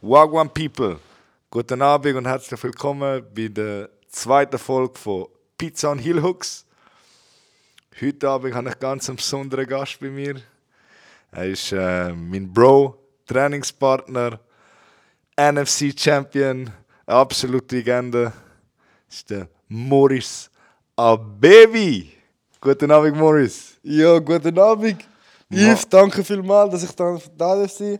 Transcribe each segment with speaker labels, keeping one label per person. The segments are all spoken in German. Speaker 1: Wagwan People, guten Abend und herzlich willkommen bei der zweiten Folge von Pizza und Hill Hooks. Heute Abend habe ich ganz einen besonderen Gast bei mir. Er ist äh, mein Bro, Trainingspartner, NFC Champion, eine absolute Legende. Das ist der Morris Abebi. Guten Abend, Morris.
Speaker 2: Ja, guten Abend. Yves, danke vielmals, dass ich da da darf sein.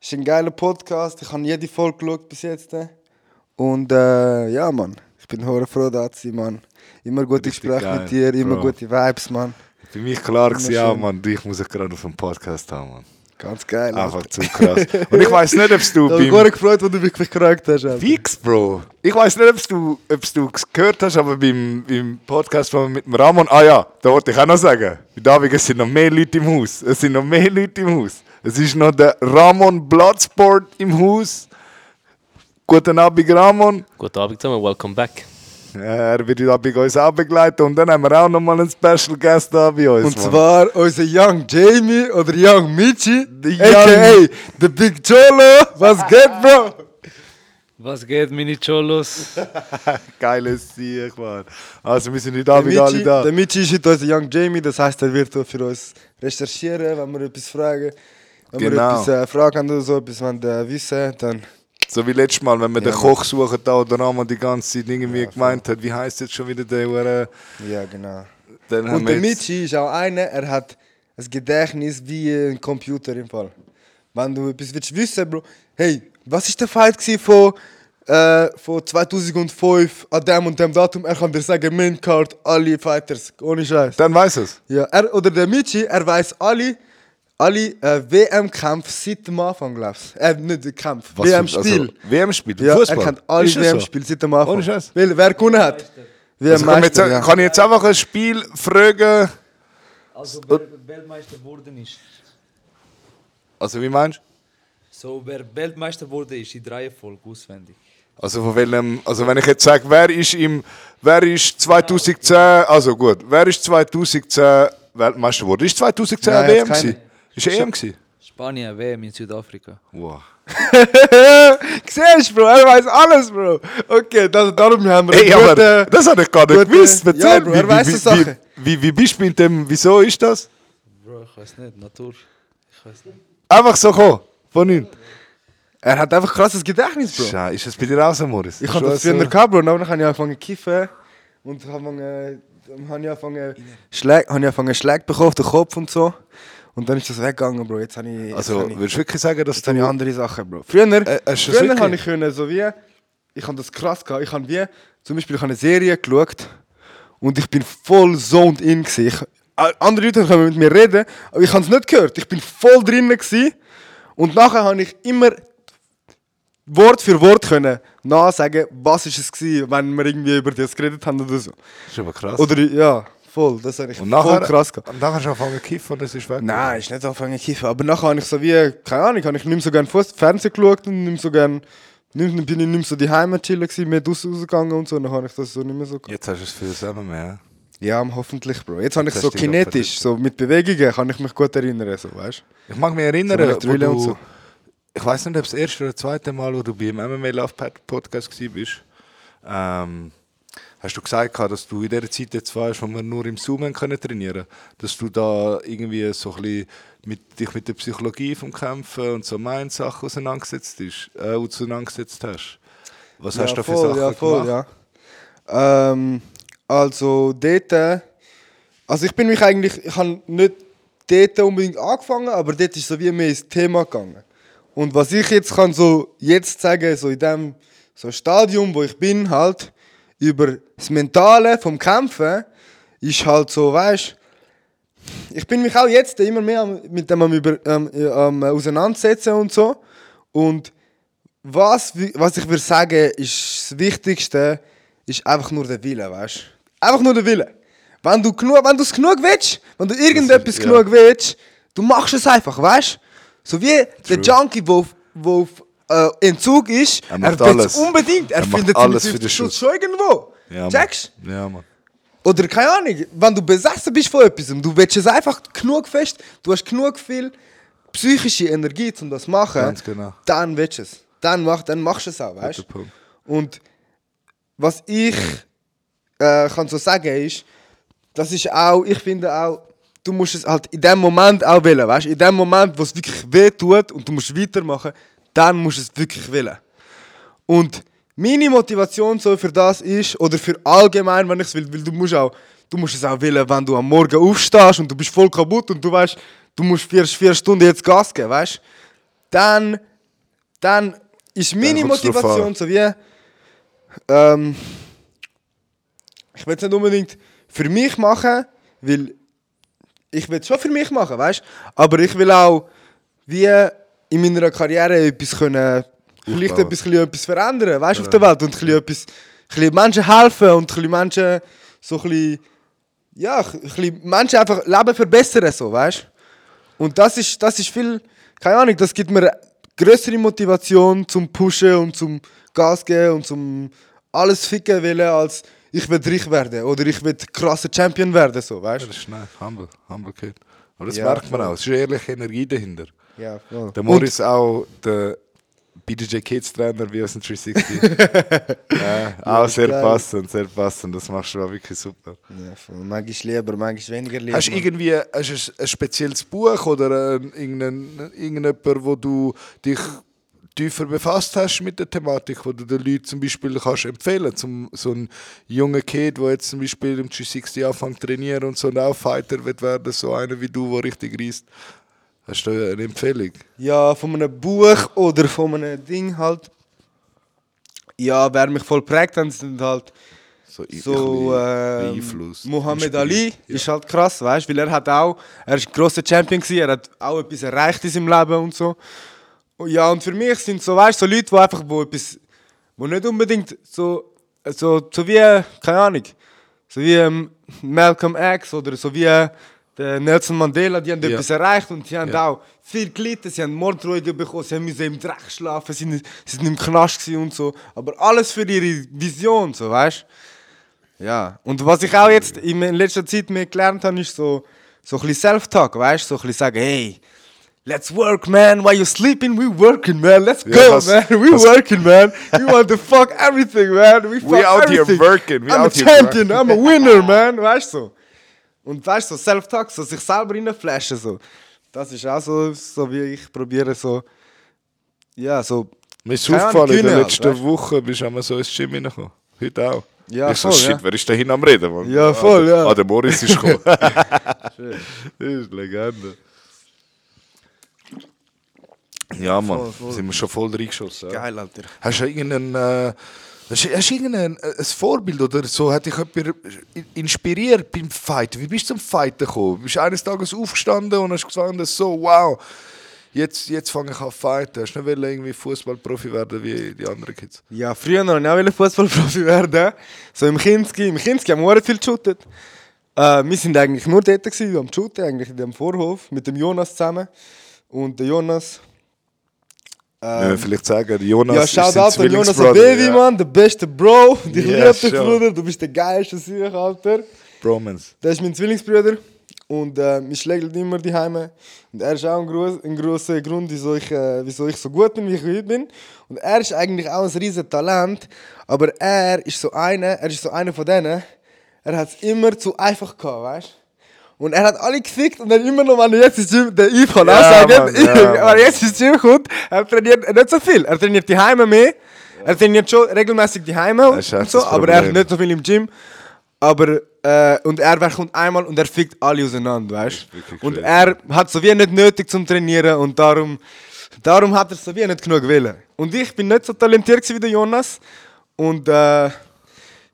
Speaker 2: Ist ein geiler Podcast. Ich habe jede Folge geschaut bis jetzt. Und äh, ja, Mann. Ich bin hure froh, da zu sein, Mann. Immer gute
Speaker 1: Richtig
Speaker 2: Gespräche
Speaker 1: geil,
Speaker 2: mit dir, immer
Speaker 1: Bro.
Speaker 2: gute Vibes, Mann.
Speaker 1: Für mich klar war, ja,
Speaker 2: Wunderschön.
Speaker 1: Mann, dich muss ich gerade auf dem Podcast haben, Mann.
Speaker 2: Ganz geil.
Speaker 1: Einfach zu krass. Und ich weiß nicht, ob du
Speaker 2: Ich habe mich
Speaker 1: beim
Speaker 2: hure gefreut, als du mich gefragt hast. Alter.
Speaker 1: Fix, Bro. Ich weiß nicht, ob du ob's du es gehört hast, aber beim, beim Podcast von mit dem Ramon, ah ja, da wollte ich auch noch sagen. Heute Abend es sind noch mehr Leute im Haus. Es sind noch mehr Leute im Haus. Es ist noch der Ramon Bloodsport im Haus. Guten Abend, Ramon.
Speaker 3: Guten Abend zusammen, welcome back.
Speaker 1: Ja, Er wird heute Abend uns auch begleiten und dann haben wir auch nochmal einen Special Guest da bei uns.
Speaker 2: Und
Speaker 1: Mann.
Speaker 2: zwar unser Young Jamie oder Young Michi,
Speaker 1: The
Speaker 2: a.k.a.
Speaker 1: Young-
Speaker 2: The Big Cholo. Was geht, Bro?
Speaker 3: Was geht, meine Cholos?
Speaker 1: Geiles Sieg, Mann. Also, wir sind heute Abend
Speaker 2: der
Speaker 1: alle
Speaker 2: Michi,
Speaker 1: da.
Speaker 2: der Michi ist heute unser Young Jamie, das heißt, er wird auch für uns recherchieren, wenn wir etwas fragen. Wenn
Speaker 1: Genau.
Speaker 2: wir etwas äh, fragen haben oder so, etwas wollen, äh, wissen dann.
Speaker 1: So wie letztes Mal, wenn wir den Koch suchen, da oder Ramon die ganze Zeit irgendwie gemeint hat, wie heißt jetzt schon wieder der, Hure?
Speaker 2: Ja, genau.
Speaker 1: dann haben
Speaker 2: Und
Speaker 1: wir
Speaker 2: der
Speaker 1: jetzt,
Speaker 2: Michi ist auch einer, ne, er hat ein Gedächtnis wie ein Computer im Fall. Wenn du etwas willst wissen, Bro, hey, was ist der Fight gewesen von, äh, von 2005 an dem und dem Datum? Er kann dir sagen, Maincard, alle Fighters, ohne Scheiß.
Speaker 1: dann weiß es.
Speaker 2: Ja, er, oder der Michi, er weiß alle, alle äh, WM-Kämpfe seit dem Anfang, glaubst du? Äh, nicht den Kampf, WM-Spiel.
Speaker 1: Also, WM-Spiel,
Speaker 2: ja,
Speaker 1: Fußball.
Speaker 2: er kennt alle
Speaker 1: Ist das
Speaker 2: WM-Spiele seit dem Anfang.
Speaker 1: Ohne Scheiß.
Speaker 2: Weil, wer gewonnen hat?
Speaker 1: Also, kann, jetzt,
Speaker 2: WM-Meister, ja.
Speaker 1: kann ich jetzt einfach ein Spiel fragen?
Speaker 4: Also wer Weltmeister geworden ist.
Speaker 1: Also, wie meinst du?
Speaker 4: So wer Weltmeister wurde ist in drei Folgen auswendig.
Speaker 1: Also, von welchem, also, wenn ich jetzt sage, wer ist im, wer ist 2010, also gut, wer ist 2010 Weltmeister geworden? Ist 2010
Speaker 2: Nein,
Speaker 1: Nein,
Speaker 2: jetzt
Speaker 1: WM
Speaker 2: keine.
Speaker 1: gewesen? Ist EM gewesen?
Speaker 4: Spanien, WM in Südafrika.
Speaker 1: Wow.
Speaker 2: Siehst du, Bro, er weiß alles, Bro. Okay, das, darum haben wir
Speaker 1: Ey,
Speaker 2: einen
Speaker 1: aber
Speaker 2: guten-
Speaker 1: das hat er gar nicht
Speaker 2: gute-
Speaker 1: gewusst. Erzähl,
Speaker 2: Ja, Bro,
Speaker 1: wie-
Speaker 2: er
Speaker 1: wie-
Speaker 2: weiss
Speaker 1: wie-
Speaker 2: so Sachen.
Speaker 1: Wie, wie, wie bist du mit dem, wieso ist das?
Speaker 4: Bro, ich weiß nicht, Natur. Ich weiß nicht.
Speaker 1: Einfach so gekommen, von ihm.
Speaker 2: Er hat einfach krasses Gedächtnis, Bro.
Speaker 1: Schau, ist das bei dir auch so, Morris?
Speaker 2: Ich hatte das früher gehabt, Bro, und dann habe ich angefangen zu kiffen und habe angefangen, dann habe ich angefangen, Schläge, habe ich angefangen Schläge bekommen auf den Kopf und so. Und dann ist das weggegangen, Bro. Jetzt habe ich, jetzt
Speaker 1: Also,
Speaker 2: habe ich,
Speaker 1: würdest du wirklich sagen, dass
Speaker 2: jetzt habe ich
Speaker 1: du...
Speaker 2: andere Sachen, Bro. Früher,
Speaker 1: Äh, hast du das
Speaker 2: früher
Speaker 1: wirklich?
Speaker 2: habe ich können, so wie, ich habe das krass gehabt, ich habe wie, zum Beispiel, ich habe eine Serie geschaut und ich bin voll zoned in gewesen. Ich, a- andere Leute können mit mir reden, aber ich habe es nicht gehört. Ich bin voll drinnen gewesen und nachher habe ich immer Wort für Wort können nachsagen, was ist es gewesen, wenn wir irgendwie über das geredet haben oder so.
Speaker 1: Das ist aber krass.
Speaker 2: Oder ja, voll, das habe ich
Speaker 1: und nachher,
Speaker 2: voll krass gehabt.
Speaker 1: Und nachher hast du angefangen zu kiffen und es ist weg.
Speaker 2: Nein, ich nicht angefangen zu kiffen, aber nachher habe ich so wie, keine Ahnung, habe ich nicht mehr so gerne Fuß Fernsehen geschaut und nicht mehr so gerne, nicht, mehr- bin ich nicht mehr so die Heimat chillen gewesen, mehr draussen rausgegangen und so, dann habe ich das so nicht mehr so gehabt.
Speaker 1: Jetzt hast du es viel zusammen mehr.
Speaker 2: Ja, am- hoffentlich, Bro. Jetzt habe ich
Speaker 1: Das
Speaker 2: so
Speaker 1: stimmt, aber
Speaker 2: kinetisch,
Speaker 1: das-
Speaker 2: so mit Bewegungen kann ich mich gut erinnern, so, weißt du.
Speaker 1: Ich mag mich erinnern,
Speaker 2: So mit
Speaker 1: wo
Speaker 2: Drille
Speaker 1: du,
Speaker 2: und so.
Speaker 1: ich weiß nicht, ob das erste oder zweite Mal, wo du beim MMA Love Pad Podcast gewesen bist, ähm, hast du gesagt, gehabt, dass du in der Zeit jetzt warst, wo wir nur im Zoom haben können trainieren dass du da irgendwie so ein bisschen mit, dich mit der Psychologie vom Kämpfen und so Mindsachen auseinandergesetzt, ist, äh, auseinandergesetzt hast. Was hast du da für Sachen
Speaker 2: ja, voll,
Speaker 1: gemacht?
Speaker 2: Ja. Ähm, also dort, äh, also ich bin mich eigentlich, ich habe nicht dort unbedingt angefangen, aber dort ist so wie mehr ins Thema gegangen. Und was ich jetzt kann so jetzt sagen, so in dem so Stadium, wo ich bin, halt über das Mentale vom Kämpfen, ist halt so, weißt ich bin mich auch jetzt immer mehr am- mit dem am, über, ähm, äh, am äh, auseinandersetzen und so. Und was, wi- was ich würde sagen, ist das Wichtigste, ist einfach nur der Wille, weißt du? Einfach nur der Wille. Wenn du genug, wenn du es genug willst, wenn du irgendetwas
Speaker 1: ja.
Speaker 2: genug willst, du machst es einfach, weißt du? So wie der Junkie, der auf, wo auf äh, Entzug ist,
Speaker 1: Er
Speaker 2: er,
Speaker 1: macht
Speaker 2: will
Speaker 1: alles.
Speaker 2: es unbedingt, er,
Speaker 1: Er macht
Speaker 2: findet
Speaker 1: alles
Speaker 2: seine
Speaker 1: für den
Speaker 2: 50 Stutz schon irgendwo.
Speaker 1: Ja,
Speaker 2: Checkst?
Speaker 1: Mann. Ja, Mann.
Speaker 2: Oder keine Ahnung, wenn du besessen bist von etwas, du willst es einfach genug fest, du hast genug viel psychische Energie, um das zu machen,
Speaker 1: Ganz genau.
Speaker 2: dann willst du es. dann, mach, dann machst du es auch, weißt du?
Speaker 1: Guter Punkt.
Speaker 2: Und was ich äh, kann so sagen ist, das ist auch, ich finde auch, du musst es halt in dem Moment auch wählen, weißt du? In dem Moment, wo es wirklich weh tut und du musst weitermachen, dann musst du es wirklich wählen. Und meine Motivation so für das ist, oder für allgemein, wenn ich es will, weil du musst auch, du musst es auch wählen, wenn du am Morgen aufstehst und du bist voll kaputt und du weißt, du musst vier, vier Stunden jetzt Gas geben, weißt du? Dann, dann ist meine
Speaker 1: kommt's drauf
Speaker 2: Motivation
Speaker 1: an.
Speaker 2: so wie, ähm, ich will es nicht unbedingt für mich machen, weil ich will es schon für mich machen, weißt Aber ich will auch wie in meiner Karriere etwas können, vielleicht
Speaker 1: Aufbauen.
Speaker 2: etwas, bisschen etwas verändern, weißt auf der Welt und ein bisschen etwas, ein bisschen Menschen helfen und ein bisschen Menschen so ein bisschen, ja, ein bisschen Menschen einfach Leben verbessern, so, weißt Und das ist, das ist viel, keine Ahnung, das gibt mir größere Motivation zum Pushen und zum Gas geben und zum alles ficken wollen, als ich will reich werden oder ich will krasser Champion werden, so, weißt
Speaker 1: Das ist schnell, humble, humble Kid. Aber das
Speaker 2: Ja,
Speaker 1: merkt man
Speaker 2: voll.
Speaker 1: auch, es ist ehrliche Energie dahinter.
Speaker 2: Ja, voll.
Speaker 1: Der Moritz auch, der BDJ Kids Trainer wie aus dem 360. ja, auch sehr
Speaker 2: geil.
Speaker 1: passend, sehr passend, das machst du auch wirklich super.
Speaker 2: Ja, voll. Manchmal lieber, manchmal weniger lieber.
Speaker 1: Hast du irgendwie hast du ein, ein spezielles Buch oder ähm, irgendein, irgendjemand, wo du dich tiefer befasst hast mit der Thematik, wo du den Leuten zum Beispiel kannst empfehlen zum so ein junger Kid, der jetzt zum Beispiel im G60 anfängt zu trainieren und so ein Auffighter wird werden, so einer wie du, der richtig reist. Hast du eine Empfehlung?
Speaker 2: Ja, von einem Buch oder von einem Ding halt. Ja, wer mich voll prägt, dann sind halt
Speaker 1: So, ein
Speaker 2: so
Speaker 1: bisschen
Speaker 2: ähm,
Speaker 1: beeinflusst,
Speaker 2: Muhammad Ali
Speaker 1: inspiriert.
Speaker 2: ist halt krass, weißt du, weil er hat auch, er ist ein grosser Champion gewesen, er hat auch etwas erreicht in seinem Leben und so. Und ja, und für mich sind so, weißt du, so Leute, die einfach, wo etwas, wo nicht unbedingt so, so, so wie, keine Ahnung, so wie ähm, Malcolm X oder so wie äh, der Nelson Mandela, die haben
Speaker 1: Ja.
Speaker 2: etwas erreicht und die haben
Speaker 1: Ja.
Speaker 2: auch viel gelitten, sie haben Mordruhe bekommen, sie haben müssen im Dreck schlafen, sie sind, sie sind im Knast gewesen und so, aber alles für ihre Vision, so, weißt du. Ja, und was ich auch jetzt in in letzter Zeit mehr gelernt habe, ist so, so ein bisschen Self-Talk, weißt du? So ein bisschen sagen, hey, let's work, man, while you're sleeping, we working, man, let's go,
Speaker 1: Ja, das-
Speaker 2: man, we
Speaker 1: das-
Speaker 2: working, man, we want to fuck everything, man, we fuck
Speaker 1: We out here
Speaker 2: everything.
Speaker 1: working, we
Speaker 2: I'm
Speaker 1: out
Speaker 2: a
Speaker 1: here
Speaker 2: champion, I'm a winner, man, weißt du? So. Und weißt du, so Self-Talk, so sich selber reinflashen, so. Das ist auch so, so wie ich probiere, so, ja, so,
Speaker 1: Mir ist
Speaker 2: Keine Ahnung,
Speaker 1: aufgefallen, in der
Speaker 2: Kühne,
Speaker 1: letzten
Speaker 2: weißt
Speaker 1: Woche bist du einmal so ins Gym reingekommen. Heute auch.
Speaker 2: Ja,
Speaker 1: ich so,
Speaker 2: voll,
Speaker 1: shit,
Speaker 2: ja.
Speaker 1: wer ist da hin am Reden? Mann?
Speaker 2: Ja, voll,
Speaker 1: ah, der-
Speaker 2: ja.
Speaker 1: Ah, der Moritz ist gekommen. das ist Legende. Ja, Mann, sind wir schon voll reingeschossen. Ja.
Speaker 2: geil, Alter.
Speaker 1: Hast du irgendein, äh, hast, du- hast du irgendein äh, ein Vorbild oder so? Hat dich jemand in- inspiriert beim Fighten? Wie bist du zum Fighten gekommen? Bist du eines Tages aufgestanden und hast gesagt, so, wow, jetzt, jetzt fange ich an zu fighten. Hast du nicht wollen irgendwie Fußballprofi werden wie die anderen Kids?
Speaker 2: Ja, früher noch ich auch Fußballprofi werden. So im Kinski. Im Kinski haben wir auch viel geshootet. Äh, wir sind eigentlich nur dort gewesen, am Shooten, eigentlich in dem Vorhof, mit dem Jonas zusammen. Und der Jonas.
Speaker 1: ja, vielleicht sagen, Jonas
Speaker 2: Ähm, ja,
Speaker 1: ist sein
Speaker 2: shout out an Jonas
Speaker 1: Zwillingsbruder,
Speaker 2: Baby,
Speaker 1: ja.
Speaker 2: Mann, der beste Bro. Ich
Speaker 1: Ja,
Speaker 2: liebe dich,
Speaker 1: schon.
Speaker 2: Bruder. Du bist der geilste Sieg, Alter.
Speaker 1: Bromance.
Speaker 2: Der ist mein Zwillingsbruder. Und äh, ich schlägt immer die Heime. Und er ist auch ein, groß, ein großer Grund, wieso ich, äh, wieso ich so gut bin, wie ich heute bin. Und er ist eigentlich auch ein riesen Talent. Aber er ist so einer, er ist so einer von denen. Er hat es immer zu einfach gehabt, weißt du? Und er hat alle gefickt und dann immer noch, wenn er jetzt ins Gym, der Yves kann
Speaker 1: Ja,
Speaker 2: auch sagen,
Speaker 1: Mann, ja,
Speaker 2: wenn er jetzt ins Gym kommt, er trainiert nicht so viel. Er trainiert die Heime mehr. Er trainiert schon regelmäßig die Heime
Speaker 1: Das ist echt
Speaker 2: und so,
Speaker 1: das
Speaker 2: aber er hat
Speaker 1: Problem.
Speaker 2: nicht so viel im Gym. Aber, äh, und er wer kommt einmal und er fickt alle auseinander, weißt
Speaker 1: wirklich
Speaker 2: du? Und
Speaker 1: crazy.
Speaker 2: er hat so wie nicht nötig zum Trainieren und darum, darum hat er so wie nicht genug Willen. Und ich bin nicht so talentiert gewesen wie der Jonas. Und, äh,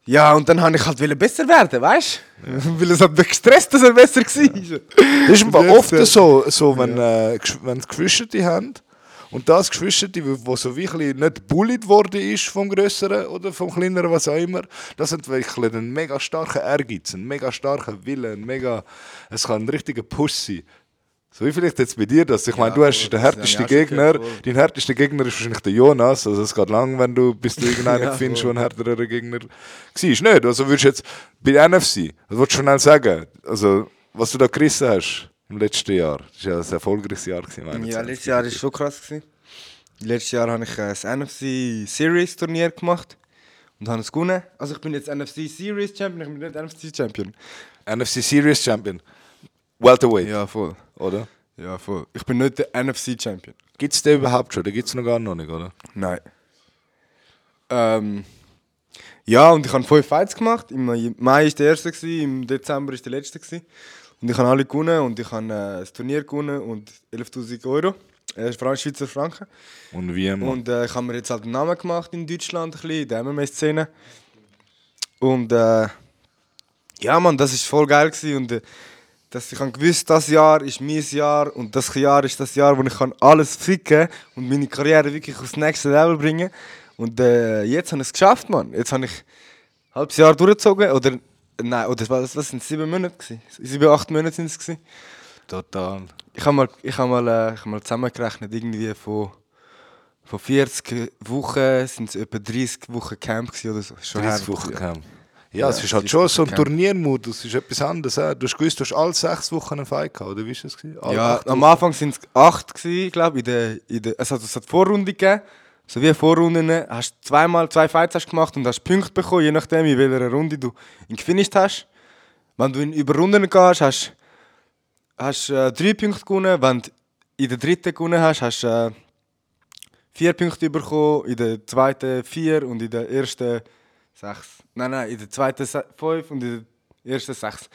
Speaker 2: ja, und dann habe ich halt wollen besser werden, weißt du? Weil es hat mich gestresst, dass er besser war.
Speaker 1: Das ist aber
Speaker 2: Jetzt,
Speaker 1: oft
Speaker 2: äh,
Speaker 1: so, so wenn, äh, Gesch- wenn es Geschwisterte haben und das Geschwisterte, wo so wirklich nicht bullied worden ist vom Größeren oder vom Kleineren, was auch immer, das entwickelt einen mega starken Ehrgeiz, einen mega starken Willen, einen mega, es kann ein richtiger Push sein. So wie vielleicht jetzt bei dir das. Ich meine, du hast den härtesten Gegner. Dein härtester Gegner ist wahrscheinlich der Jonas. Also es geht lang, wenn du, bis du irgendeinen findest, der ein härterer Gegner war. Nicht? Also würdest du jetzt bei NFC, was würdest du schnell sagen? Also, was du da gerissen hast im letzten Jahr. Das war ja ein erfolgreiches Jahr. gewesen, 21.
Speaker 2: Ja, letztes Jahr war schon krass. Gewesen. Letztes Jahr habe ich äh, das NFC Series Turnier gemacht und habe es gewonnen. Also ich bin jetzt NFC Series Champion, ich bin nicht NFC Champion.
Speaker 1: NFC Series Champion. Welterweight,
Speaker 2: Ja, voll.
Speaker 1: oder?
Speaker 2: Ja, voll. Ich bin nicht der NFC Champion.
Speaker 1: Gibt es den überhaupt schon? Den gibt es noch gar noch nicht, oder?
Speaker 2: Nein. Ähm, ja, und ich habe fünf Fights gemacht. Im Mai war der erste, gewesen, im Dezember war der letzte. Gewesen. Und ich habe alle gewonnen und ich habe äh, das Turnier gewonnen und 11'000 Euro. Äh, Fran- Schweizer Franken.
Speaker 1: Und wie immer.
Speaker 2: Und äh, ich habe mir jetzt halt einen Namen gemacht in Deutschland, ein bisschen, in der MMA-Szene. Und äh, ja, Mann, das ist voll geil gewesen. Und äh, dass ich habe gewusst, das Jahr ist mein Jahr und das Jahr ist das Jahr, wo ich kann alles ficken und meine Karriere wirklich aufs nächste Level bringen. Und äh, jetzt habe ich es geschafft, Mann. Jetzt habe ich ein halbes Jahr durchgezogen oder nein, oder was, was sind sieben Monate gewesen? Sieben, acht Monate sind es gewesen.
Speaker 1: Total.
Speaker 2: Ich habe mal, ich habe mal, äh, ich habe mal zusammengerechnet, irgendwie von, von 40 Wochen sind es etwa 30 Wochen Camp gewesen oder so. Ist Schon
Speaker 1: 30
Speaker 2: herrlich,
Speaker 1: Wochen
Speaker 2: ja.
Speaker 1: Camp. Ja, es ist
Speaker 2: das
Speaker 1: halt
Speaker 2: ist
Speaker 1: schon so ein
Speaker 2: Camp.
Speaker 1: Turniermodus, es ist etwas anderes. Äh. Du hast gewusst, du hast alle sechs Wochen einen Fight gehabt, oder wie ist das? gewesen? Alle
Speaker 2: Ja,
Speaker 1: acht
Speaker 2: am
Speaker 1: Wochen.
Speaker 2: Anfang waren es 8 gewesen, glaube ich. In der, in der, es, hat, es hat Vorrunden gegeben. So wie Vorrunden hast du zweimal zwei Fights hast gemacht und hast Punkte bekommen, je nachdem, in welcher Runde du ihn gefinisht hast. Wenn du in über Runden gehst, hast du hast, äh, drei Punkte gewonnen. Wenn du in der dritten gewonnen hast, hast du äh, vier Punkte bekommen, in der zweiten vier und in der ersten sechs. Nein, nein, in der zweiten se- fünf und in der ersten sechs.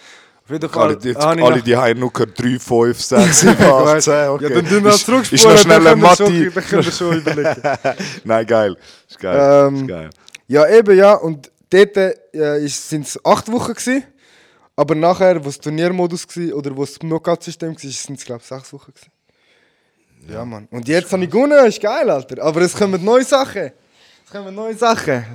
Speaker 2: Auf jeden Fall.
Speaker 1: Alle, die,
Speaker 2: habe ich nach-
Speaker 1: alle die haben nur 3, 5, 6, 7, 8, 10. Okay.
Speaker 2: ja, dann tun wir
Speaker 1: Ist-
Speaker 2: zurück.
Speaker 1: Ist noch schnell ein Matti.
Speaker 2: Dann können wir schon überlegen.
Speaker 1: Nein, geil. Ist geil.
Speaker 2: Ähm,
Speaker 1: ist geil.
Speaker 2: ja, eben, ja. Und dort äh, sind es acht Wochen. Gewesen. Aber nachher, wo es Turniermodus war oder wo es Knockout-System war, sind es, glaube ich, sechs Wochen. Gewesen. Ja, Mann. Und jetzt habe ich gewonnen. Ist geil, Alter. Aber es kommen neue Sachen. Es kommen neue Sachen.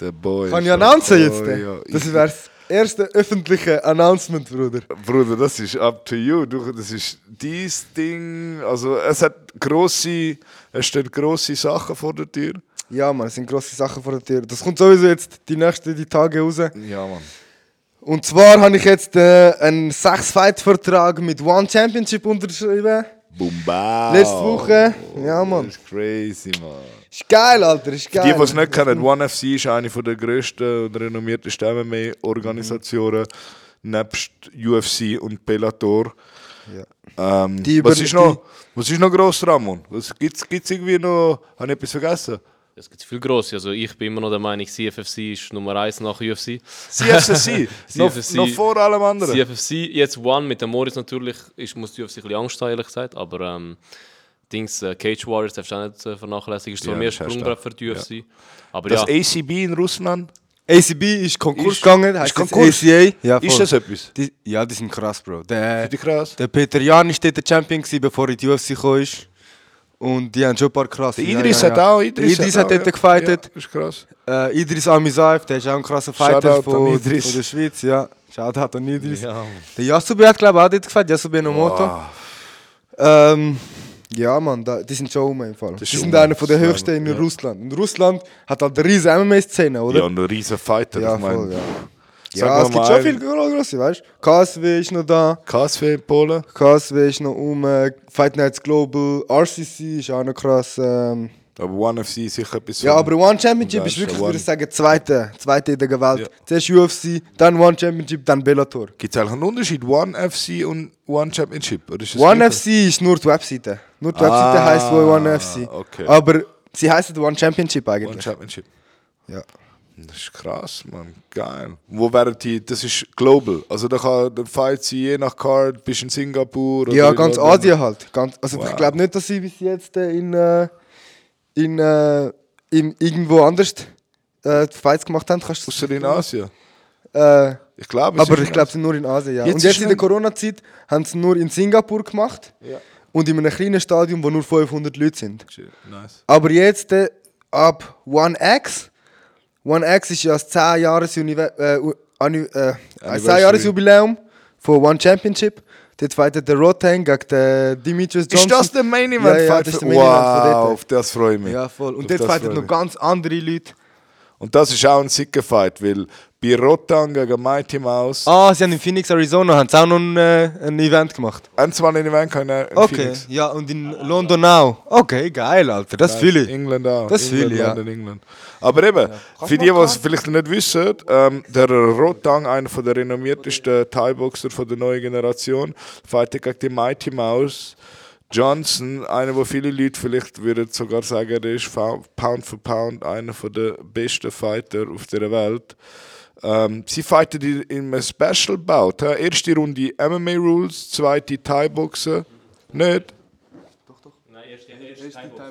Speaker 1: Der Boy.
Speaker 2: Kann
Speaker 1: ist
Speaker 2: ich
Speaker 1: der
Speaker 2: announcen
Speaker 1: Boy,
Speaker 2: jetzt?
Speaker 1: ja.
Speaker 2: äh? Das wäre das erste öffentliche Announcement, Bruder.
Speaker 1: Bruder, das ist up to you. Du, das ist dies Ding. Also es hat grosse, es stehen grosse Sachen vor der Tür.
Speaker 2: Ja, Mann, es sind grosse Sachen vor der Tür. Das kommt sowieso jetzt die nächsten die Tage raus.
Speaker 1: Ja, Mann.
Speaker 2: Und zwar habe ich jetzt äh, einen 6-Fight-Vertrag mit One Championship unterschrieben.
Speaker 1: Bumba.
Speaker 2: Letzte Woche. Ja, Mann.
Speaker 1: Das ist crazy, Mann.
Speaker 2: Ist geil, Alter, ist geil.
Speaker 1: Die, die es nicht kennen, OneFC ist eine der grössten und renommiertesten MMA-Organisationen
Speaker 2: Mhm.
Speaker 1: nebst UFC und Bellator. Ähm,
Speaker 2: Die
Speaker 1: was,
Speaker 2: über-
Speaker 1: ist noch, was ist noch gross, Ramon? Was gibt's, gibt's irgendwie noch... Habe ich etwas vergessen?
Speaker 3: Es gibt viel Grosse. Also ich bin immer noch der Meinung, CFFC ist Nummer 1 nach UFC.
Speaker 1: CFC. noch,
Speaker 3: CFC.
Speaker 1: noch vor allem anderen.
Speaker 3: CFFC, jetzt One mit dem Moritz natürlich, ist, muss die UFC ein bisschen Angst haben, ehrlich gesagt. Aber ähm, Dings, äh, Cage Warriors darfst du auch nicht äh, vernachlässigen. Ist zwar
Speaker 1: Ja,
Speaker 3: mehr
Speaker 1: das hast du
Speaker 3: Sprungbrett für die
Speaker 1: Ja.
Speaker 3: UFC. Aber
Speaker 1: das e-
Speaker 3: ja,
Speaker 1: ACB in Russland,
Speaker 2: ACB ist Konkurs
Speaker 1: Ist-
Speaker 2: gegangen,
Speaker 1: ist
Speaker 2: heißt
Speaker 1: Konkurs?
Speaker 2: Konkurs. ACA. Ja,
Speaker 1: ist das etwas?
Speaker 2: die, ja, die sind krass, Bro. Der,
Speaker 1: Finde ich krass.
Speaker 2: der Peter Jan war dort der Champion, gewesen, bevor er in die UFC gekommen ist. Und die haben schon ein paar krasse.
Speaker 1: Der Idris
Speaker 2: ja, ja, ja.
Speaker 1: hat auch...
Speaker 2: Der Idris hat
Speaker 1: auch,
Speaker 2: dort
Speaker 1: ja.
Speaker 2: gefightet.
Speaker 1: Ja, ist krass.
Speaker 2: Äh, Idris Amisaev, der ist auch ein krasser Fighter
Speaker 1: Shoutout
Speaker 2: von,
Speaker 1: an
Speaker 2: von
Speaker 1: Idris.
Speaker 2: der Schweiz. Ja, Shoutout an Idris. Der Yasubi hat, glaube ich, auch dort gefightet, Yasubi Nomoto.
Speaker 1: Wow.
Speaker 2: Ähm, ja, Mann, da, die sind schon um im Fall.
Speaker 1: Das
Speaker 2: Die
Speaker 1: ist
Speaker 2: sind
Speaker 1: um,
Speaker 2: einer von der
Speaker 1: das ist
Speaker 2: höchsten in
Speaker 1: einer, ja.
Speaker 2: Russland. Und Russland hat halt eine riesige MMA-Szene,
Speaker 1: Ja,
Speaker 2: oder?
Speaker 1: und ein riesen Fighter.
Speaker 2: ja,
Speaker 1: ich meine,
Speaker 2: voll, ja.
Speaker 1: Sag
Speaker 2: Ja,
Speaker 1: mir
Speaker 2: es gibt
Speaker 1: mal
Speaker 2: schon
Speaker 1: einen.
Speaker 2: viele gro- grosse, weißt du? KSW ist noch da,
Speaker 1: KSW in Polen.
Speaker 2: KSW ist noch um, äh, Fight Nights Global, RCC ist auch noch krass. Ähm.
Speaker 1: Aber OneFC ist sicher etwas...
Speaker 2: Ja,
Speaker 1: von-
Speaker 2: aber One Championship
Speaker 1: Da
Speaker 2: ist
Speaker 1: ist
Speaker 2: wirklich,
Speaker 1: One.
Speaker 2: würde ich sagen, zweite, zweite in der Gewalt.
Speaker 1: Ja.
Speaker 2: Zuerst UFC, dann One Championship, dann Bellator.
Speaker 1: Gibt es eigentlich einen Unterschied? One FC und One Championship? Oder ist das
Speaker 2: One
Speaker 1: gleiche?
Speaker 2: FC ist nur die Webseite. Nur die Webseite
Speaker 1: Ah,
Speaker 2: heisst One FC.
Speaker 1: okay.
Speaker 2: Aber sie heisst One Championship
Speaker 1: One
Speaker 2: eigentlich.
Speaker 1: Championship.
Speaker 2: ja.
Speaker 1: Das ist krass, Mann. Geil. Wo wären die? Das ist global. Also da kann der Fight sein, je nach Card, bist in Singapur. Oder
Speaker 2: Ja,
Speaker 1: in
Speaker 2: ganz
Speaker 1: London.
Speaker 2: Asien halt. Ganz, also
Speaker 1: Wow.
Speaker 2: ich glaube nicht, dass sie bis jetzt äh, in, äh, in, äh, in irgendwo anders äh, die Fights gemacht haben. Kannst du das-
Speaker 1: Außer in Asien.
Speaker 2: Äh,
Speaker 1: Ich glaube, es
Speaker 2: aber
Speaker 1: ist
Speaker 2: ich
Speaker 1: in
Speaker 2: glaube, sie nur in Asien, ja.
Speaker 1: Jetzt
Speaker 2: und
Speaker 1: ist
Speaker 2: jetzt in
Speaker 1: nicht-
Speaker 2: der Corona-Zeit haben sie nur in Singapur gemacht
Speaker 1: Asien.
Speaker 2: und in einem kleinen Stadion, wo nur 500 Leute sind.
Speaker 1: Ja. Nice.
Speaker 2: Aber jetzt äh, ab One X. One X ist ja das 10 Jahres Unive- äh, U- Anni- äh, ein 10 Jahres Jubiläum von One Championship. Dort fightet der Rotang gegen den Demetrius
Speaker 1: Ist
Speaker 2: Johnson.
Speaker 1: das der Main Event?
Speaker 2: Ja, ja,
Speaker 1: Fight
Speaker 2: das ist
Speaker 1: für-
Speaker 2: der Main Event von
Speaker 1: wow,
Speaker 2: dort.
Speaker 1: auf das freue ich mich.
Speaker 2: Ja, voll. Und
Speaker 1: Auf
Speaker 2: dort
Speaker 1: das
Speaker 2: fighten
Speaker 1: freue ich
Speaker 2: noch
Speaker 1: mich.
Speaker 2: ganz andere Leute.
Speaker 1: Und das ist auch ein sicker Fight, weil bei Rotan gegen Mighty Mouse.
Speaker 2: Ah, sie haben in Phoenix, Arizona, haben sie auch noch ein, äh, ein Event gemacht.
Speaker 1: Ein, zwei in Event können. in
Speaker 2: Okay,
Speaker 1: Phoenix.
Speaker 2: ja, und in London auch. Okay, geil, Alter, das fühle ich.
Speaker 1: England auch.
Speaker 2: Das
Speaker 1: England,
Speaker 2: fühle ich, ja.
Speaker 1: London, England. Aber eben, für die, die es vielleicht nicht wissen, ähm, der Rotang, einer von der renommiertesten Thai-Boxer von der neuen Generation, fightet gegen die Mighty Mouse. Johnson, einer, wo viele Leute vielleicht würden sogar sagen, der ist fa- Pound for Pound einer von der besten Fighter auf der Welt. Ähm, sie fighten in in einem Special Bout. hä? Erste Runde MMA Rules, zweite Thai-Boxen. Nicht?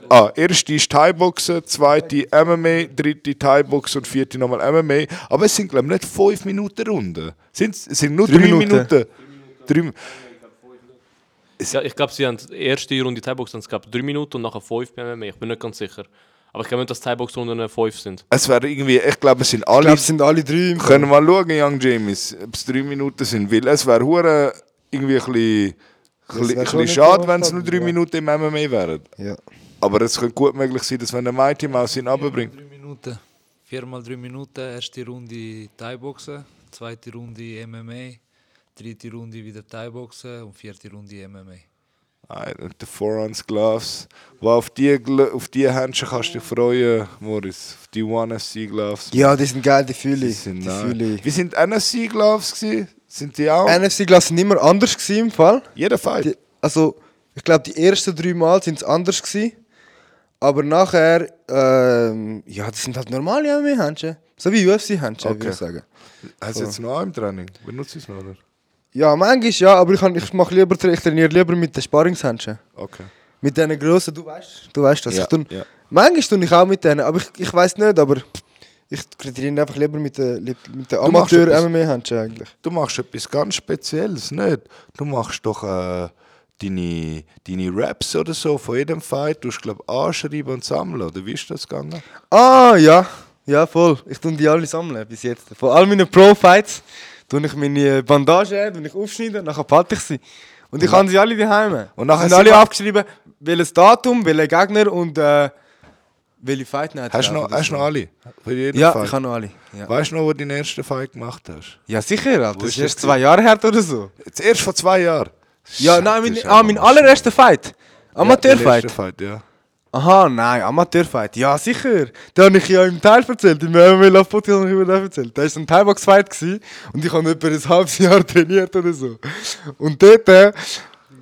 Speaker 1: Ah, erste ist Thai-Boxen, zweite MMA, dritte Thai-Boxen und vierte nochmal MMA. Aber es sind, glaube ich, nicht 5 Minuten Runden. Sind, es sind nur 3
Speaker 2: Drei
Speaker 1: Minuten.
Speaker 2: Minuten.
Speaker 1: Drei,
Speaker 3: Ja, ich glaube, sie haben die erste Runde Thai-Box, dann gab 3 Minuten und nachher 5 bei MMA. Ich bin nicht ganz sicher. Aber ich glaube nicht, dass Thai-Box-Runden 5 sind.
Speaker 1: es wäre irgendwie, ich glaube, es sind
Speaker 2: Ich
Speaker 1: alle.
Speaker 2: glaube, es sind alle drei. im-
Speaker 1: Können wir mal schauen, Young James, ob es 3 Minuten sind. Weil es wäre hure irgendwie ein bisschen, ein bisschen,
Speaker 2: wär
Speaker 1: ein bisschen
Speaker 2: schon nicht
Speaker 1: schade,
Speaker 2: so
Speaker 1: wenn es nur
Speaker 2: anfangen,
Speaker 1: 3
Speaker 2: ja.
Speaker 1: Minuten im MMA wären.
Speaker 2: Ja.
Speaker 1: Aber es könnte gut möglich sein, dass wenn der Mighty Mouse ihn runterbringt.
Speaker 4: Drei Minuten. Viermal drei Minuten. Erste Runde Thai-Boxen, zweite Runde MMA, dritte Runde wieder Thai-Boxen und vierte Runde MMA.
Speaker 1: Nein, und der Forearms Gloves. Wo auf die, Gl- auf die Händchen kannst du dich freuen, Moritz. Auf die One FC Gloves.
Speaker 2: ja, die sind geil, die fühle
Speaker 1: Die
Speaker 2: ich. Die
Speaker 1: sind nice.
Speaker 2: fühle ich.
Speaker 1: Wie sind NFC Gloves gsi? Sind die auch?
Speaker 2: NFC-Glas sind immer anders gewesen, im Fall.
Speaker 1: Jeder Fight.
Speaker 2: Die, also, ich glaube, die ersten drei Mal sind es anders gewesen. Aber nachher, ähm, ja, das sind halt normale MMA-Händchen. So wie UFC-Händchen,
Speaker 1: Okay.
Speaker 2: würde ich sagen.
Speaker 1: Hast du jetzt
Speaker 2: Oh.
Speaker 1: noch einen im Training? Benutzt es noch, oder?
Speaker 2: Ja, manchmal ja, aber ich, han- ich, mach lieber, ich trainiere lieber mit den Sparringshändchen.
Speaker 1: Okay.
Speaker 2: Mit diesen grossen, du weißt, du weißt das.
Speaker 1: Ja,
Speaker 2: ich tun,
Speaker 1: ja.
Speaker 2: Manchmal tue ich auch mit denen, aber ich, ich weiß nicht, aber ich trainiere einfach lieber mit den, mit den
Speaker 1: Du machst etwas-
Speaker 2: Amateur-MMA-Händchen eigentlich.
Speaker 1: Du machst etwas ganz Spezielles, nicht? Du machst doch äh, deine, deine Raps oder so von jedem Fight. Du hast, glaube anschreiben und sammeln, oder wie ist das gegangen?
Speaker 2: Ah, ja. Ja, voll. Ich tue die alle sammeln bis jetzt. Von all meinen Pro-Fights tue ich meine Bandagen, tue ich aufschneiden, nachher behalte ich sie. Und ich habe sie alle daheim.
Speaker 1: Und nachher
Speaker 2: sind
Speaker 1: sind
Speaker 2: alle
Speaker 1: wir-
Speaker 2: abgeschrieben, welches Datum, welcher Gegner und äh, welche Fight Night.
Speaker 1: Hast du
Speaker 2: glaub
Speaker 1: noch,
Speaker 2: ich,
Speaker 1: hast
Speaker 2: das
Speaker 1: noch alle? Bei jedem
Speaker 2: Ja,
Speaker 1: Fight?
Speaker 2: ich habe noch alle. Ja,
Speaker 1: Weißt du noch, wo du deinen ersten Fight gemacht hast?
Speaker 2: ja sicher, Alter. Das
Speaker 1: ist
Speaker 2: ist
Speaker 1: das
Speaker 2: erst zwei Jahre her oder so.
Speaker 1: Zuerst vor zwei Jahren.
Speaker 2: Ja,
Speaker 1: Shit,
Speaker 2: nein,
Speaker 1: das ist
Speaker 2: mein,
Speaker 1: auch
Speaker 2: ah, mein
Speaker 1: noch schlimm.
Speaker 2: allererster Fight.
Speaker 1: Ja, der
Speaker 2: Amateurfight.
Speaker 1: letzte Fight, ja.
Speaker 2: Aha, nein, Amateurfight. Ja, sicher. Den habe ich ja im Teil erzählt. Im MMA Love Podcast habe ich über den erzählt. Da war ein Thai-Box-Fight gewesen und ich habe etwa ein halbes Jahr trainiert oder so. Und dort, äh,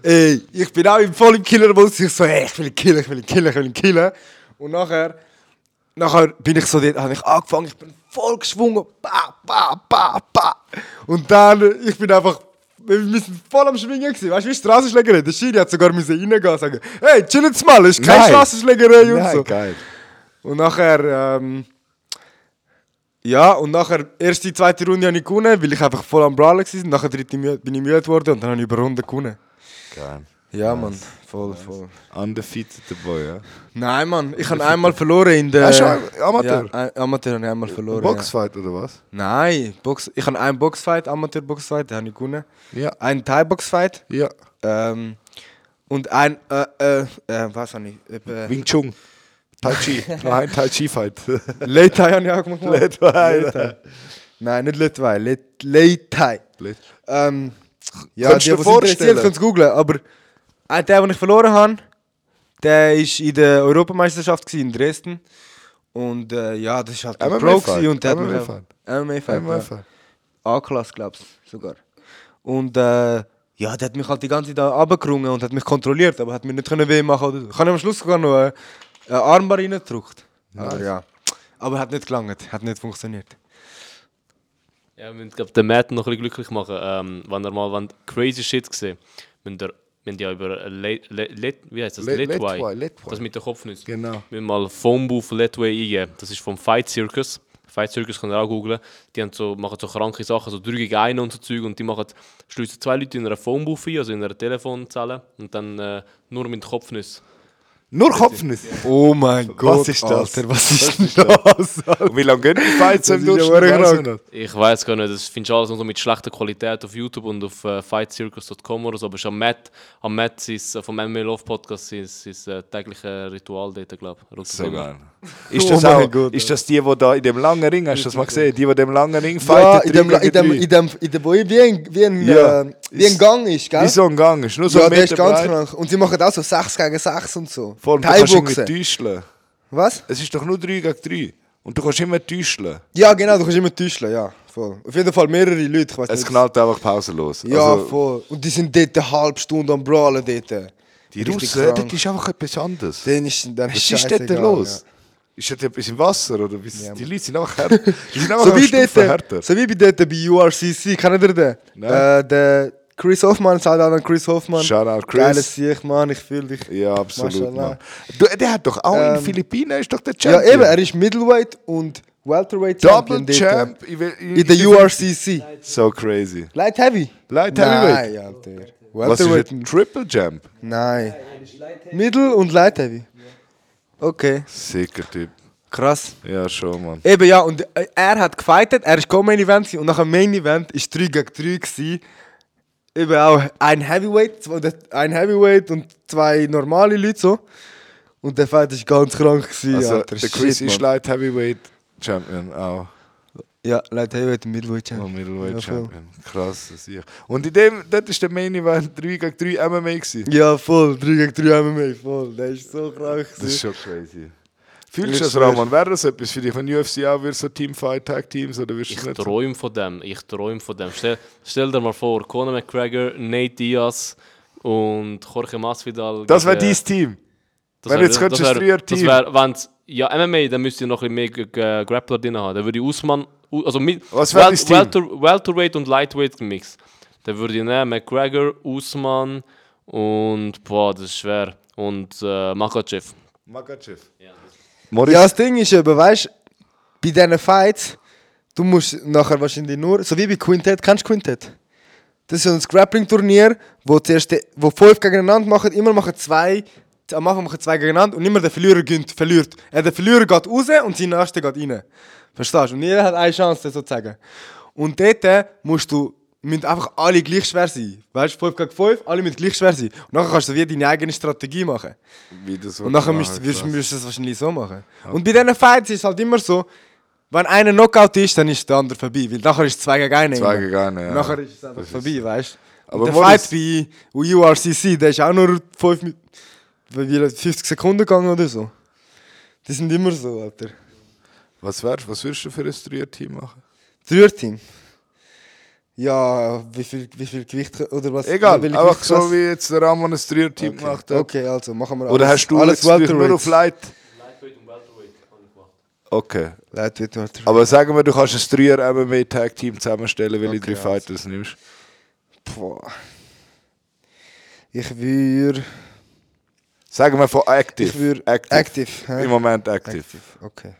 Speaker 2: ey, ich bin auch im- voll im Killer-Modus. Ich so, ey, ich will killen, ich will killen, ich will killen. Und nachher, nachher bin ich so dort, habe ich angefangen, ich bin voll geschwungen. Ba, ba, ba, ba. Und dann, äh, ich bin einfach, wir müssen voll am Schwingen gewesen. Weißt du, wie Straßenschlägerei? Der Schiri hat sogar müssen reingehen und sagen, hey, chillen's mal, ist keine
Speaker 1: Nein.
Speaker 2: Straßenschlägerei und
Speaker 1: Nein,
Speaker 2: so.
Speaker 1: geil.
Speaker 2: Und nachher, ähm, ja, und nachher, erste, zweite Runde habe ich gewonnen, weil ich einfach voll am Brawlen war. Nachher dritte mü- bin ich müde geworden und dann habe ich über Runde gewonnen.
Speaker 1: geil.
Speaker 2: Ja, Mann, voll, voll.
Speaker 1: Undefeated der Boy, ja.
Speaker 2: Nein, Mann, ich habe einmal verloren in der...
Speaker 1: Hast du ein- Amateur?
Speaker 2: Äh, Ja, ein- Amateur habe ich einmal verloren, ja.
Speaker 1: Boxfight oder was?
Speaker 2: Nein, Box, ich habe einen Boxfight, Amateur-Boxfight, den habe ich gewonnen.
Speaker 1: Ja.
Speaker 2: Einen Thai-Boxfight
Speaker 1: Ja.
Speaker 2: ähm, und ein, äh, äh, äh, was habe ich? Äh,
Speaker 1: Wing Chun. Tai Chi. Nein, Tai Chi Fight.
Speaker 2: Late Thai habe ich auch gemacht. Mann.
Speaker 1: Nicht wahr?
Speaker 2: Nein, nicht Late Thai, Late, Late Thai.
Speaker 1: Blöd.
Speaker 2: Ähm, ja,
Speaker 1: Kannst
Speaker 2: die,
Speaker 1: du dir
Speaker 2: die interessiert,
Speaker 1: vorstellen?
Speaker 2: könnt es googlen. Aber äh, der, den ich verloren habe, der war in der Europameisterschaft gewesen, in Dresden. Und äh, ja, das war halt ein
Speaker 1: MMA
Speaker 2: Pro
Speaker 1: Fight,
Speaker 2: gewesen und der hat
Speaker 1: MMA
Speaker 2: mich
Speaker 1: Fight.
Speaker 2: MMA-Fight.
Speaker 1: Einmal
Speaker 2: MMA
Speaker 1: Fight.
Speaker 2: A-Klasse, glaube ich, sogar. Und äh, ja, der hat mich halt die ganze Zeit runtergerungen und hat mich kontrolliert, aber hat mir nicht können weh machen oder so. Ich habe am Schluss sogar noch äh, eine Armbar reingedrückt. Aber ja. Aber hat nicht gelangt, hat nicht funktioniert.
Speaker 3: Ja, wir müssen glaub, den Matt noch ein bisschen glücklich machen. Ähm, wenn er mal wenn crazy shit gesehen müssen wir müssen ja über äh, Le, Le, Le, wie heißt das?
Speaker 1: Le-
Speaker 3: Letway.
Speaker 1: Letway, Letway.
Speaker 3: Das mit den Kopfnüssen.
Speaker 1: Genau.
Speaker 3: Wir müssen mal Phonebooth Letway eingeben. Das ist vom Fight Circus. Fight Circus könnt ihr auch googlen. Die haben so, machen so kranke Sachen, so 3 gegen 1 und so Zeug. Und die machen, schliessen zwei Leute in einer Phonebooth ein, also in einer Telefonzelle. Und dann äh, nur mit Kopfnüssen.
Speaker 1: Nur Kopfnüsse.
Speaker 2: Oh mein Gott,
Speaker 1: ist das?
Speaker 2: Alter, was ist denn das? Alter?
Speaker 1: Und wie lange gehen die Fights
Speaker 2: Das
Speaker 1: im
Speaker 2: ist ja
Speaker 1: Durchschnitt?
Speaker 2: verdammt
Speaker 1: Weiss ich
Speaker 2: krank.
Speaker 1: nicht.
Speaker 3: Ich weiß gar nicht, das findest du alles nur mit schlechter Qualität auf YouTube und auf äh, fightcircus.com oder so. Aber es ist am Matt, am Matt ist, äh, vom MMA Love Podcast sein, sein äh, tägliches Ritual dort, glaube ich. um
Speaker 1: So geil. Ist das,
Speaker 2: Oh mein
Speaker 1: auch,
Speaker 2: Gott,
Speaker 1: ist das die, die da in dem langen Ring, hast du das mal gesehen? Die, die in dem langen Ring
Speaker 2: Ja,
Speaker 1: fighten,
Speaker 2: in dem,
Speaker 1: drei
Speaker 2: in dem,
Speaker 1: gegen drei.
Speaker 2: in dem, in dem, wo wie ein, wie ein,
Speaker 1: Ja.
Speaker 2: äh, wie ein Gang ist, gell?
Speaker 1: Wie so ein Gang, ist nur so
Speaker 2: ja,
Speaker 1: ein
Speaker 2: der ist
Speaker 1: Meter
Speaker 2: ganz
Speaker 1: breit.
Speaker 2: krank. Und sie machen auch so 6 gegen 6 und so.
Speaker 1: Vor allem, du kannst irgendwie
Speaker 2: Thai-Boxen.
Speaker 1: täuscheln.
Speaker 2: Was?
Speaker 1: Es ist doch nur 3 gegen 3. Und du kannst immer täuscheln.
Speaker 2: Ja, genau, du kannst immer täuschen, ja. Voll. Auf jeden Fall mehrere Leute, ich weiß
Speaker 1: Es
Speaker 2: nicht.
Speaker 1: knallt einfach pausenlos.
Speaker 2: Ja,
Speaker 1: Also,
Speaker 2: voll. Und die sind dort eine halbe Stunde am Brawlen dort.
Speaker 1: die
Speaker 2: Richtig
Speaker 1: Russen, äh,
Speaker 2: krank.
Speaker 1: das ist einfach etwas anderes.
Speaker 2: Dann ist dann
Speaker 1: Was ist dort
Speaker 2: scheißegal,
Speaker 1: los? Ist das etwas im Wasser? Oder was? die Leute sind einfach härter. Die sind
Speaker 2: Ja.
Speaker 1: einfach
Speaker 2: So,
Speaker 1: eine
Speaker 2: wie
Speaker 1: Stufe härter.
Speaker 2: dort, so wie bei dort bei URCC, kennt ihr den?
Speaker 1: Nein.
Speaker 2: Äh, der Chris Hoffmann, sagt auch an Chris Hoffmann.
Speaker 1: Shoutout, Chris.
Speaker 2: Geiles Sieg, Mann, ich fühle dich.
Speaker 1: Ja, absolut.
Speaker 2: Mashallah.
Speaker 1: Mann. Du, der hat doch auch in den
Speaker 2: Ähm,
Speaker 1: Philippinen ist doch der
Speaker 2: Ja,
Speaker 1: Champion.
Speaker 2: eben, er ist Middleweight und Welterweight
Speaker 1: Double
Speaker 2: dort.
Speaker 1: Champ in, in,
Speaker 2: In der URCC.
Speaker 1: So crazy.
Speaker 2: Light Heavy?
Speaker 1: Light Heavyweight.
Speaker 2: Nein, Alter.
Speaker 1: Was ist
Speaker 2: Welterweight?
Speaker 1: ein Triple Champ?
Speaker 2: Nein. Middle und Light Heavy. Okay.
Speaker 1: Sicker Typ.
Speaker 2: Krass.
Speaker 1: Ja, schon, Mann.
Speaker 2: Eben ja, und äh, er hat gefightet, er war Main Event gewesen, und nach dem Main Event war 3 gegen 3. Gewesen. Eben auch ein Heavyweight, zwei, ein Heavyweight und zwei normale Leute so. Und der Fight war ganz krank. Gewesen,
Speaker 1: Also,
Speaker 2: Alter.
Speaker 1: der Chris
Speaker 2: Shit,
Speaker 1: ist
Speaker 2: Mann.
Speaker 1: Light Heavyweight Champion auch.
Speaker 2: Ja, Light Heavyweight und Middleweight Champ.
Speaker 1: Und Middleweight
Speaker 2: Ja, voll.
Speaker 1: Champion. Krass, das ich. Und in dem, dort ist der Main Event 3 gegen 3 MMA gewesen.
Speaker 2: Ja, voll, 3 gegen 3 MMA, voll. Der ist so krank.
Speaker 1: Das ist schon crazy. Fühlst
Speaker 2: Ich
Speaker 1: du das,
Speaker 2: schwör.
Speaker 1: Rahman? Wäre das etwas für dich, wenn UFC auch wird, so Teamfight, Tag Teams oder wirst
Speaker 3: Ich
Speaker 1: du nicht? so-
Speaker 3: träume von dem, ich träume von dem. Stell, stell dir mal vor, Conor McGregor, Nate Diaz und Jorge Masvidal.
Speaker 1: Das wäre
Speaker 3: gegen-
Speaker 1: dein Team.
Speaker 3: äh, Das
Speaker 1: Wenn
Speaker 3: wär-
Speaker 1: jetzt könntest du
Speaker 3: das
Speaker 1: ein
Speaker 3: wär-
Speaker 1: Dreierteam.
Speaker 3: Das wär, wenn's, ja, MMA, dann müsst ihr noch ein bisschen mehr G- G- Grappler drin haben. Dann würde ich Usman, U- also mit
Speaker 1: Was wär dein Team?
Speaker 3: Welter, Welterweight und Lightweight gemixt. Dann würde ich nehmen McGregor, Usman und, boah, das ist schwer. Und äh, Makachev.
Speaker 1: Makachev. Ja.
Speaker 2: Ja,
Speaker 1: Moritz,
Speaker 2: das Ding ist eben, weißt du, bei diesen Fights, du musst nachher wahrscheinlich nur, so wie bei Quintet, kennst du Quintet? Das ist so ein Grappling-Turnier, wo zuerst die, wo fünf gegeneinander machen, immer machen zwei, am Anfang machen zwei gegeneinander und immer der Verlierer gönnt, verliert. Äh, der Verlierer geht raus und sein Nächster geht rein. Verstehst du? Und jeder hat eine Chance, das sozusagen. Und dort äh, musst du, müssen einfach alle gleich schwer sein. Weißt du, 5 gegen 5, alle müssen gleich schwer sein. Und nachher kannst du wie deine eigene Strategie machen.
Speaker 1: wie das
Speaker 2: Und nachher
Speaker 1: wird
Speaker 2: müsst, wirst,
Speaker 1: machen,
Speaker 2: wirst du es wahrscheinlich so machen. Und bei diesen Fights ist es halt immer so, wenn einer Knockout ist, dann ist der andere vorbei. Weil nachher ist es 2 gegen 1.
Speaker 1: Zwei gegen einen, ja.
Speaker 2: Nachher ist es einfach vorbei, weißt du?
Speaker 1: Aber
Speaker 2: Und der
Speaker 1: Moritz-
Speaker 2: Fight bei URCC, der ist auch nur 5, Mi- wie- wie- 50 Sekunden gegangen oder so. Die sind immer so, Alter.
Speaker 1: was, wärst, was würdest du für ein Dreierteam machen?
Speaker 2: Dreierteam. Ja, wie viel, wie viel Gewicht oder was?
Speaker 1: Egal,
Speaker 2: welche
Speaker 1: einfach so
Speaker 2: Gewichtsklasse?
Speaker 1: wie jetzt der Rahman ein Dreierteam gemacht
Speaker 2: Okay.
Speaker 1: hat.
Speaker 2: okay, also machen wir
Speaker 1: Oder
Speaker 2: alles,
Speaker 1: hast du
Speaker 2: alles
Speaker 1: jetzt dich nur auf Light?
Speaker 3: Lightweight und Welterweight habe ich gemacht.
Speaker 1: Okay.
Speaker 2: Lightweight, Welterweight.
Speaker 1: Aber sagen wir, du kannst ein Dreier MMA Tag Team zusammenstellen, welche
Speaker 2: Okay, also.
Speaker 1: drei Fighters nimmst.
Speaker 2: Boah. Ich würde.
Speaker 1: Sagen wir von Active.
Speaker 2: Ich würde.
Speaker 1: active.
Speaker 2: Active. hä?
Speaker 1: Im Moment Active.
Speaker 2: Active, okay.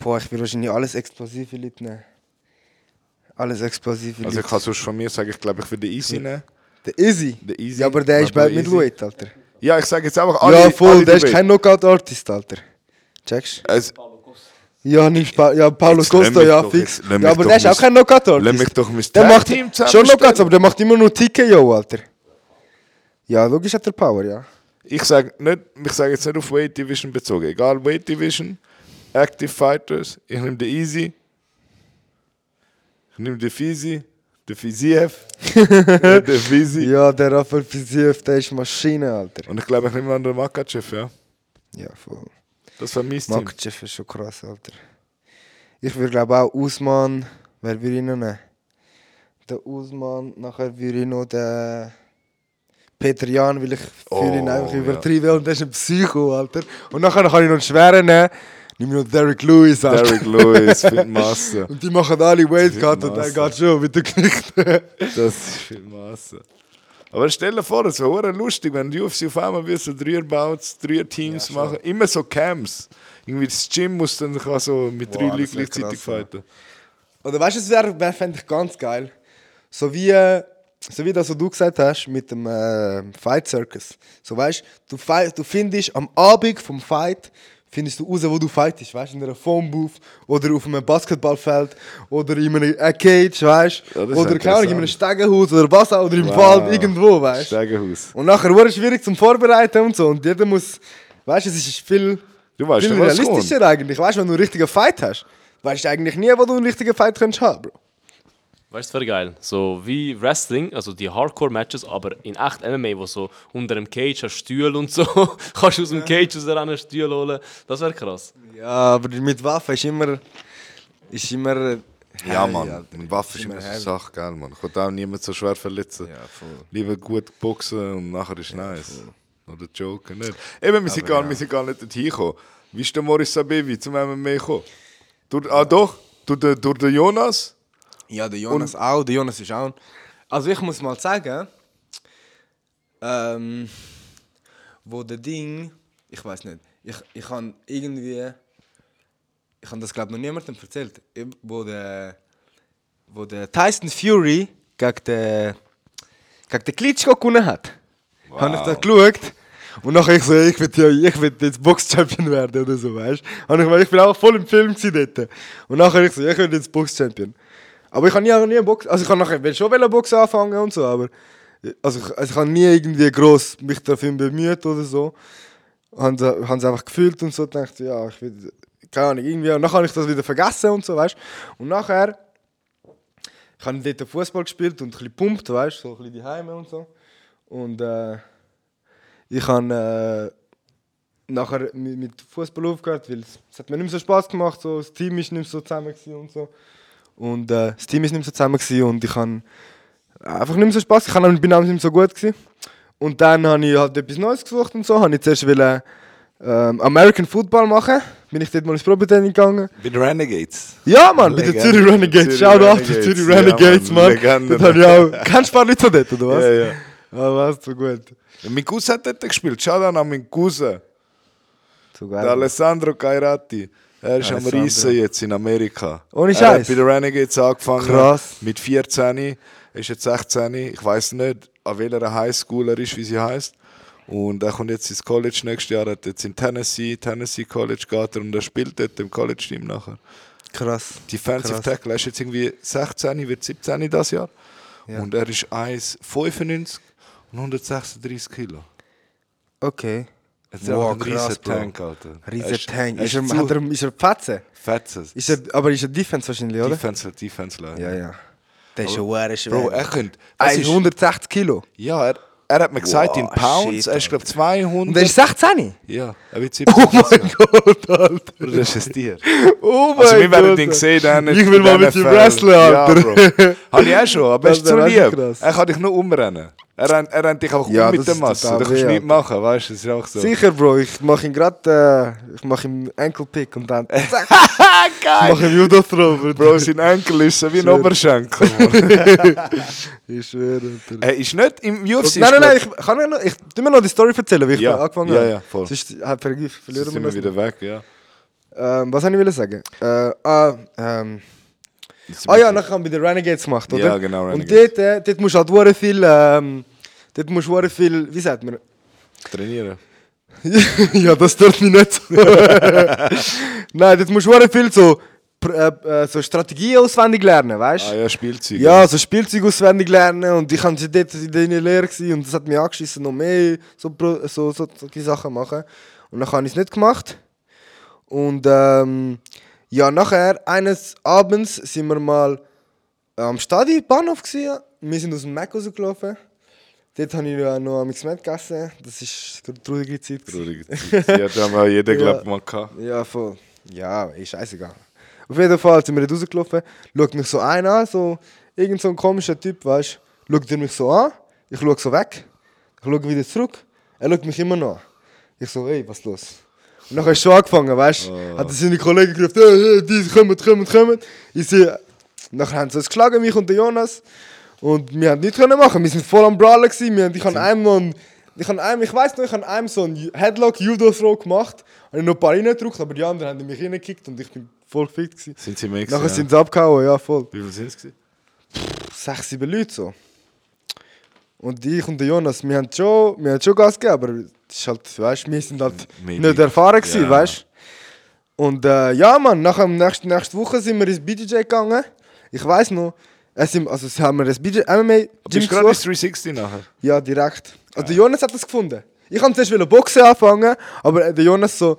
Speaker 2: Boah, ich würde wahrscheinlich alles explosive Leute nehmen. Alles explosive
Speaker 1: Also ich
Speaker 2: Leute.
Speaker 1: kann sonst von mir sagen, ich glaube, ich würde den Easy nehmen.
Speaker 2: Der Easy.
Speaker 1: Der Easy.
Speaker 2: Ja, aber der ist
Speaker 1: Ich glaube,
Speaker 2: bald Middleweight, Alter.
Speaker 1: Ja, ich sage jetzt einfach alle.
Speaker 2: ja, voll,
Speaker 1: alle
Speaker 2: der ist
Speaker 1: drei.
Speaker 2: kein Knockout-Artist, Alter. Checkst
Speaker 1: Also,
Speaker 2: Ja, nimmst pa ja, Paulo
Speaker 1: Jetzt lass
Speaker 2: Costa,
Speaker 1: mich
Speaker 2: ja,
Speaker 1: doch,
Speaker 2: fix.
Speaker 1: jetzt lass
Speaker 2: Ja,
Speaker 1: mich
Speaker 2: aber
Speaker 1: doch
Speaker 2: der ist auch
Speaker 1: mein-
Speaker 2: kein Knockout-Artist.
Speaker 1: lass mich doch mein
Speaker 2: Der macht
Speaker 1: Tag-Team
Speaker 2: schon Knockouts,
Speaker 1: zusammenstellen.
Speaker 2: aber der macht immer nur TKO, Alter. Ja, logisch hat er Power, ja.
Speaker 1: ich sage nicht, ich sage jetzt nicht auf Weight Division bezogen. Egal, Weight Division, Active Fighters, ich nehme den Easy, ich nehme den Fizi, den Fiziev, den Fizi.
Speaker 2: Ja, der Rafael Fiziev, der ist Maschine, Alter.
Speaker 1: Und ich glaube, ich nehme einen anderen Makachev, ja.
Speaker 2: Ja, voll.
Speaker 1: Das war mein Team.
Speaker 2: Makachev ist schon krass, Alter. Ich würde glaube auch Usman, wer würde ich noch nehmen? Der Usman, nachher würde ich noch den Peter Jan, weil ich für ihn
Speaker 1: Oh,
Speaker 2: einfach
Speaker 1: ja.
Speaker 2: übertrieben und der ist ein Psycho, Alter. Und nachher kann ich noch einen schweren nehmen, nehme ich noch Derek Lewis, Alter.
Speaker 1: Derrick Lewis, Finn Masse.
Speaker 2: Und die machen alle Weightcut und der
Speaker 1: Masse.
Speaker 2: geht schon mit den Gerichten.
Speaker 1: Das ist Finn Masse. Aber stell dir vor, es wäre lustig, wenn die UFC auf einmal wieder so Dreierbouts, Dreier-Teams machen. Immer so Camps. Irgendwie das Gym muss dann kann so mit drei
Speaker 2: das
Speaker 1: Leuten
Speaker 2: wär
Speaker 1: gleichzeitig
Speaker 2: krass, ja.
Speaker 1: fighten.
Speaker 2: Oder weißt du, es wäre, wär, fände ich ganz geil. So wie äh, so wie das, was du gesagt hast mit dem äh, Fight Circus. So weißt du, fei- du findest am Abend vom Fight, findest du raus, wo du fightest. Weißt in einer Phone Booth oder auf einem Basketballfeld oder in einer äh, Cage, weißt
Speaker 1: Ja, das ist
Speaker 2: Oder keine Ahnung, in einem
Speaker 1: interessant.
Speaker 2: Stegenhaus oder was auch, oder im
Speaker 1: Wow.
Speaker 2: Wald, irgendwo, weißt
Speaker 1: Stegenhaus.
Speaker 2: Und nachher wurde schwierig zum Vorbereiten und so. Und jeder muss, weißt du, es ist viel,
Speaker 1: Du weißt
Speaker 2: viel
Speaker 1: nicht, was kommt.
Speaker 2: realistischer eigentlich. Weißt du, wenn du einen richtigen Fight hast, weißt du eigentlich nie, wo du einen richtigen Fight könntest haben, Bro.
Speaker 3: Weißt du, wäre geil. So wie Wrestling, also die Hardcore-Matches, aber in echt MMA, wo so unter dem Cage hast Stühle und so, kannst du aus dem Cage aus einen Stühle holen. Das wäre krass.
Speaker 2: Ja, aber mit Waffen ist immer. Ist immer.
Speaker 1: Ja, Mann, mit Waffen ist immer so eine
Speaker 2: heavy.
Speaker 1: Sache, gell, Mann. Kommt auch niemand so schwer verletzen. Lieber gut boxen und nachher ist nice. Oder joken, nicht? Eben, wir sind, gar, wir sind gar nicht dorthin gekommen. Wie ist der Morris Sabevi zum MMA gekommen? Durch, ah, doch, durch, den- durch den Jonas?
Speaker 2: Ja, der Jonas auch. Der Jonas ist auch. ein- Also ich muss mal sagen, ähm, wo der Ding. Ich weiß nicht. Ich, ich habe irgendwie. Ich habe das glaube noch niemandem erzählt. Ich- Wo der. Wo der Tyson Fury gegen den. gegen den Klitschko gewonnen hat. Habe ich da geschaut. Und nachher ich so, ey, ich will, ja, ich will jetzt Box-Champion werden oder so, weißt du? Und ich, weil ich bin auch voll im Film gewesen dort. Und nachher ich so, ich will jetzt Box-Champion. Aber ich habe nie, nie Box, also ich habe nachher will schon wollen Boxen anfangen und so, aber also ich, also ich habe nie irgendwie gross mich dafür bemüht oder so. Haben sie einfach gefühlt und so, gedacht, ja, ich will, keine Ahnung, irgendwie. Und nachher habe ich das wieder vergessen und so, weißt du? Und nachher, ich habe dort Fußball gespielt und ein bisschen gepumpt, weißt du, so ein bisschen die Heime und so. Und äh, ich habe äh, nachher mit, mit Fußball aufgehört, weil es, es hat mir nicht mehr so Spaß gemacht, so, das Team ist nicht mehr so zusammen gewesen und so. Und äh, das Team ist nicht mehr so zusammen gewesen und ich habe einfach nicht mehr so Spaß, ich hab, auch- bin auch nicht mehr so gut gewesen. Und dann habe ich halt etwas Neues gesucht und so, habe ich zuerst wollen, ähm, American Football machen, bin ich dort mal ins Probetraining gegangen.
Speaker 1: Bei den Renegades.
Speaker 2: Ja, Mann, bei den
Speaker 1: Legende.
Speaker 2: Zürich Renegades,
Speaker 1: Zürich
Speaker 2: schau out die
Speaker 1: Renegades.
Speaker 2: Zürich
Speaker 1: Ja,
Speaker 2: Renegades,
Speaker 1: Mann,
Speaker 2: Mann.
Speaker 1: Legende.
Speaker 2: Das habe ich auch, kennst du ein paar Leute von dort, oder was?
Speaker 1: Ja, ja.
Speaker 2: Ah, was, so gut.
Speaker 1: Ja, Mein Cousin hat dort gespielt. Schau dann an meinen Cousin,
Speaker 2: So
Speaker 1: der Alessandro Cairati. Er ist
Speaker 2: Alessandro.
Speaker 1: am Reisen jetzt in Amerika.
Speaker 2: Ohne
Speaker 1: Er hat
Speaker 2: Scheiß.
Speaker 1: bei den Renegades angefangen.
Speaker 2: Krass.
Speaker 1: Mit 14. Ist jetzt 16. Ich weiß nicht, an welcher Highschool er ist, wie sie heißt. Und er kommt jetzt ins College nächstes Jahr. Er hat jetzt in Tennessee, Tennessee College geht er und er spielt dort im College-Team nachher.
Speaker 2: Krass.
Speaker 1: Defensive
Speaker 2: Krass.
Speaker 1: Tackle. Er ist jetzt irgendwie 16, wird 17 das Jahr. Und er ist 1,95 und 136 Kilo.
Speaker 2: Okay.
Speaker 1: Jetzt wow, ein riesen Tank, Alter. Er
Speaker 2: Riesen
Speaker 1: ist-
Speaker 2: Tank.
Speaker 1: Er ist
Speaker 2: Ist er, hat
Speaker 1: zu
Speaker 2: er, ist er Fetze?
Speaker 1: fetzes.
Speaker 2: Ist er, aber ist er Defense wahrscheinlich, oder?
Speaker 1: Defense, Defense Line.
Speaker 2: Ja, ja. Der ist schon wahr schwer.
Speaker 1: Bro, er könnte... das ist-
Speaker 2: 160 Kilo.
Speaker 1: Ja, er, er hat mir gesagt,
Speaker 2: Wow,
Speaker 1: in Pounds,
Speaker 2: shit,
Speaker 1: er ist glaube
Speaker 2: Und
Speaker 1: 200...
Speaker 2: er ist 16?
Speaker 1: Ja, er wird 70. Oh mein
Speaker 2: Gott, Alter.
Speaker 1: Gott. Das ist ein Tier.
Speaker 2: Oh mein
Speaker 1: Also wir werden
Speaker 2: Gott,
Speaker 1: den
Speaker 2: Alter.
Speaker 1: sehen, dann
Speaker 2: Ich will mal mit ihm wrestlen, Alter.
Speaker 1: Habe ich auch schon, aber er
Speaker 2: Das
Speaker 1: ist zu
Speaker 2: wär echt
Speaker 1: lieb.
Speaker 2: krass.
Speaker 1: Er kann dich nur umrennen. Er rennt, er rennt dich einfach
Speaker 2: Ja,
Speaker 1: um
Speaker 2: das
Speaker 1: mit der
Speaker 2: ist
Speaker 1: Masse.
Speaker 2: total
Speaker 1: Du kannst
Speaker 2: weh,
Speaker 1: nichts machen, weißt du, das ist auch so.
Speaker 2: Sicher, Bro, ich mach ihn gerade, äh, ich mach ihm Ankle-Pick und dann zack,
Speaker 1: Geil!
Speaker 2: mach ihm judo drauf.
Speaker 1: Bro, sein Enkel ist so wie ein
Speaker 2: Schön.
Speaker 1: Oberschenkel. Mann.
Speaker 2: Ich schwöre, Alter.
Speaker 1: Er ist nicht im UFC.
Speaker 2: Nein, nein, nein, ich kann mir noch, ich tu mir noch die Story erzählen, wie ich
Speaker 1: Ja,
Speaker 2: da
Speaker 1: ja,
Speaker 2: angefangen habe.
Speaker 1: ja, voll.
Speaker 2: Sonst äh, vergif-
Speaker 1: Jetzt
Speaker 2: verlieren wir
Speaker 1: sind wir
Speaker 2: das.
Speaker 1: wieder weg, ja.
Speaker 2: Ähm, was wollte ich sagen? Äh, ah, ähm,
Speaker 1: Jetzt
Speaker 2: ah
Speaker 1: sind
Speaker 2: ja,
Speaker 1: wir-
Speaker 2: nachher haben wir die Renegades gemacht, oder?
Speaker 1: Ja, genau,
Speaker 2: Und
Speaker 1: Renegades.
Speaker 2: dort, äh, dort musst du halt hure viel, ähm, dort musst du hure viel, wie sagt man?
Speaker 1: Trainieren.
Speaker 2: ja, das stört mich nicht. Nein, dort musst du hure viel so, pr- äh, äh, so Strategien auswendig lernen, weißt
Speaker 1: Ah ja, Spielzeug.
Speaker 2: Ja, so Spielzeug auswendig lernen und ich war dort in der Lehre gewesen und das hat mich angeschissen, noch mehr so, Pro- so, so, solche Sachen machen. Und dann habe ich es nicht gemacht. Und ähm, ja, nachher, eines Abends, sind wir mal äh, am Stadionbahnhof gewesen. Wir sind aus dem Mac rausgelaufen. Dort habe ich ja noch am Mac gegessen. Das war eine traurige Zeit. gewesen.
Speaker 1: Traurige Zeit. Ja, das haben wir jeder,
Speaker 2: Ja.
Speaker 1: glaubt mal gehabt.
Speaker 2: Ja, voll. Ja, ist scheißegal. Auf jeden Fall sind wir dort rausgelaufen, schaut mich so ein an, so irgend so ein komischer Typ, weißt du, schaut er mich so an, ich schaue so weg, ich schaue wieder zurück, er schaut mich immer noch an. Ich so, ey, was los? Und nachher ist schon angefangen, weißt du, hat er seine Kollegen gerufen, hey, hey, die kommen, kommen, kommen. Ich sehe, nachher haben sie uns geschlagen, mich und den Jonas. Und wir haben nichts können machen. Wir sind voll am Brawlen. Gewesen. Wir haben, ich habe einem noch einen, ich habe einem, ich weiß noch, ich habe einem so einen Headlock Judo Throw gemacht. Habe ich noch ein paar reingedrückt, aber die anderen haben mich reingekickt und ich bin voll fit gewesen.
Speaker 1: Sind sie mehr
Speaker 2: Nachher
Speaker 1: gewesen,
Speaker 2: sind sie abgehauen, ja voll.
Speaker 1: ja. Wie viel sind es? gewesen?
Speaker 2: Sechs, sieben Leute so. Und ich und der Jonas, wir haben schon, wir haben schon Gas gegeben, aber das ist halt, weißt, wir sind halt
Speaker 1: Wir
Speaker 2: nicht
Speaker 1: nicht.
Speaker 2: erfahren gewesen,
Speaker 1: Ja.
Speaker 2: weißt Und äh, ja, Mann, nachher, nächste, nächste Woche sind wir ins BJJ gegangen. Ich weiß noch, es sind, also es haben wir das BJJ MMA Gym
Speaker 1: Bist du gerade ins
Speaker 2: gesucht.
Speaker 1: 360 nachher?
Speaker 2: Ja, direkt. Also der Jonas hat das gefunden. Ich wollte zuerst wollen Boxen anfangen, aber der Jonas so,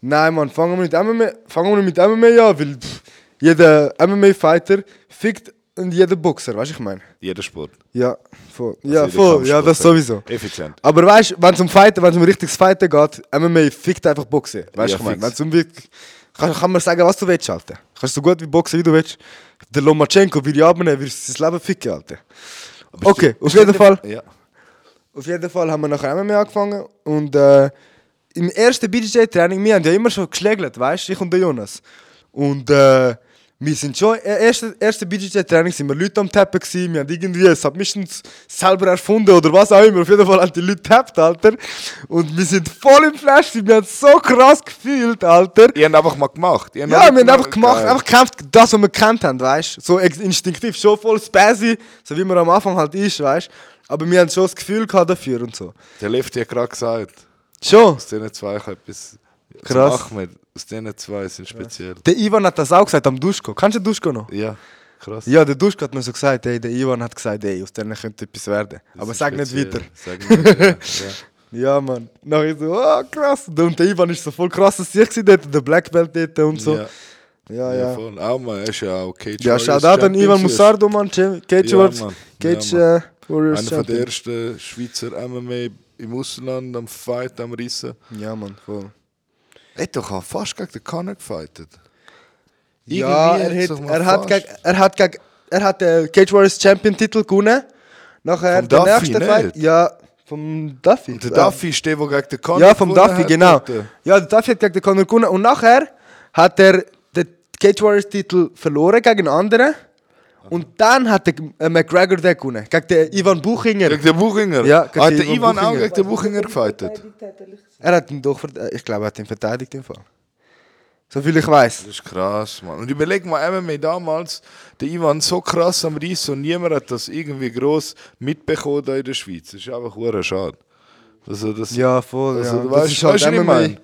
Speaker 2: nein, Mann, fangen wir mit MMA, fangen wir nicht mit MMA an, weil pff, jeder MMA-Fighter fickt und jeder Boxer, weißt du, ich meine.
Speaker 1: Jeder Sport.
Speaker 2: Ja, voll. Ja,
Speaker 1: Also jeder
Speaker 2: voll. Ja,
Speaker 1: Kampfsport,
Speaker 2: das
Speaker 1: ja.
Speaker 2: sowieso.
Speaker 1: Effizient.
Speaker 2: Aber weißt du, wenn es um Fighten, wenn es um richtiges Fighten geht, MMA fickt einfach Boxen. Weißt
Speaker 1: Ja,
Speaker 2: du, ich meine,
Speaker 1: fix.
Speaker 2: wenn es um wirklich. Kann, kann man sagen, was du willst, Alter. Kannst du so gut wie boxen, wie du willst. Der Lomachenko würde ich abnehmen, würde sein Leben ficken, Alter. Okay, auf jeden Fall.
Speaker 1: Ja.
Speaker 2: Auf jeden Fall haben wir nachher MMA angefangen und äh, im ersten BJJ-Training, wir haben ja immer schon geschlägelt, weißt du, ich und der Jonas. Und äh, wir sind schon, äh, im ersten, ersten BJJ-Training sind wir Leute am Tappen gewesen, wir haben irgendwie Submissions selber erfunden oder was auch immer, auf jeden Fall haben die Leute tappt, Alter. Und wir sind voll im Flash, gewesen. wir haben so krass gefühlt, Alter.
Speaker 1: Ihr habt einfach mal gemacht. Ihr
Speaker 2: Ja, wir haben einfach gemacht, einfach gekämpft, das, was wir gekannt haben, weißt du? So ex- instinktiv, schon voll spazzy, so wie man am Anfang halt ist, weißt du? Aber wir haben schon das Gefühl gehabt dafür und so.
Speaker 1: Der Lift hat gerade gesagt,
Speaker 2: Schon.
Speaker 1: aus diesen zwei ich etwas. zum
Speaker 2: Krass.
Speaker 1: Ahmed, aus diesen zwei sind speziell.
Speaker 2: Der Ivan hat das auch gesagt am Duschko. Kannst du den Duschko noch?
Speaker 1: Ja, krass.
Speaker 2: Ja, der Duschko hat mir so gesagt, ey, der Ivan hat gesagt, ey, aus denen könnte etwas werden.
Speaker 1: Das
Speaker 2: Aber
Speaker 1: ist
Speaker 2: sag nicht
Speaker 1: speziell.
Speaker 2: weiter.
Speaker 1: Sag nicht, ja. ja.
Speaker 2: Ja, Mann. Nachher so, ah, krass. Und der Ivan ist so voll krasses Sieg gewesen dort, der Black Belt dort und so.
Speaker 1: Ja,
Speaker 2: Ja,
Speaker 1: ja.
Speaker 2: ja.
Speaker 1: voll. Auch mal, er ist ja auch Cage
Speaker 2: Ja,
Speaker 1: Warriors
Speaker 2: schau da an
Speaker 1: Champion
Speaker 2: Ivan
Speaker 1: gewesen.
Speaker 2: Musardo, Mann. Cage
Speaker 1: Ja,
Speaker 2: Warriors.
Speaker 1: Mann.
Speaker 2: Cage
Speaker 1: Ja,
Speaker 2: äh, Warriors.
Speaker 1: Einer von der
Speaker 2: Champion.
Speaker 1: ersten Schweizer MMA im Ausland am Fight, am Rissen.
Speaker 2: Ja, Mann, voll.
Speaker 1: Er hat doch auch fast gegen den Conor gefightet.
Speaker 2: Ja,
Speaker 1: Irgendwie
Speaker 2: er
Speaker 1: hat's doch
Speaker 2: hat,
Speaker 1: mal
Speaker 2: er hat,
Speaker 1: fast-
Speaker 2: geg, er hat, geg, er hat den Cage Warriors Champion Titel gewonnen. Nachher
Speaker 1: Vom
Speaker 2: der
Speaker 1: Duffy,
Speaker 2: nächste
Speaker 1: nicht?
Speaker 2: Fight. Ja, vom Duffy.
Speaker 1: Der
Speaker 2: Ja.
Speaker 1: Duffy ist der, der gegen den Conor
Speaker 2: Ja, vom
Speaker 1: gewonnen
Speaker 2: Duffy,
Speaker 1: hat,
Speaker 2: genau.
Speaker 1: dort.
Speaker 2: Ja, der Duffy hat gegen den Conor gewonnen. Und nachher hat er den Cage Warriors Titel verloren gegen einen anderen. Und dann hat der äh, McGregor den gewonnen. Gegen den Ivan Buchinger.
Speaker 1: Gegen den Buchinger?
Speaker 2: Ja, gegen
Speaker 1: gegen hat
Speaker 2: den
Speaker 1: der
Speaker 2: Ivan
Speaker 1: Ivan auch
Speaker 2: Buchinger.
Speaker 1: gegen den Buchinger gefightet?
Speaker 2: Er hat ihn doch vert- äh, Ich glaube, er hat ihn verteidigt im Fall. Soviel ich weiß.
Speaker 1: Das ist krass, Mann. Und überleg mal, MMA damals, der Ivan so krass am Riss und niemand hat das irgendwie gross mitbekommen da in der Schweiz. Das ist einfach hure schade. Also das
Speaker 2: Ja, voll.
Speaker 1: Also,
Speaker 2: ja.
Speaker 1: du
Speaker 2: das
Speaker 1: weißt-
Speaker 2: ist halt
Speaker 1: weißt du, was ich
Speaker 2: MMA,
Speaker 1: meine?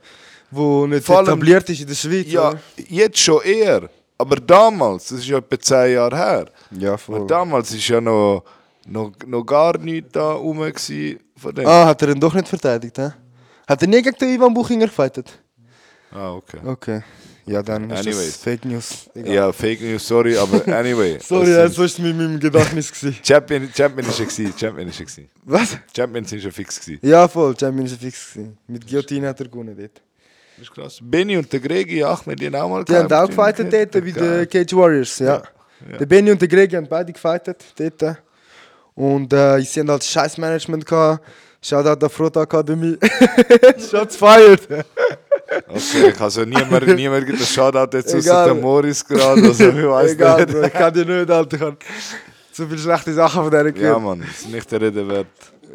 Speaker 2: wo nicht
Speaker 1: Vor allem-
Speaker 2: etabliert ist in der Schweiz.
Speaker 1: ja,
Speaker 2: oder?
Speaker 1: jetzt schon eher. Aber damals, das ist ja etwa 10 Jahre her.
Speaker 2: ja voll.
Speaker 1: Und damals war ja noch, noch, noch gar nichts da rum gewesen von dem. Ah,
Speaker 2: Ah, hat er ihn doch nicht verteidigt, hä? Hat er nie gegen den Ivan Buchinger gefightet?
Speaker 1: Ah, okay.
Speaker 2: Okay. Ja, dann ist
Speaker 1: Anyways.
Speaker 2: das Fake News. Egal.
Speaker 1: Ja, Fake News, sorry, aber anyway.
Speaker 2: Sorry, also-
Speaker 1: das
Speaker 2: das
Speaker 1: sind-
Speaker 2: war mit meinem Gedächtnis. gewesen.
Speaker 1: Champion, Champion ist er gewesen, Champion ist er gewesen.
Speaker 2: Was?
Speaker 1: Champion sind schon fix gewesen.
Speaker 2: Ja, voll, Champions League fix. gewesen. Mit Guillotine hat er gewonnen dort.
Speaker 1: Das ist krass. Benny und der Gregi, Ahmed, die haben auch mal
Speaker 2: Die haben auch
Speaker 1: gekämpft.
Speaker 2: gefightet dort wie
Speaker 1: Geil.
Speaker 2: die Cage Warriors, ja. Der Benny und der Greg haben beide gefightet dort. Und äh, sie haben halt scheiß Management gehabt. Shoutout der Frota Akademie. Shots fired.
Speaker 1: Okay, also niemand, niemand gibt einen Shoutout jetzt außer
Speaker 2: Egal.
Speaker 1: der Morris gerade, also ich weiß
Speaker 2: Egal,
Speaker 1: nicht.
Speaker 2: Bro, ich kann die nicht, Alter. Ich habe zu viele schlechte Sachen von denen gehört.
Speaker 1: Ja, Mann, ist nicht der Rede wert.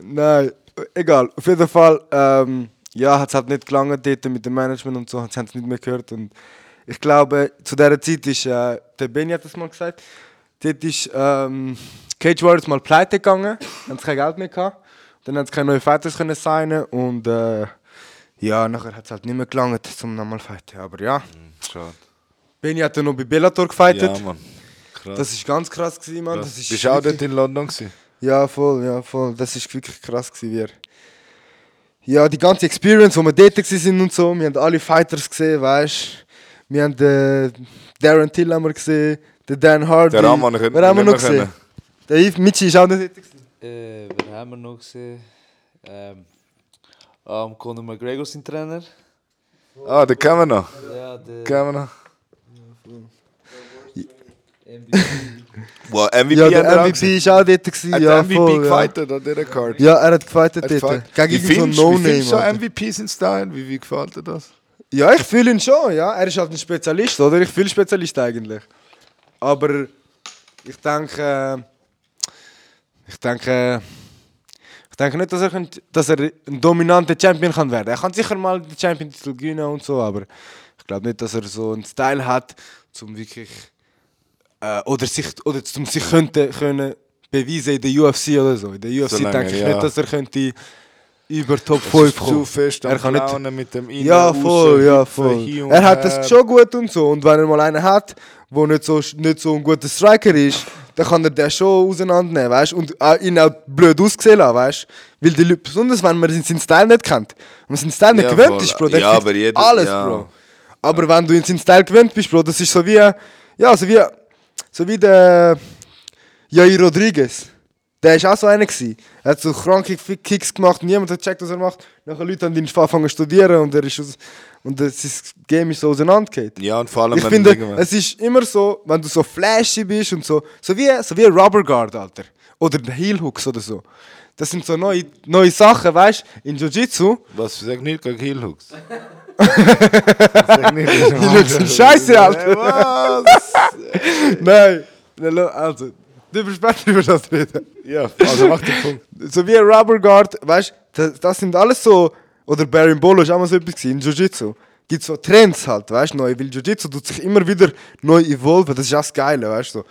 Speaker 2: Nein, egal. Auf jeden Fall, ähm, ja, hat es halt nicht gelangt dort mit dem Management und so, sie haben es nicht mehr gehört. Und ich glaube, zu dieser Zeit ist, äh, der Benny hat das mal gesagt, dort ist ähm, Cage Warriors mal pleite gegangen, haben sie kein Geld mehr gehabt. Dann haben sie keine neuen Fighters können signen und äh, ja, nachher hat es halt nicht mehr gelangt, um nochmal zu fighten. Aber ja,
Speaker 1: Schade.
Speaker 2: Benny hat dann noch bei Bellator
Speaker 1: Ja,
Speaker 2: gefightet.
Speaker 1: Mann. Krass.
Speaker 2: das ist ganz krass gewesen, Mann. Das
Speaker 1: krass.
Speaker 2: ist
Speaker 1: Bist du auch
Speaker 2: wirklich-
Speaker 1: dort in London gewesen?
Speaker 2: ja, voll, ja, voll. Das war wirklich krass, gewesen, wie er. Ja, die ganze Experience, wo wir dort waren und so, wir haben alle Fighters gesehen, weißt du. Wir haben den Darren Till haben wir gesehen, den Dan Hardy.
Speaker 1: Den Rahman könnten
Speaker 2: Wer haben wir
Speaker 1: wir
Speaker 2: noch
Speaker 1: nicht mehr
Speaker 2: gesehen? Der Yves Michi ist auch nicht dort. gewesen.
Speaker 4: Äh, wer haben wir noch gesehen? Ähm, ähm, Conor McGregor, sein Trainer.
Speaker 1: Ah, der Kamera.
Speaker 4: Ja, der
Speaker 1: Kamera.
Speaker 4: MVP.
Speaker 1: Boah, MVP
Speaker 2: Ja,
Speaker 1: hat er
Speaker 2: der
Speaker 1: auch
Speaker 2: MVP
Speaker 1: gesehen.
Speaker 2: ist auch dort. Gewesen.
Speaker 1: Hat
Speaker 2: ja,
Speaker 1: der MVP
Speaker 2: voll,
Speaker 1: gefightet an dieser Card?
Speaker 2: Ja. ja, er hat gefightet
Speaker 1: Hat
Speaker 2: dort.
Speaker 1: gefightet.
Speaker 2: Gegen
Speaker 1: Wie
Speaker 2: irgendeinen
Speaker 1: findest-
Speaker 2: so
Speaker 1: Wie findest du so
Speaker 2: No-Name. Alter.
Speaker 1: MVPs in Style? Wie, wie gefällt dir das?
Speaker 2: Ja, ich fühle ihn schon, ja. Er ist halt ein Spezialist, oder? Ich fühle Spezialist eigentlich. Aber ich denke. äh, Ich denke. Ich denke nicht, dass er, könnt- dass er ein dominanter Champion kann werden kann. Er kann sicher mal den Champion-Titel gewinnen und so, aber ich glaube nicht, dass er so einen Style hat, um wirklich. Äh, oder sich, oder zum sich könnte, können beweisen in der UFC oder so. In der UFC
Speaker 1: Solange,
Speaker 2: denke ich
Speaker 1: ja.
Speaker 2: nicht, dass er könnte über Top
Speaker 1: Es
Speaker 2: 5
Speaker 1: ist zu
Speaker 2: kommen.
Speaker 1: fest
Speaker 2: Er
Speaker 1: am
Speaker 2: kann nicht-
Speaker 1: Clownen mit dem Innen,
Speaker 2: Ja,
Speaker 1: Aussen,
Speaker 2: voll, ja,
Speaker 1: Hüpfen,
Speaker 2: voll.
Speaker 1: hin und
Speaker 2: Er hat
Speaker 1: her.
Speaker 2: das schon gut und so. Und wenn er mal einen hat, der nicht so, nicht so ein guter Striker ist, dann kann er den schon auseinandernehmen, weißt du? Und auch- ihn auch blöd ausgesehen lassen, weißt du? Weil die Leute, besonders wenn man seinen- seinen Style nicht kennt. Wenn man seinen Style nicht
Speaker 1: Ja,
Speaker 2: gewöhnt
Speaker 1: voll.
Speaker 2: ist, Bro, der
Speaker 1: Ja,
Speaker 2: ja,
Speaker 1: aber jeder-
Speaker 2: alles,
Speaker 1: ja.
Speaker 2: Bro. Aber wenn du in seinen Style gewöhnt bist, Bro, das ist so wie, ja, so wie, so wie der Jair Rodriguez. Der war auch so einer. Gewesen. Er hat so kranke Fi- Kicks gemacht, niemand hat gecheckt, was er macht. Nachher Leute haben ihn angefangen zu studieren und, er ist aus, und das- sein Game ist so auseinandergeht.
Speaker 1: Ja, und vor allem,
Speaker 2: Ich
Speaker 1: wenn
Speaker 2: finde,
Speaker 1: irgendwann-
Speaker 2: es ist immer so, wenn du so flashy bist und so, so wie, so wie Rubber Guard, Alter. Oder der Heel Hooks oder so. Das sind so neue, neue Sachen, weißt du? In Jiu-Jitsu,
Speaker 1: Was? Sag nicht gegen Hillhooks. Sag nicht gegen
Speaker 2: Hillhooks sind scheiße, Alter.
Speaker 1: Äh, Was?
Speaker 2: Nein! Na, lo- Also, du wirst später über das reden.
Speaker 1: Ja, also mach den Punkt.
Speaker 2: So wie Rubber Guard, weißt du, das, das sind alles so. Oder Baron Bolo ist auch mal so etwas gewesen, in Jiu-Jitsu. Gibt so Trends halt, weißt du, neu. Weil Jiu-Jitsu tut sich immer wieder neu evolven. Das ist auch das Geile, weißt du. So.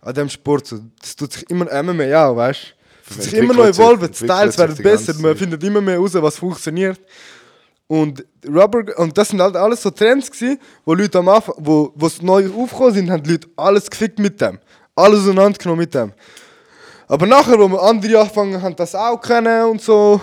Speaker 2: An dem Sport, so. das tut sich immer MMA auch, weißt du. Tut sich immer neu
Speaker 1: Entwickelt sich-
Speaker 2: evolven. Die
Speaker 1: entwickelt
Speaker 2: Styles
Speaker 1: sich
Speaker 2: werden
Speaker 1: die
Speaker 2: besser,
Speaker 1: ganze
Speaker 2: man
Speaker 1: Zeit.
Speaker 2: findet immer mehr raus, was funktioniert. Und Rubber und das sind halt alles so Trends gsi, wo Leute am Anfang, wo wo's neu aufgekommen sind, haben die Leute alles gefickt mit dem, alles auseinandergenommen mit dem. Aber nachher, wo wir andere angefangen haben, das auch können und so,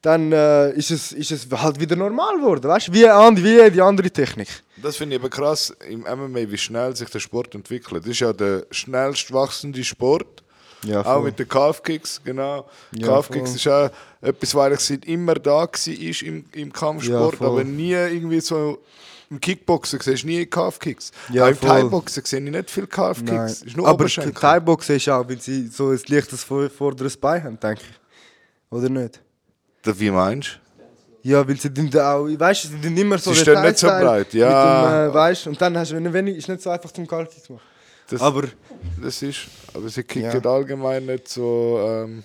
Speaker 2: dann äh, ist, es, ist es halt wieder normal geworden, weißt du? Wie, an- wie die andere Technik.
Speaker 1: Das finde ich aber krass im MMA, wie schnell sich der Sport entwickelt. Das ist ja der schnellst wachsende Sport.
Speaker 2: Ja,
Speaker 1: auch mit den Calfkicks, genau.
Speaker 2: Ja,
Speaker 1: Calfkicks
Speaker 2: voll.
Speaker 1: ist auch etwas, weil ich seit immer da war ist im, im Kampfsport,
Speaker 2: Ja, voll.
Speaker 1: aber nie irgendwie so. Im Kickboxen siehst du nie Calfkicks.
Speaker 2: Ja,
Speaker 1: auch im
Speaker 2: voll.
Speaker 1: Thai-Boxen sehe ich nicht viel
Speaker 2: Nein.
Speaker 1: Calfkicks. Ist nur
Speaker 2: Aber die
Speaker 1: Oberschenkel.
Speaker 2: Thai-Boxer ist auch, weil sie so ein leichtes vor- vorderes Bein haben, denke ich. Oder nicht?
Speaker 1: Wie meinst du?
Speaker 2: Ja, weil sie dann auch, weißt du, sie sind immer so
Speaker 1: Sie
Speaker 2: der
Speaker 1: stehen nicht so
Speaker 2: Teilteil
Speaker 1: breit,
Speaker 2: mit
Speaker 1: ja.
Speaker 2: Dem, äh, weißt, und dann hast du wenn wenig, ist nicht so einfach zum Kalkis machen.
Speaker 1: Das-
Speaker 2: Aber
Speaker 1: Das ist, aber sie kicken
Speaker 2: Ja.
Speaker 1: allgemein nicht so, ähm,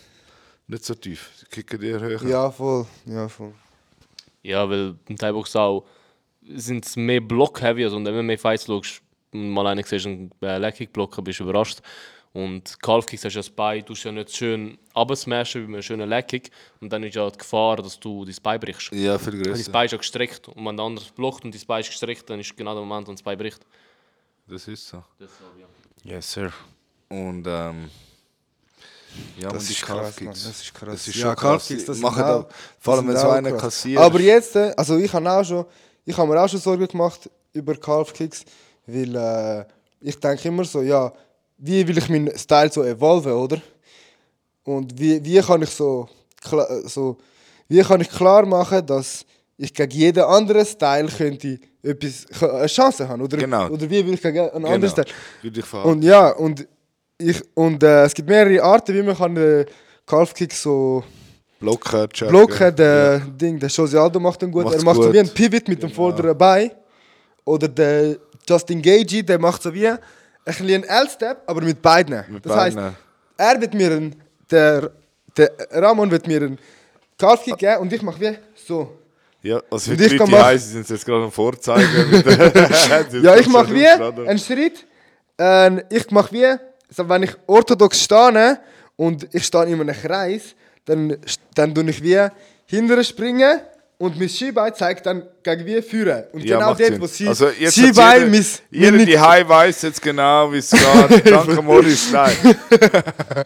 Speaker 1: nicht so tief. Sie kicken eher höher.
Speaker 2: ja, voll, ja voll.
Speaker 3: Ja, weil im Thai-Box auch sind es mehr Block-heavy. Also, und wenn du mehr Fights schaust, mal einen siehst, einen äh, Leg-Kick-Blocker, bist du überrascht. Und Calf-Kicks hast du ja das Bein, du ja nicht schön absmashen wie mit einem schönen Leg-Kick. Und dann ist ja die Gefahr, dass du dein Bein brichst.
Speaker 1: ja viel
Speaker 3: Weil dein Bein ist ja gestreckt. Und wenn der andere blockt und dein Bein ist gestreckt, dann ist genau der Moment, wenn das Bein bricht.
Speaker 1: Das ist so.
Speaker 2: Yes, sir.
Speaker 1: Und ähm, ja,
Speaker 2: Das
Speaker 1: und die
Speaker 2: ist krass,
Speaker 1: Calfkicks.
Speaker 2: Mann, das ist krass.
Speaker 1: Das ist
Speaker 2: Ja,
Speaker 1: schon krass.
Speaker 2: Calfkicks, das
Speaker 1: Die machen
Speaker 2: sind
Speaker 1: da-
Speaker 2: auch-
Speaker 1: vor allem,
Speaker 2: das
Speaker 1: wenn
Speaker 2: sind
Speaker 1: so
Speaker 2: auch
Speaker 1: einer
Speaker 2: krass.
Speaker 1: kassiert.
Speaker 2: Aber jetzt, äh, also ich habe auch schon, ich habe mir auch schon Sorgen gemacht über Calfkicks, weil äh, ich denke immer so, ja, wie will ich meinen Style so evolven, oder? Und wie, wie kann ich so, kla- äh, so, wie kann ich klar machen, dass ich gegen jeden anderen Style könnte etwas, eine Chance haben, oder?
Speaker 1: Genau.
Speaker 2: Oder wie will ich gegen einen anderen
Speaker 1: genau.
Speaker 2: Style?
Speaker 1: Wie dich verhalten.
Speaker 2: Und ja, und, ich, und äh, es gibt mehrere Arten, wie man kann, äh, Calfkicks so
Speaker 1: Blocken, checken.
Speaker 2: blocken. Der Ding, der Jose Aldo macht einen guten.
Speaker 1: Macht's
Speaker 2: Er macht so
Speaker 1: gut. Genau.
Speaker 2: wie ein Pivot mit dem vorderen Bein. Oder der Justin Gagey, der macht so wie ein bisschen einen L-Step, aber mit beiden.
Speaker 1: Mit
Speaker 2: das
Speaker 1: beiden.
Speaker 2: heißt, er wird mir einen, der, der Ramon wird mir einen Calfkick geben und ich mache wie so.
Speaker 1: Ja, also für
Speaker 2: Und
Speaker 1: die
Speaker 2: ich
Speaker 1: Leute,
Speaker 2: kann
Speaker 1: die
Speaker 2: machen-
Speaker 1: heißen, sind sie jetzt gerade am Vorzeigen. mit der- Sie sind
Speaker 2: Ja, ich
Speaker 1: schon
Speaker 2: mache wie
Speaker 1: gerade-
Speaker 2: einen Schritt. Ähm, ich mache wie, so wenn ich orthodox stehe und ich stehe in einem Kreis, dann, dann tue ich wie hinterher springen und mein Skibein zeigt dann gegen wie führen. Und genau
Speaker 1: macht
Speaker 2: dort,
Speaker 1: Sinn.
Speaker 2: wo sie
Speaker 1: also jetzt hat
Speaker 2: Skibein
Speaker 1: jeder,
Speaker 2: mein,
Speaker 1: jeder
Speaker 2: meine-
Speaker 1: die High weiß jetzt genau, wie es geht. Danke, Moritz. Nein.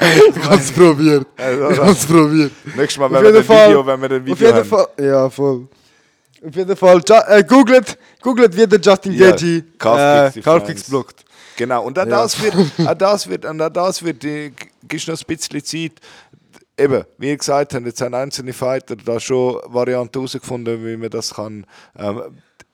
Speaker 2: Ich hab's probiert.
Speaker 1: Also,
Speaker 2: Ich hab's probiert.
Speaker 1: Nächstes Mal,
Speaker 2: Auf
Speaker 1: wenn wir
Speaker 2: jeden
Speaker 1: ein
Speaker 2: Fall.
Speaker 1: Video, wenn wir ein
Speaker 2: Auf
Speaker 1: Video
Speaker 2: jeden
Speaker 1: haben.
Speaker 2: Fall. Ja, voll. Auf jeden Fall. Ju äh, googlet, googlet, wie der Justin
Speaker 1: Ja,
Speaker 2: Gagey
Speaker 1: Calfkicks,
Speaker 2: äh,
Speaker 1: die
Speaker 2: Calfkicks
Speaker 1: Fans.
Speaker 2: blockt.
Speaker 1: Genau, und auch
Speaker 2: Ja.
Speaker 1: das wird, auch das wird, und auch das wird, äh, gibst noch ein bisschen Zeit. Eben, wie ihr gesagt habt, jetzt haben einzelne Fighter da schon Varianten herausgefunden, wie man das kann ähm,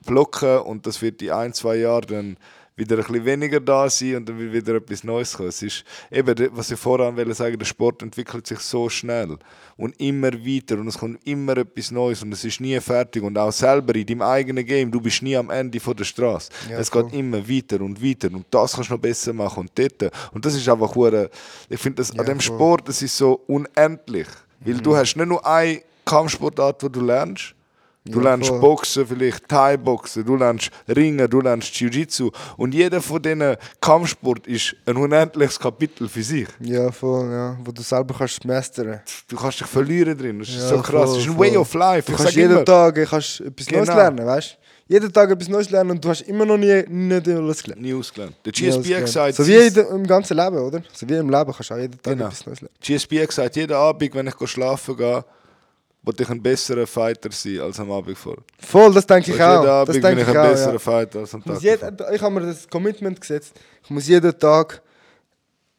Speaker 1: blocken und das wird in ein, zwei Jahren dann wieder ein bisschen weniger da sein und dann wird wieder etwas Neues kommen. Es ist eben, de- was ich vorhin wollte sagen, der Sport entwickelt sich so schnell und immer weiter und es kommt immer etwas Neues und es ist nie fertig und auch selber in deinem eigenen Game, du bist nie am Ende von der Straße.
Speaker 2: Ja,
Speaker 1: es
Speaker 2: voll.
Speaker 1: geht immer weiter und weiter und das kannst du noch besser machen und dort. Und das ist einfach hure- ich finde das an dem
Speaker 2: voll. Mhm.
Speaker 1: Sport, das ist so unendlich, weil du hast nicht nur eine Kampfsportart, die du lernst, Du lernst
Speaker 2: voll.
Speaker 1: Boxen vielleicht, Thai-Boxen, du lernst Ringen, du lernst Jiu-Jitsu. Und jeder von diesen Kampfsport ist ein unendliches Kapitel für sich.
Speaker 2: Ja, voll, ja. Wo du selber kannst masteren.
Speaker 1: Du kannst dich verlieren drin, das ist
Speaker 2: Ja,
Speaker 1: so krass.
Speaker 2: voll,
Speaker 1: das ist ein
Speaker 2: voll.
Speaker 1: Way of Life.
Speaker 2: Du
Speaker 1: Ich
Speaker 2: kannst
Speaker 1: sag
Speaker 2: jeden
Speaker 1: immer,
Speaker 2: Tag äh, kannst etwas Neues
Speaker 1: Genau.
Speaker 2: lernen, weißt du? Jeden Tag etwas Neues lernen und du hast immer noch nie, nicht alles gelernt.
Speaker 1: nie ausgelernt. Der
Speaker 2: Nie alles
Speaker 1: GSP hat
Speaker 2: gelernt.
Speaker 1: gesagt,
Speaker 2: So wie
Speaker 1: sein-
Speaker 2: in de- im ganzen Leben, oder? So wie im Leben kannst du auch jeden Tag
Speaker 1: Genau.
Speaker 2: etwas Neues lernen.
Speaker 1: GSP hat gesagt, jeden Abend, wenn ich schlafen gehe, wollte ich ein besserer Fighter sein als am Abend vor.
Speaker 2: Voll, das denke ich
Speaker 1: Jeden
Speaker 2: auch.
Speaker 1: Abend
Speaker 2: Das
Speaker 1: bin
Speaker 2: denke
Speaker 1: ich
Speaker 2: ich
Speaker 1: ein
Speaker 2: auch.
Speaker 1: besserer
Speaker 2: Ja.
Speaker 1: Fighter als am
Speaker 2: Ich, muss
Speaker 1: Tag davor.
Speaker 2: jeden, ich habe mir das Commitment gesetzt, ich muss jeden Tag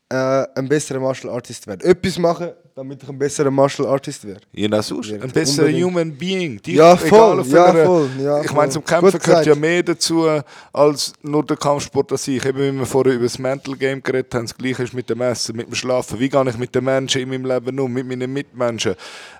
Speaker 2: äh, ein besserer Martial Artist werden. Etwas machen, damit ich ein besserer Martial Artist werde.
Speaker 1: Je nach sonst.
Speaker 2: Wird
Speaker 1: Ein besserer
Speaker 2: unbedingt.
Speaker 1: Human Being. Die-
Speaker 2: Ja,
Speaker 1: egal
Speaker 2: voll,
Speaker 1: auf
Speaker 2: ja,
Speaker 1: welcher-
Speaker 2: voll, ja,
Speaker 1: ich meine, zum
Speaker 2: voll.
Speaker 1: Kämpfen
Speaker 2: Gut
Speaker 1: gehört ja
Speaker 2: gesagt.
Speaker 1: mehr dazu als nur der Kampfsport an sich. Eben, wie wir vorher über das Mental Game geredet haben, das Gleiche ist mit dem Essen, mit dem Schlafen. Wie gehe ich mit den Menschen in meinem Leben um, mit meinen Mitmenschen?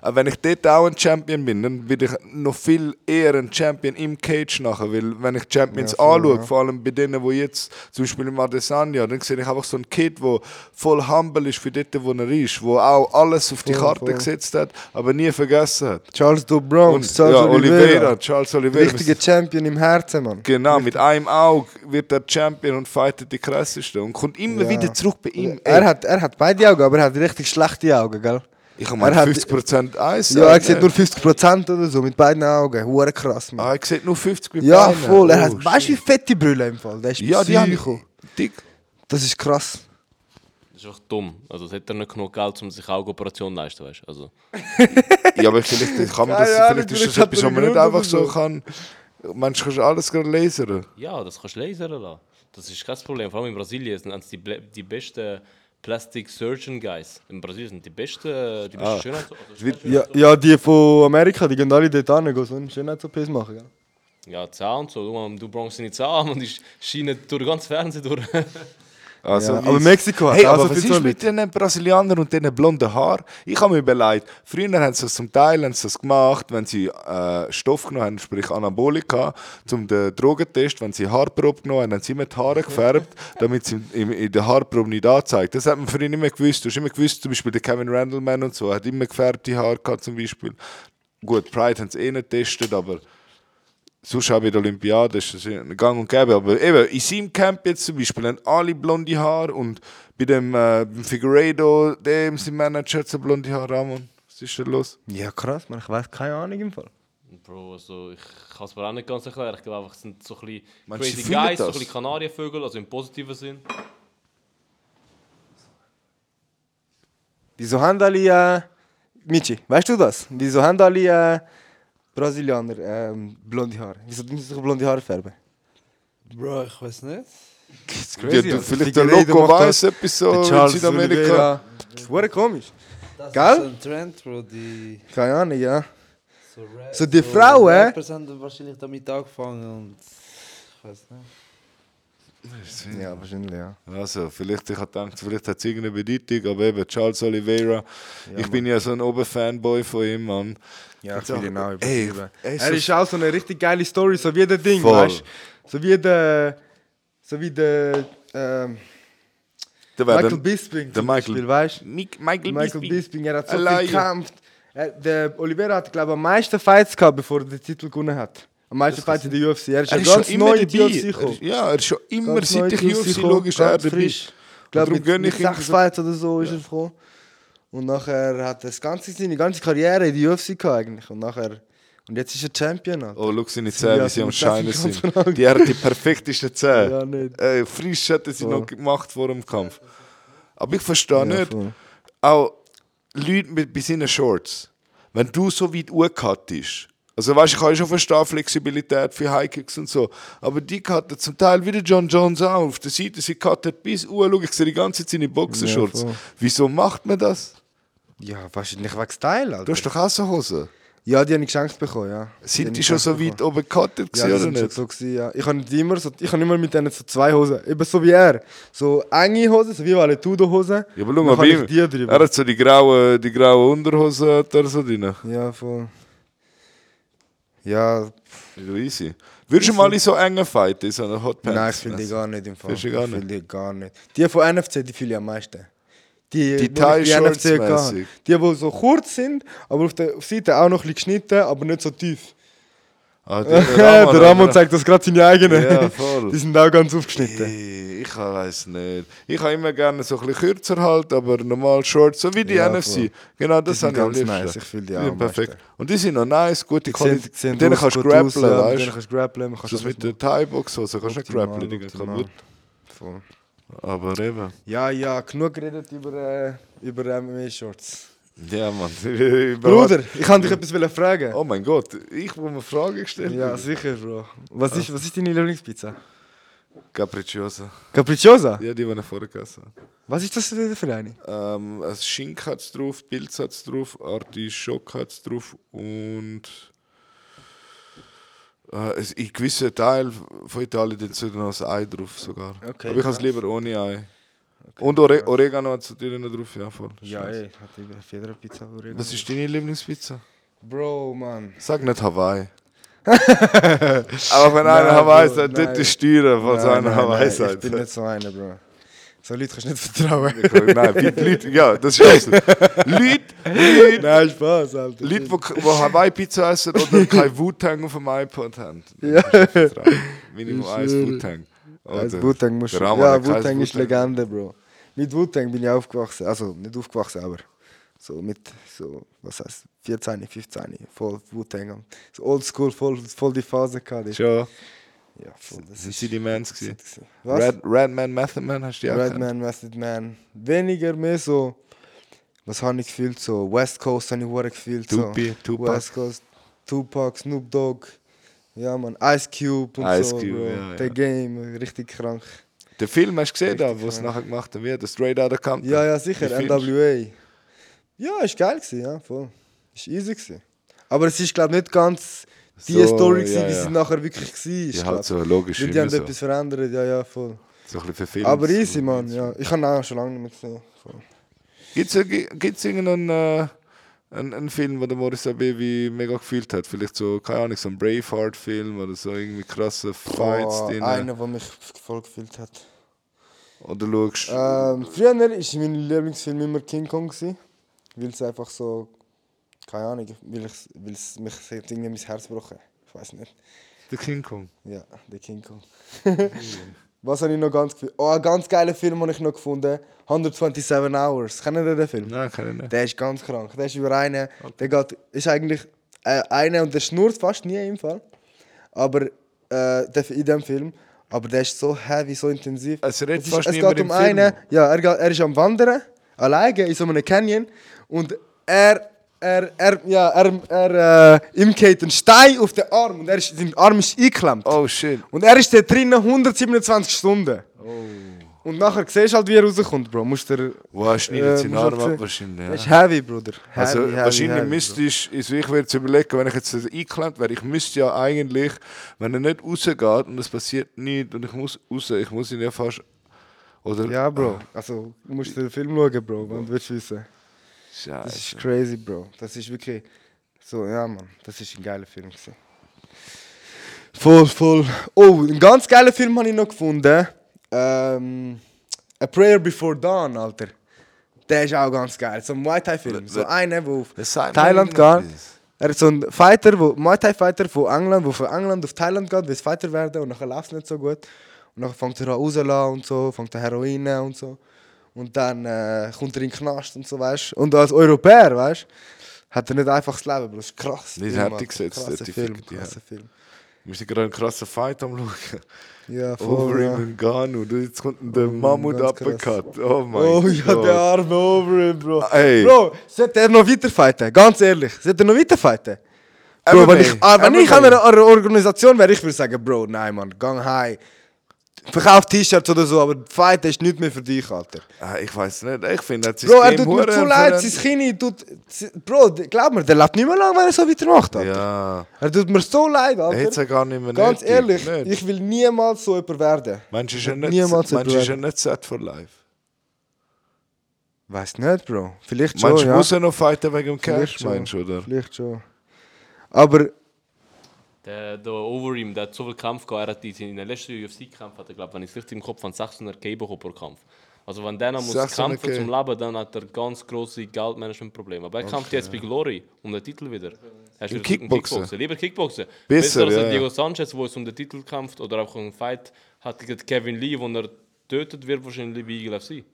Speaker 1: Äh, Wenn ich dort auch ein Champion bin, dann bin ich noch viel eher ein Champion im Cage nachher. Weil, wenn ich Champions anschaue, vor allem bei denen, die jetzt zum Beispiel im Adesanya, dann sehe ich einfach so einen Kid, der voll humble ist für dort, wo er ist, wo auch alles auf die
Speaker 2: Voll,
Speaker 1: Karte
Speaker 2: voll.
Speaker 1: gesetzt hat, aber nie vergessen hat.
Speaker 2: Charles Do Bronx, Charles
Speaker 1: ja,
Speaker 2: Oliveira.
Speaker 1: Oliveira, Charles Oliveira.
Speaker 2: Richtiger Champion im Herzen, Mann.
Speaker 1: Genau, mit einem Auge wird er Champion und fightet die krassesten und kommt immer
Speaker 2: Ja.
Speaker 1: wieder zurück bei ihm.
Speaker 2: Er
Speaker 1: Ey,
Speaker 2: hat, er hat beide Augen, aber er hat richtig schlechte Augen, gell?
Speaker 1: ich meine
Speaker 2: er hat-
Speaker 1: 50% Eis.
Speaker 2: Ja, er sieht nur 50% oder so, mit beiden Augen. Hure krass, Mann.
Speaker 1: Ah, er sieht nur 50 mit
Speaker 2: Ja,
Speaker 1: beiden.
Speaker 2: voll. Er
Speaker 1: Oh,
Speaker 2: hat, weißt du, wie fette Brille im Fall? Der ist
Speaker 1: shit. Ja, die
Speaker 2: Psycho.
Speaker 1: haben dick.
Speaker 2: Das ist krass.
Speaker 3: Das ist echt dumm. Also, das hätte er nicht genug Geld, um sich Augenoperationen zu leisten, weißt du? Also,
Speaker 1: Ja, aber vielleicht kann man das,
Speaker 2: Ja, ja,
Speaker 1: vielleicht ist das etwas,
Speaker 2: natürlich hat er
Speaker 1: was man nicht
Speaker 2: einen
Speaker 1: einfach
Speaker 2: Grund
Speaker 1: so
Speaker 2: oder so.
Speaker 1: kann. Mensch, kannst du alles gerade lasern.
Speaker 3: ja, das kannst du lasern lassen. Das ist kein Problem. Vor allem in Brasilien sind die, ble- die besten Plastic Surgeon Guys. In Brasilien sind die besten, die besten
Speaker 1: Ah.
Speaker 3: Schönheits- also Schönheits-
Speaker 2: Ja, ja, die von Amerika, die gehen alle dort hin, gehen so einen Schönheits-OPs machen, gell?
Speaker 3: Ja, Zahn und so. Du, Mann, du brauchst seine Zahn und ich scheine durch ganz Fernsehen durch.
Speaker 1: Also,
Speaker 2: Ja,
Speaker 1: wie
Speaker 2: aber
Speaker 1: es-
Speaker 2: Mexiko hat
Speaker 1: hey,
Speaker 2: auch
Speaker 1: aber
Speaker 2: so
Speaker 1: was
Speaker 2: viel
Speaker 1: ist
Speaker 2: Leute.
Speaker 1: mit den Brasilianern und den blonden Haaren? Ich habe mir überlegt, früher haben sie das zum Teil haben sie das gemacht, wenn sie äh, Stoff genommen haben, sprich Anabolika, zum den Drogentest, wenn sie Haarprobe genommen haben, haben sie immer die Haare gefärbt, damit sie in, in der Haarprobe nicht anzeigt. Das hat man früher nicht mehr gewusst. Du hast immer gewusst, zum Beispiel der Kevin Randleman und so, hat immer gefärbte Haare gehabt zum Beispiel. Gut, Pride haben sie eh nicht getestet, aber... Sonst auch bei der Olympiade ist das ein Gang und Gäbe. Aber eben, in seinem Camp jetzt zum Beispiel haben alle blonde Haare und bei dem äh, beim Figueiredo, dem sein Manager, hat so blonde Haare auch, Mann. Was ist denn los?
Speaker 2: Ja, krass, man, ich weiß keine Ahnung im Fall.
Speaker 3: Bro, also ich kann es mir auch nicht ganz erklären. Ich glaube einfach, es sind so ein bisschen
Speaker 1: Meinst du, sie
Speaker 3: crazy
Speaker 1: fühlen
Speaker 3: Guys, so ein
Speaker 1: das?
Speaker 3: bisschen Kanarienvögel, also im positiven Sinn.
Speaker 2: Wieso haben alle, äh, Michi, weißt du das? Wieso haben alle äh, Brasilianer ähm, blonde Haare? Wieso tun sie sich blonde Haare färben?
Speaker 4: Bro, ich weiß nicht.
Speaker 1: Ja, du, vielleicht der Loco weiß etwas
Speaker 2: Oh,
Speaker 1: so in Südamerika.
Speaker 2: Wurde komisch.
Speaker 4: Das
Speaker 2: Gell?
Speaker 4: ist ein Trend, Bro, die...
Speaker 2: Keine Ahnung, ja.
Speaker 4: So, Ra-
Speaker 2: So, die Frauen- äh?
Speaker 4: Rappers haben wahrscheinlich damit angefangen und... Ich weiß nicht.
Speaker 2: Ja, wahrscheinlich, ja.
Speaker 1: Also, vielleicht, ich hab gedacht, vielleicht hat es irgendeine Bedeutung, aber eben, Charles Oliveira, ich bin ja so ein Oberfanboy von ihm, Mann.
Speaker 2: Ja, ich
Speaker 1: Jetzt auch-
Speaker 2: will ihn auch
Speaker 1: Ey,
Speaker 2: überschreiben.
Speaker 1: ey,
Speaker 2: Er
Speaker 1: so-
Speaker 2: ist auch so eine richtig geile Story, so wie der Ding,
Speaker 1: Voll.
Speaker 2: weißt du? So wie der. So wie der. Ähm,
Speaker 1: Der wär
Speaker 2: Michael
Speaker 1: dann- der
Speaker 2: Bisping. zum
Speaker 1: Michael-
Speaker 2: Beispiel, weißt du?
Speaker 1: Mik- Michael,
Speaker 2: Michael Bisping, er hat so
Speaker 1: Allein.
Speaker 2: viel gekämpft. Er, der Oliveira hat, glaube ich, am meisten Fights gehabt, bevor er den Titel gewonnen hat. Am meisten Fights in der UFC. Er ist,
Speaker 1: Er
Speaker 2: ja
Speaker 1: ist
Speaker 2: ganz
Speaker 1: schon immer
Speaker 2: neu in die
Speaker 1: dabei.
Speaker 2: UFC
Speaker 1: Er ist-
Speaker 2: gekommen.
Speaker 1: Ja, er ist schon immer,
Speaker 2: Ganz neu
Speaker 1: seit ich
Speaker 2: in die
Speaker 1: UFC
Speaker 2: gekommen,
Speaker 1: logisch, er
Speaker 2: ganz
Speaker 1: dabei.
Speaker 2: frisch. Ich glaube,
Speaker 1: Darum
Speaker 2: mit,
Speaker 1: gönn
Speaker 2: mit
Speaker 1: ich ihm
Speaker 2: sechs
Speaker 1: so-
Speaker 2: Fights oder so ist er gekommen. Und nachher hat er das ganze, seine ganze Karriere in die UFC gehabt eigentlich. Und nachher... Und jetzt ist er Champion. Alter.
Speaker 1: Oh, schau seine Zähne, wie
Speaker 2: Ja,
Speaker 1: sie
Speaker 2: seine
Speaker 1: am
Speaker 2: Zähne
Speaker 1: Scheinen
Speaker 2: sind
Speaker 1: sind. Die hat die perfektesten Zähne.
Speaker 2: Ja, nicht.
Speaker 1: Äh, frisch hätten sie
Speaker 2: Voll.
Speaker 1: noch gemacht vor dem Kampf. Aber ich verstehe
Speaker 2: Ja,
Speaker 1: nicht,
Speaker 2: voll.
Speaker 1: auch Leute mit, bei seinen Shorts, wenn du so weit hochgehabt bist, also weißt, ich kann schon verstehen, Flexibilität für Highkicks und so, aber die cutten zum Teil wieder John Jones auch auf der Seite, sie cutten bis hoch, schau, ich sehe die ganze Zeit seine Boxershorts.
Speaker 2: Ja, voll.
Speaker 1: Wieso macht man das?
Speaker 2: Ja, wahrscheinlich wegen Style, Alter.
Speaker 1: Du hast doch auch so Hosen.
Speaker 2: Ja, die habe ich geschenkt bekommen, ja.
Speaker 1: Sind
Speaker 2: hab
Speaker 1: die
Speaker 2: ich
Speaker 1: schon so
Speaker 2: geschenkt
Speaker 1: weit
Speaker 2: bekommen.
Speaker 1: oben gecuttet
Speaker 2: Ja,
Speaker 1: gewesen,
Speaker 2: die
Speaker 1: oder
Speaker 2: sind schon
Speaker 1: nicht?
Speaker 2: so gewesen, ja. Ich habe die immer, so, ich hab immer mit denen so zwei Hosen. Eben so wie er. So enge Hosen, so wie Valetudo-Hosen.
Speaker 1: Ja, aber schau
Speaker 2: Dann
Speaker 1: mal,
Speaker 2: habe
Speaker 1: bei
Speaker 2: ich
Speaker 1: ihm,
Speaker 2: die drüber.
Speaker 1: er hat so die grauen die graue Unterhosen hat er so drin.
Speaker 2: Ja, voll. Ja,
Speaker 1: Also easy. Würdest du mal in so engen Fight, in so einer Hotpants?
Speaker 2: nein, ich finde die gar nicht im Fall.
Speaker 1: Findest du die Also, gar
Speaker 2: Ich
Speaker 1: nicht?
Speaker 2: finde die gar nicht. Die von NFC, die fühle ich am meisten. Die, wo ich
Speaker 1: Thai
Speaker 2: bei
Speaker 1: Shorts
Speaker 2: NFC gehabt habe.
Speaker 1: mäßig.
Speaker 2: Die, die so kurz sind, aber auf der Seite auch noch ein bisschen geschnitten, aber nicht so tief.
Speaker 1: Ah,
Speaker 2: Der Ramon
Speaker 1: Alter.
Speaker 2: zeigt das gerade seine eigenen.
Speaker 1: Ja, voll.
Speaker 2: Die sind auch ganz aufgeschnitten.
Speaker 1: Ey, Ich weiß nicht. Ich habe immer gerne so ein bisschen kürzer halt, aber normal short, so wie die
Speaker 2: Ja,
Speaker 1: NFC.
Speaker 2: voll.
Speaker 1: Genau das
Speaker 2: sind
Speaker 1: habe ich am
Speaker 2: ganz
Speaker 1: liebsten.
Speaker 2: nice, ich fühle die
Speaker 1: Die
Speaker 2: auch
Speaker 1: sind
Speaker 2: am
Speaker 1: perfekt.
Speaker 2: meisten.
Speaker 1: Und die sind noch nice, gute Qualität.
Speaker 2: sehen
Speaker 1: Mit denen
Speaker 2: aus,
Speaker 1: kannst du
Speaker 2: gut aus,
Speaker 1: grappeln,
Speaker 2: ja,
Speaker 1: weißt
Speaker 2: Mit denen
Speaker 1: du?
Speaker 2: kannst du grappeln, man kann
Speaker 1: Das
Speaker 2: alles
Speaker 1: mit
Speaker 2: machen.
Speaker 1: der Thai-Box, so kannst du nicht
Speaker 2: Optimal,
Speaker 1: grappeln, die gehen
Speaker 2: optimal.
Speaker 1: kaputt.
Speaker 2: Genau. Voll.
Speaker 1: Aber eben.
Speaker 2: Ja, ja, genug geredet über, äh, über MMA-Shorts.
Speaker 1: Ja, Mann.
Speaker 2: Bruder, ich kann dich etwas wollen fragen.
Speaker 1: Oh mein Gott, ich wo mir Fragen gestellt
Speaker 2: ja, also-
Speaker 1: ja.
Speaker 2: sicher, Bro. Was ist, was ist deine Lieblingspizza?
Speaker 1: Capricciosa.
Speaker 2: Capricciosa?
Speaker 1: Ja, die, die ich vorher gegessen habe.
Speaker 2: Was ist das denn für eine?
Speaker 1: Ähm, also Schink hat es drauf, Pilz hat es drauf, Artischock hat es drauf und äh, es- in gewissen Teilen von Italien tun sie noch ein Ei drauf sogar.
Speaker 2: Okay,
Speaker 1: Aber ich habe es lieber ohne Ei. und Ore Oregano hat es natürlich noch drauf, ja voll.
Speaker 2: Ja, ey, hat auf jeder Pizza
Speaker 1: Was ist deine Lieblingspizza?
Speaker 2: Bro, Mann.
Speaker 1: Sag nicht Hawaii. Aber wenn
Speaker 2: Nein,
Speaker 1: einer Hawaii
Speaker 2: Bro,
Speaker 1: sagt,
Speaker 2: nein.
Speaker 1: dort ist teurer, falls
Speaker 2: Nein,
Speaker 1: einer
Speaker 2: nein,
Speaker 1: Hawaii
Speaker 2: nein, Ich
Speaker 1: sagt.
Speaker 2: bin nicht so einer, Bro. halt. So Leute kannst du nicht vertrauen.
Speaker 1: Nein, Leute, Leute, ja, das ist es. Leute, Leute,
Speaker 2: nein, Spaß, Alter.
Speaker 1: Leute, die, die Hawaii-Pizza essen oder kein Wu-Tang auf dem iPod haben.
Speaker 2: Ja.
Speaker 1: Minimum
Speaker 2: Ich
Speaker 1: eins
Speaker 2: schwöre.
Speaker 1: Wu-Tang.
Speaker 2: Als
Speaker 1: Oder-
Speaker 2: Wu-Tang musst du.
Speaker 1: Der Ramon
Speaker 2: Ja,
Speaker 1: hat kein
Speaker 2: Wu-Tang ist
Speaker 1: Wu-Tang.
Speaker 2: Legende, Bro. Mit Wu-Tang bin ich aufgewachsen. Also nicht aufgewachsen, aber so mit so, was heißt, 14, 15, voll Wu-Tang. So oldschool, voll, voll die Phase gehabt. ich.
Speaker 1: Schon.
Speaker 2: Ja, voll das
Speaker 1: Sind sie die Mans gewesen?
Speaker 2: ist. Was?
Speaker 1: Red, Redman, Method Man hast du ja auch
Speaker 2: Redman, Method Man. Weniger mehr so. Was habe ich gefühlt? So West Coast habe ich hure gefühlt. So.
Speaker 1: Tupi, Tupac.
Speaker 2: West Coast, Tupac, Snoop Dogg. Ja, man, Ice Cube und
Speaker 1: Ice
Speaker 2: so.
Speaker 1: Cube,
Speaker 2: bro.
Speaker 1: ja,
Speaker 2: The
Speaker 1: ja.
Speaker 2: Game, richtig krank.
Speaker 1: gekannt. Den Film hast du gesehen, da,
Speaker 2: Richtig,
Speaker 1: wo es
Speaker 2: ja.
Speaker 1: nachher gemacht haben, wie der Straight Outta Compton.
Speaker 2: Ja, ja, sicher,
Speaker 1: Die Filme.
Speaker 2: NWA. Ja, ist geil gewesen, ja, voll. Ist easy gewesen. Aber es ist, glaube ich, nicht ganz die
Speaker 1: So,
Speaker 2: Story, gewesen,
Speaker 1: ja,
Speaker 2: wie
Speaker 1: ja.
Speaker 2: sie nachher wirklich war.
Speaker 1: Ja,
Speaker 2: glaub.
Speaker 1: halt so, logisch.
Speaker 2: Weil die haben
Speaker 1: immer so.
Speaker 2: etwas verändert, ja, ja, voll.
Speaker 1: So ein bisschen für Filme.
Speaker 2: Aber easy, Mann, ja. Ich habe ihn auch schon lange nicht mehr gesehen. Voll.
Speaker 1: Gibt es irgendeinen äh, einen, einen Film, den der Morris Abebi mega gefühlt hat? Vielleicht so, keine Ahnung, so ein Braveheart-Film oder so irgendwie krasse Fights
Speaker 2: Boah, äh,
Speaker 1: drin.
Speaker 2: einer, der mich voll gefühlt hat.
Speaker 1: Oder schaust
Speaker 2: Ähm, früher war mein Lieblingsfilm immer King Kong. gewesen, Weil es einfach so. Keine Ahnung, weil es weil es mich es hat irgendwie mein Herz gebrochen. Ich weiß nicht.
Speaker 1: der King Kong.
Speaker 2: Ja, der King Kong. Was habe ich noch ganz gefühlt? Oh, einen ganz geilen Film habe ich noch gefunden. 127 Hours. Kennen ihr den Film?
Speaker 1: Nein, kann ich nicht.
Speaker 2: Der ist ganz krank. Der ist über einen. Der geht, ist eigentlich äh, einer und der schnurrt fast nie im Fall. Aber äh, der, in dem Film. Aber der ist so heavy, so intensiv.
Speaker 1: Es redet
Speaker 2: ist-
Speaker 1: Also fast
Speaker 2: es
Speaker 1: niemand
Speaker 2: geht um
Speaker 1: im Film.
Speaker 2: einen. Ja, er, geht- er ist am Wandern, alleine in so einem Canyon. Und er. Er, er, ja, er, er äh, ihm geht ein Stein auf den Arm und er ist, sein Arm ist eingeklemmt.
Speaker 1: Oh shit.
Speaker 2: Und er ist da drinnen 127 Stunden.
Speaker 1: Oh.
Speaker 2: Und nachher siehst du halt, wie er rauskommt, Bro. Musst dir,
Speaker 1: Wow, er schneidet
Speaker 2: Äh,
Speaker 1: seinen
Speaker 2: muss
Speaker 1: Arm
Speaker 2: halt
Speaker 1: ab
Speaker 2: sehen. Das
Speaker 1: wahrscheinlich.
Speaker 2: ist
Speaker 1: Ja.
Speaker 2: heavy, Bruder. Heavy,
Speaker 1: Also
Speaker 2: heavy,
Speaker 1: wahrscheinlich
Speaker 2: heavy,
Speaker 1: müsste ich, also ich werde jetzt überlegen, wenn ich jetzt eingeklemmt wäre, ich müsste ja eigentlich, wenn er nicht rausgeht und es passiert nichts und ich muss raus, ich muss ihn ja fast, oder?
Speaker 2: Bro. Ja,
Speaker 1: Ah.
Speaker 2: Bro. Also, du musst den Film schauen, Bro, wenn du willst wissen. Das
Speaker 1: Scheiße.
Speaker 2: ist crazy, Bro. Das ist wirklich... So, ja, Mann. Das ist ein geiler Film. Gewesen. Voll, voll. Oh, einen ganz geilen Film habe ich noch gefunden. Ähm, A Prayer Before Dawn, Alter. Der ist auch ganz geil. So ein Muay Thai-Film. So einer, der auf
Speaker 1: Das sagt mir
Speaker 2: Thailand
Speaker 1: irgendetwas.
Speaker 2: geht. Er ist so ein Fighter, wo, Muay Thai Fighter von England, der von England auf Thailand geht, will Fighter werden und nachher läuft es nicht so gut. Und dann fängt er an rauszulassen und so, fängt er Heroin an und so. Und dann äh, kommt er in den Knast und so, weißt Und als Europäer, weißt hat er nicht einfach das Leben, Bro. Das ist krass.
Speaker 1: Nicht
Speaker 2: Film,
Speaker 1: hart
Speaker 2: Alter.
Speaker 1: gesetzt,
Speaker 2: Krasser
Speaker 1: die
Speaker 2: Film,
Speaker 1: Ficker, die
Speaker 2: krasser Film.
Speaker 1: Wir sind gerade einen krassen Fight am schauen.
Speaker 2: Oh, Ja, voll, ja.
Speaker 1: Overeem Ngannou, du, jetzt kommt der Mammut
Speaker 2: ganz krass.
Speaker 1: Uppercut. Oh mein
Speaker 2: Oh ja,
Speaker 1: Gott.
Speaker 2: der arme Overeem, Bro.
Speaker 1: Ey.
Speaker 2: Bro, sollte er noch weiterfighten? Ganz ehrlich, sollte er noch weiterfighten? Bro, wenn
Speaker 1: MMA,
Speaker 2: ich, ah, wenn ich
Speaker 1: MMA.
Speaker 2: an einer, einer Organisation wäre, ich würde sagen, Bro, nein, Mann, gang high. Verkauf T-Shirts oder so, aber fighten ist nicht mehr für dich, Alter.
Speaker 1: Ah, ich weiß nicht, ich finde, das
Speaker 2: Bro, er
Speaker 1: System
Speaker 2: tut mir zu
Speaker 1: hure
Speaker 2: leid,
Speaker 1: für
Speaker 2: sein Kini tut... Bro, glaub mir, der lebt nicht mehr lang, wenn er so weitermacht,
Speaker 1: einen-
Speaker 2: Alter.
Speaker 1: Ja,
Speaker 2: Er tut mir so leid,
Speaker 1: er hätte
Speaker 2: Alter.
Speaker 1: es gar nicht mehr
Speaker 2: Ganz
Speaker 1: nötig,
Speaker 2: ehrlich,
Speaker 1: nicht.
Speaker 2: ich will niemals so jemand werden.
Speaker 1: Mensch ist ja
Speaker 2: Wird
Speaker 1: nicht,
Speaker 2: niemals
Speaker 1: Mensch ist ja
Speaker 2: überleben.
Speaker 1: nicht set for life.
Speaker 2: Weiß nicht, Bro. Vielleicht schon,
Speaker 1: Mensch
Speaker 2: ja.
Speaker 1: muss ja noch fighten wegen dem
Speaker 2: Vielleicht
Speaker 1: Cash,
Speaker 2: schon.
Speaker 1: meinst du, oder?
Speaker 2: Vielleicht schon. Aber
Speaker 3: Der, der Overeem, der hat so viel Kampf gehabt, er hat in seinen letzten UFC-Kampf, hat er, glaub, wenn ich es richtig im Kopf habe, 600 K bekommen pro Kampf. Also wenn der noch muss
Speaker 1: 600
Speaker 3: kämpfen zum
Speaker 1: K.
Speaker 3: Leben, dann hat er ganz große Geldmanagement-Probleme. Aber er kämpft jetzt bei Glory um den Titel wieder. Er ist
Speaker 1: Im
Speaker 3: wieder
Speaker 1: Kickboxen.
Speaker 3: Lieber Kickboxen.
Speaker 1: Besser,
Speaker 3: Besser, als
Speaker 1: ja,
Speaker 3: ein
Speaker 1: ja.
Speaker 3: Diego Sanchez, wo es um den Titel kämpft oder auch einen Fight hat gegen Kevin Lee, wo er tötet wird wahrscheinlich bei Eagle FC.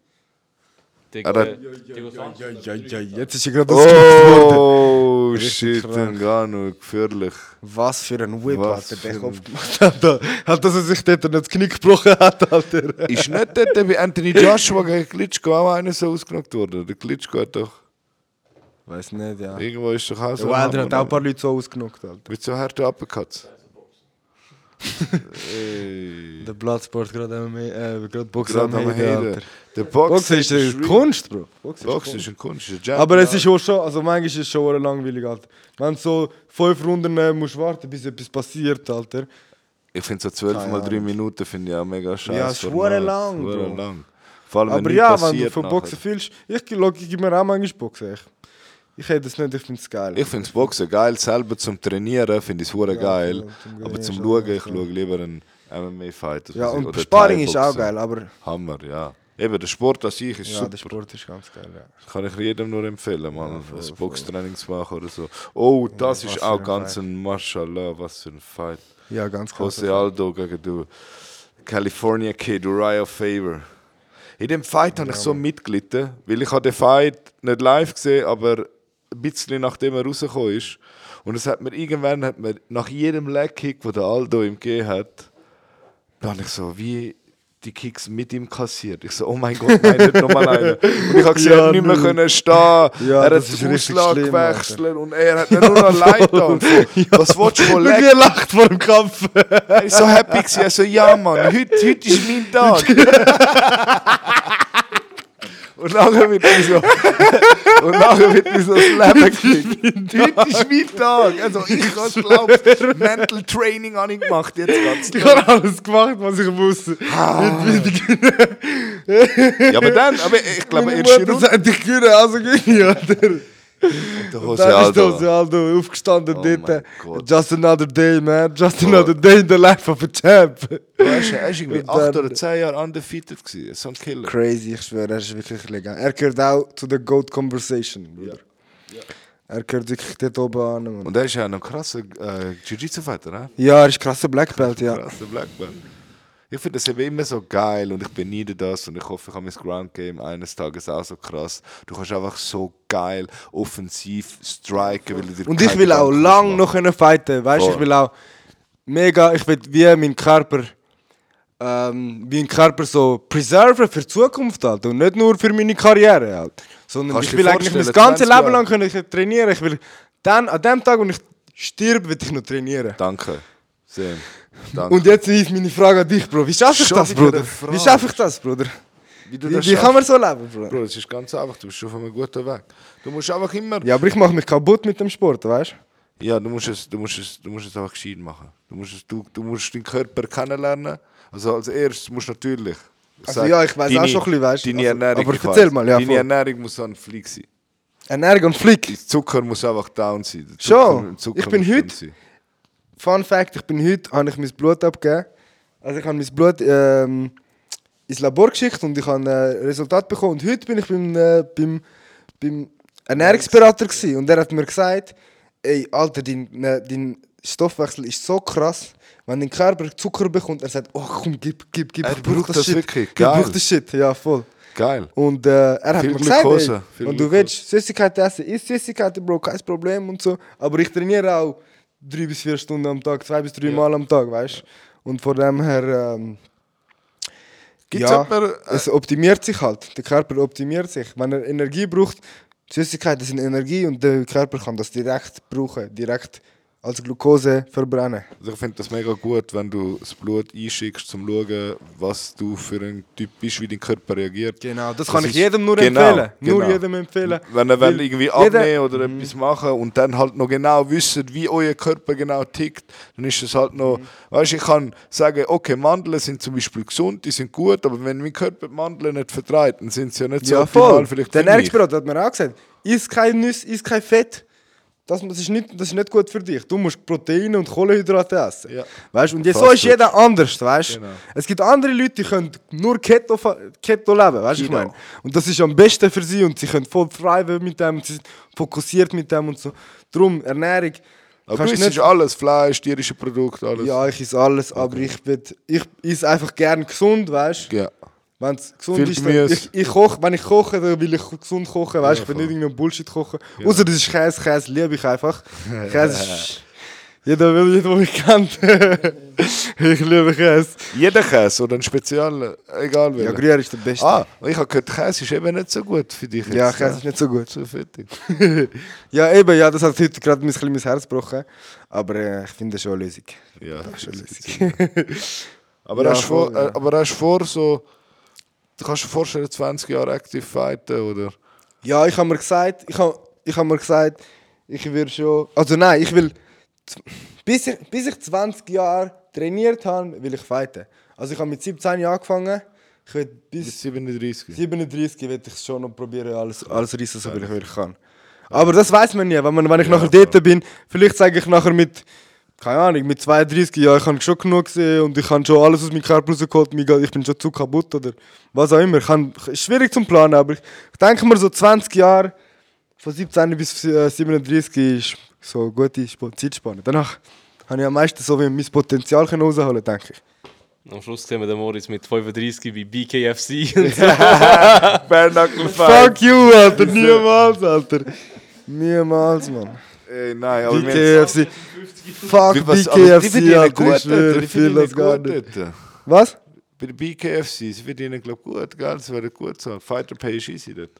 Speaker 3: Gegen,
Speaker 1: Er hat-
Speaker 3: äh, Diego Sanchez.
Speaker 2: Jetzt ist er gerade
Speaker 1: Oh, shit,
Speaker 2: krank.
Speaker 1: Engano, gefährlich.
Speaker 2: Was für ein Whip
Speaker 1: Was
Speaker 2: hat er
Speaker 1: für
Speaker 2: den
Speaker 1: ein-
Speaker 2: Kopf gemacht, Alter. Hat, dass er sich dort nicht das Knie gebrochen hat, Alter.
Speaker 1: Ist nicht dort bei Anthony Joshua gegen Klitschko auch einer so ausgenockt worden? Der Klitschko hat doch...
Speaker 2: Weiß nicht, ja. Der
Speaker 1: Irgendwo ist doch auch so...
Speaker 2: Wilder hat auch ein
Speaker 1: Hammer,
Speaker 2: paar Leute so ausgenockt, Alter.
Speaker 1: Mit so harten Uppercuts. Ey.
Speaker 2: Der Bloodsport gerade MMA, äh, gerade Boxen
Speaker 1: Gerade am Heiden. Der Boxen,
Speaker 2: Boxen ist eine
Speaker 1: real.
Speaker 2: Kunst, Bro. Boxen ist
Speaker 1: Boxen ist eine Kunst. Ist ein
Speaker 2: Aber es ist auch schon, also manchmal ist es schon verdammt langweilig, Alter. Wenn du so fünf Runden äh, musst warten, bis etwas passiert, Alter.
Speaker 1: Ich finde so 12 mal
Speaker 2: Keine
Speaker 1: 3 Minuten finde ich auch mega scheiße.
Speaker 2: Ja, ist verdammt lang, Bro.
Speaker 1: lang. Vor allem, wenn
Speaker 2: Aber
Speaker 1: nichts
Speaker 2: ja, wenn du
Speaker 1: passiert
Speaker 2: von
Speaker 1: nachher.
Speaker 2: Boxen fühlst, ich gebe mir auch manchmal Boxen. Ich, ich hätte es nicht, ich finde es geil.
Speaker 1: Ich finde Boxen geil, selber zum Trainieren finde ich es hure geil.
Speaker 2: voll, zum
Speaker 1: aber
Speaker 2: Trainieren
Speaker 1: zum
Speaker 2: schon,
Speaker 1: Schauen,
Speaker 2: ja,
Speaker 1: ich schaue lieber einen MMA-Fighter.
Speaker 2: ja, und
Speaker 1: oder
Speaker 2: Sparring ist auch
Speaker 1: Thai-Boxen.
Speaker 2: geil, aber
Speaker 1: Hammer, ja. Eben, der Sport an sich ist
Speaker 2: ja,
Speaker 1: super.
Speaker 2: der Sport ist ganz geil, ja.
Speaker 1: Kann ich jedem nur empfehlen, mal ein Boxtraining zu machen oder so. Oh, das ist
Speaker 2: was
Speaker 1: auch
Speaker 2: für ein
Speaker 1: ganz ein Mashallah, was für ein Fight.
Speaker 2: Ja, ganz krass.
Speaker 1: Jose Aldo gegen den California Kid, Uriah Faber. In dem Fight habe ich so mitgelitten, weil ich habe den Fight nicht live gesehen, aber ein bisschen nachdem er rausgekommen ist. Und es hat mir irgendwann, hat mir nach jedem Leg-Kick, den der Aldo ihm gegeben hat, da habe ich so wie die Kicks mit ihm kassiert. Ich so, oh mein Gott, nein, nicht nochmal einen. Und ich habe gesehen, er
Speaker 2: Ja,
Speaker 1: hat nicht mehr
Speaker 2: du.
Speaker 1: können stehen. Ja, er hat
Speaker 2: das ist
Speaker 1: den
Speaker 2: richtig
Speaker 1: Ausschlag
Speaker 2: schlimm,
Speaker 1: gewechselt und er hat mir nur noch leid getan. Und so, Was willst du von
Speaker 2: Schau, wie
Speaker 1: Leg?
Speaker 2: er lacht vor dem Kampf.
Speaker 1: Er ist so happy gewesen. Er so, ja Mann, heute, heute ist mein Tag. Und nachher wird mir so, und nachher wird mir so das Leben gekriegt. Heute ist mein Tag. Also ich habe glaube Mental Training habe ich gemacht jetzt ganz Ah.
Speaker 2: Ich habe alles gemacht, was ich wusste.
Speaker 1: Ja, aber dann, aber ich glaube,
Speaker 2: Meine
Speaker 1: erste
Speaker 2: Mutter
Speaker 1: Runde.
Speaker 2: sagt, ich kühne, also geh ich, Alter.
Speaker 1: Der
Speaker 2: Da
Speaker 1: also.
Speaker 2: ist Jose Aldo aufgestanden
Speaker 1: Oh
Speaker 2: dort.
Speaker 1: mein Gott.
Speaker 2: Just another day, man. Just another day in the life of a champ.
Speaker 1: Er ist er ist irgendwie
Speaker 2: Und
Speaker 1: 8
Speaker 2: dann-
Speaker 1: oder 10 Jahre undefeated gewesen. So ein Killer.
Speaker 2: Crazy, ich schwöre, er ist wirklich legal. Er gehört auch zu der Goat Conversation, Bruder. Er gehört wirklich dort oben an. Mann.
Speaker 1: Und er ist ja noch ein krasser äh, Jiu-Jitsu-Fighter, ne?
Speaker 2: Ja, er ist krasser Black Belt, ja.
Speaker 1: Krasser Black Belt. Ich finde das eben immer so geil und ich beneide das und ich hoffe, ich habe mein Ground Game eines Tages auch so krass. Du kannst einfach so geil offensiv striken, weil du dir
Speaker 2: Und ich
Speaker 1: keine
Speaker 2: will auch
Speaker 1: Gedanken
Speaker 2: lang
Speaker 1: machen.
Speaker 2: noch können fighten, weißt du? Ich
Speaker 1: Voll.
Speaker 2: will auch mega, ich will wie mein Körper, ähm, wie mein Körper so preserven für die Zukunft halt und nicht nur für meine Karriere halt. Sondern
Speaker 1: Kannst du dir
Speaker 2: ich will eigentlich mein
Speaker 1: vorstellen,
Speaker 2: ganzes
Speaker 1: 20
Speaker 2: Leben lang können trainieren. Ich will dann, an dem Tag, wo ich stirb, will ich noch trainieren.
Speaker 1: Danke. Sam. Danke.
Speaker 2: Und jetzt ist meine Frage an dich, Bro. Wie schaffe ich
Speaker 1: Schon
Speaker 2: das,
Speaker 1: wieder eine
Speaker 2: Bruder?
Speaker 1: Frage.
Speaker 2: Wie schaffe ich das, Bruder?
Speaker 1: wie du
Speaker 2: Wie,
Speaker 1: das
Speaker 2: wie
Speaker 1: schaffst-
Speaker 2: kann man so leben, Bruder?
Speaker 1: Bro, es ist ganz einfach, du bist schon auf einem guten Weg. Du musst einfach immer
Speaker 2: Ja, aber ich mache mich kaputt mit dem Sport, weißt du?
Speaker 1: Ja, du musst es, du musst es, du musst es einfach gescheit machen. Du musst, es, du, du musst deinen Körper kennenlernen. Also als erstes musst du natürlich. ich
Speaker 2: Also ja, ich weiss auch schon ein bisschen, weißt du.
Speaker 1: Deine
Speaker 2: Also,
Speaker 1: Ernährung.
Speaker 2: aber
Speaker 1: ich
Speaker 2: erzähl
Speaker 1: weiss.
Speaker 2: mal, ja,
Speaker 1: Deine
Speaker 2: voll.
Speaker 1: Ernährung muss an Flick sein.
Speaker 2: Energie und Flick.
Speaker 1: Dein Zucker muss einfach down sein. Der
Speaker 2: Schon? Ich bin
Speaker 1: muss
Speaker 2: heute-
Speaker 1: down sein.
Speaker 2: Fun Fact, ich bin heute, habe ich mein Blut abgegeben. Also ich habe mein Blut ähm, ins Labor geschickt und ich habe äh, Resultat bekommen. Und heute bin ich beim, äh, beim, beim Ernährungsberater gewesen. und der hat mir gesagt, ey Alter, dein, äh, dein Stoffwechsel ist so krass, wenn dein Körper Zucker bekommt, er sagt, oh komm, gib, gib, gib,
Speaker 1: Er braucht das wirklich,
Speaker 2: ich brauche
Speaker 1: geil.
Speaker 2: das Shit, ja voll.
Speaker 1: Geil.
Speaker 2: Und äh, er hat
Speaker 1: Viel
Speaker 2: mir gesagt,
Speaker 1: Glukose,
Speaker 2: ey,
Speaker 1: viel
Speaker 2: wenn du
Speaker 1: Glukose.
Speaker 2: willst Süßigkeiten essen, isst Süßigkeiten, Bro, kein Problem und so. Aber ich trainiere auch drei bis vier Stunden am Tag, zwei bis drei Mal am Tag, weißt du? Und von dem her, ähm,
Speaker 1: Gibt's
Speaker 2: ja,
Speaker 1: jemanden, äh,
Speaker 2: es optimiert sich halt. Der Körper optimiert sich. Wenn er Energie braucht, Süßigkeiten sind Energie und der Körper kann das direkt brauchen, direkt als Glukose verbrennen.
Speaker 1: Also ich finde das mega gut, wenn du das Blut einschickst, um zu schauen, was du für ein Typ bist, wie dein Körper reagiert.
Speaker 2: Genau, das
Speaker 1: kann ich jedem nur empfehlen. Nur jedem
Speaker 2: empfehlen.
Speaker 1: Wenn ihr wollt, irgendwie abnehmen oder
Speaker 2: Mhm.
Speaker 1: etwas machen und dann halt noch genau wissen, wie euer Körper genau tickt, dann ist es halt
Speaker 2: Mhm.
Speaker 1: noch. Weißt du, ich kann sagen, okay, Mandeln sind zum Beispiel gesund, die sind gut, aber wenn mein Körper die Mandeln nicht vertreibt, dann sind sie ja nicht so
Speaker 2: Ja,
Speaker 1: optimal
Speaker 2: voll.
Speaker 1: vielleicht.
Speaker 2: Der
Speaker 1: für mich.
Speaker 2: Ernährungsberater hat mir auch gesagt, isst kein Nüsse, isst kein Fett. Das, das, ist nicht, das ist nicht gut für dich. Du musst Proteine und Kohlenhydrate essen.
Speaker 1: Ja.
Speaker 2: Weißt? Und jetzt, so
Speaker 1: Fast
Speaker 2: ist jeder anders. Weißt?
Speaker 1: Genau.
Speaker 2: Es gibt andere Leute, die können nur Keto, fa- Keto leben. Weißt? Ich
Speaker 1: Keto.
Speaker 2: meine. Und das ist am besten für sie und sie können voll thriven mit dem und sie sind fokussiert mit dem und so. Drum Ernährung.
Speaker 1: Aber
Speaker 2: kannst
Speaker 1: du isst alles, Fleisch, tierische Produkte, alles.
Speaker 2: Ja, ich esse alles, aber ich, bin, ich esse einfach gern gesund, weißt du?
Speaker 1: Ja.
Speaker 2: Wenn es gesund
Speaker 1: Viel
Speaker 2: ist, dann,
Speaker 1: Gemüse.
Speaker 2: ich, ich koche, wenn ich koche, dann will ich gesund kochen, weißt du? Ich will
Speaker 1: voll.
Speaker 2: nicht irgendeinen Bullshit kochen. Außer das ist Käse, Käse liebe ich einfach. Käse ist. Jeder will, jeder, den ich kennt. ich liebe Käse.
Speaker 1: Jeder Käse oder ein spezieller, egal
Speaker 2: Ja,
Speaker 1: welcher.
Speaker 2: Gruyère ist der beste.
Speaker 1: ah, ich habe gehört, Käse ist eben nicht so gut für dich.
Speaker 2: ja,
Speaker 1: jetzt,
Speaker 2: Käse
Speaker 1: ne?
Speaker 2: ist nicht so gut.
Speaker 1: zu fettig.
Speaker 2: Ja, eben, ja, das hat heute gerade mein, bisschen mein Herz gebrochen. Aber äh, ich finde schon eine Lösung.
Speaker 1: Ja, das
Speaker 2: Eine
Speaker 1: ist
Speaker 2: Lösung.
Speaker 1: aber,
Speaker 2: Ja,
Speaker 1: hast du vor,
Speaker 2: voll, ja.
Speaker 1: äh, aber hast du vor, so. Du kannst dir vorstellen, 20 Jahre aktiv fighten oder.
Speaker 2: Ja, ich habe mir gesagt, ich habe ich hab mir gesagt, ich will schon. Also nein, ich will. z- Bis ich, bis ich 20 Jahre trainiert habe, will ich fighten. Also ich habe mit 17 Jahren angefangen. Ich will
Speaker 1: Bis
Speaker 2: bis
Speaker 1: 37.
Speaker 2: 37 will ich schon noch probieren, alles, alles reissen, so viel ich wirklich kann. Aber das weiß man nie, wenn, man, wenn ich nachher dort bin. Vielleicht sage ich nachher mit, keine Ahnung, mit 32, ja, ich habe schon genug gesehen und ich habe schon alles aus meinem Körper rausgeholt, mir geht- ich bin schon zu kaputt oder was auch immer. Ich kann, ist schwierig zum planen, aber ich denke mir so 20 Jahre, von 17 bis äh, 37 ist so eine gute Sp- Zeitspanne. Danach habe ich am meisten so wie mein Potenzial können rausholen, denke ich.
Speaker 3: Am Schluss sehen wir den Moritz mit 35 bei BKFC. Und
Speaker 1: Bernackel
Speaker 2: Fuck you, Alter, niemals, Alter. Niemals, Mann.
Speaker 1: Ey, nein, aber wir.
Speaker 2: BKFC. Fuck
Speaker 1: Wie, was, aber die
Speaker 2: BKFC,
Speaker 1: verdienen
Speaker 2: Alter,
Speaker 1: gut,
Speaker 2: ich schwöre,
Speaker 1: die
Speaker 2: ich fühle
Speaker 1: verdienen
Speaker 2: das gar
Speaker 1: gut.
Speaker 2: nicht.
Speaker 1: dort.
Speaker 2: Was?
Speaker 1: Bei der BKFC, sie verdienen, glaube ich, gut, gell? Sie werden gut so. Fighter Pay ist easy dort.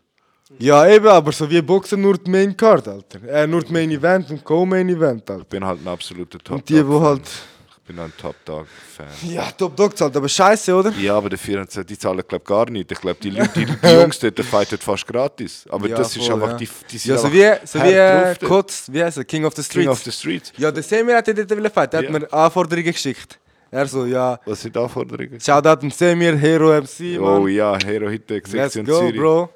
Speaker 2: Ja, eben, aber so wie Boxen nur die Main Card, Alter. Äh, nur die Main Event und Co-Main Event, Alter.
Speaker 1: Ich bin halt ein absoluter top
Speaker 2: Und die, die halt.
Speaker 1: Ich bin ein Top-Dog-Fan.
Speaker 2: Ja, Top Dog zahlt, aber scheiße, oder?
Speaker 1: Ja, aber die 24, die zahlen, glaube ich, gar nicht. Ich glaube, die, Leute- die, die Jungs dort fighten fast gratis. Aber
Speaker 2: Ja,
Speaker 1: das ist
Speaker 2: voll,
Speaker 1: einfach,
Speaker 2: ja.
Speaker 1: die, die sind
Speaker 2: Ja, so
Speaker 1: einfach
Speaker 2: wie, so wie äh,
Speaker 1: hart drauf dort.
Speaker 2: Kotz, wie heißt er? King of the Streets.
Speaker 1: King of the Streets.
Speaker 2: ja, der Semir hat dort wollen fighten, der
Speaker 1: Ja.
Speaker 2: hat mir Anforderungen geschickt. Er so, ja,
Speaker 1: Was sind die Anforderungen?
Speaker 2: Shoutout an Semir, Hero MC, Mann.
Speaker 1: Oh ja, Hero Hitek,
Speaker 2: Let's
Speaker 1: Sektion
Speaker 2: go,
Speaker 1: Zürich.
Speaker 2: Bro.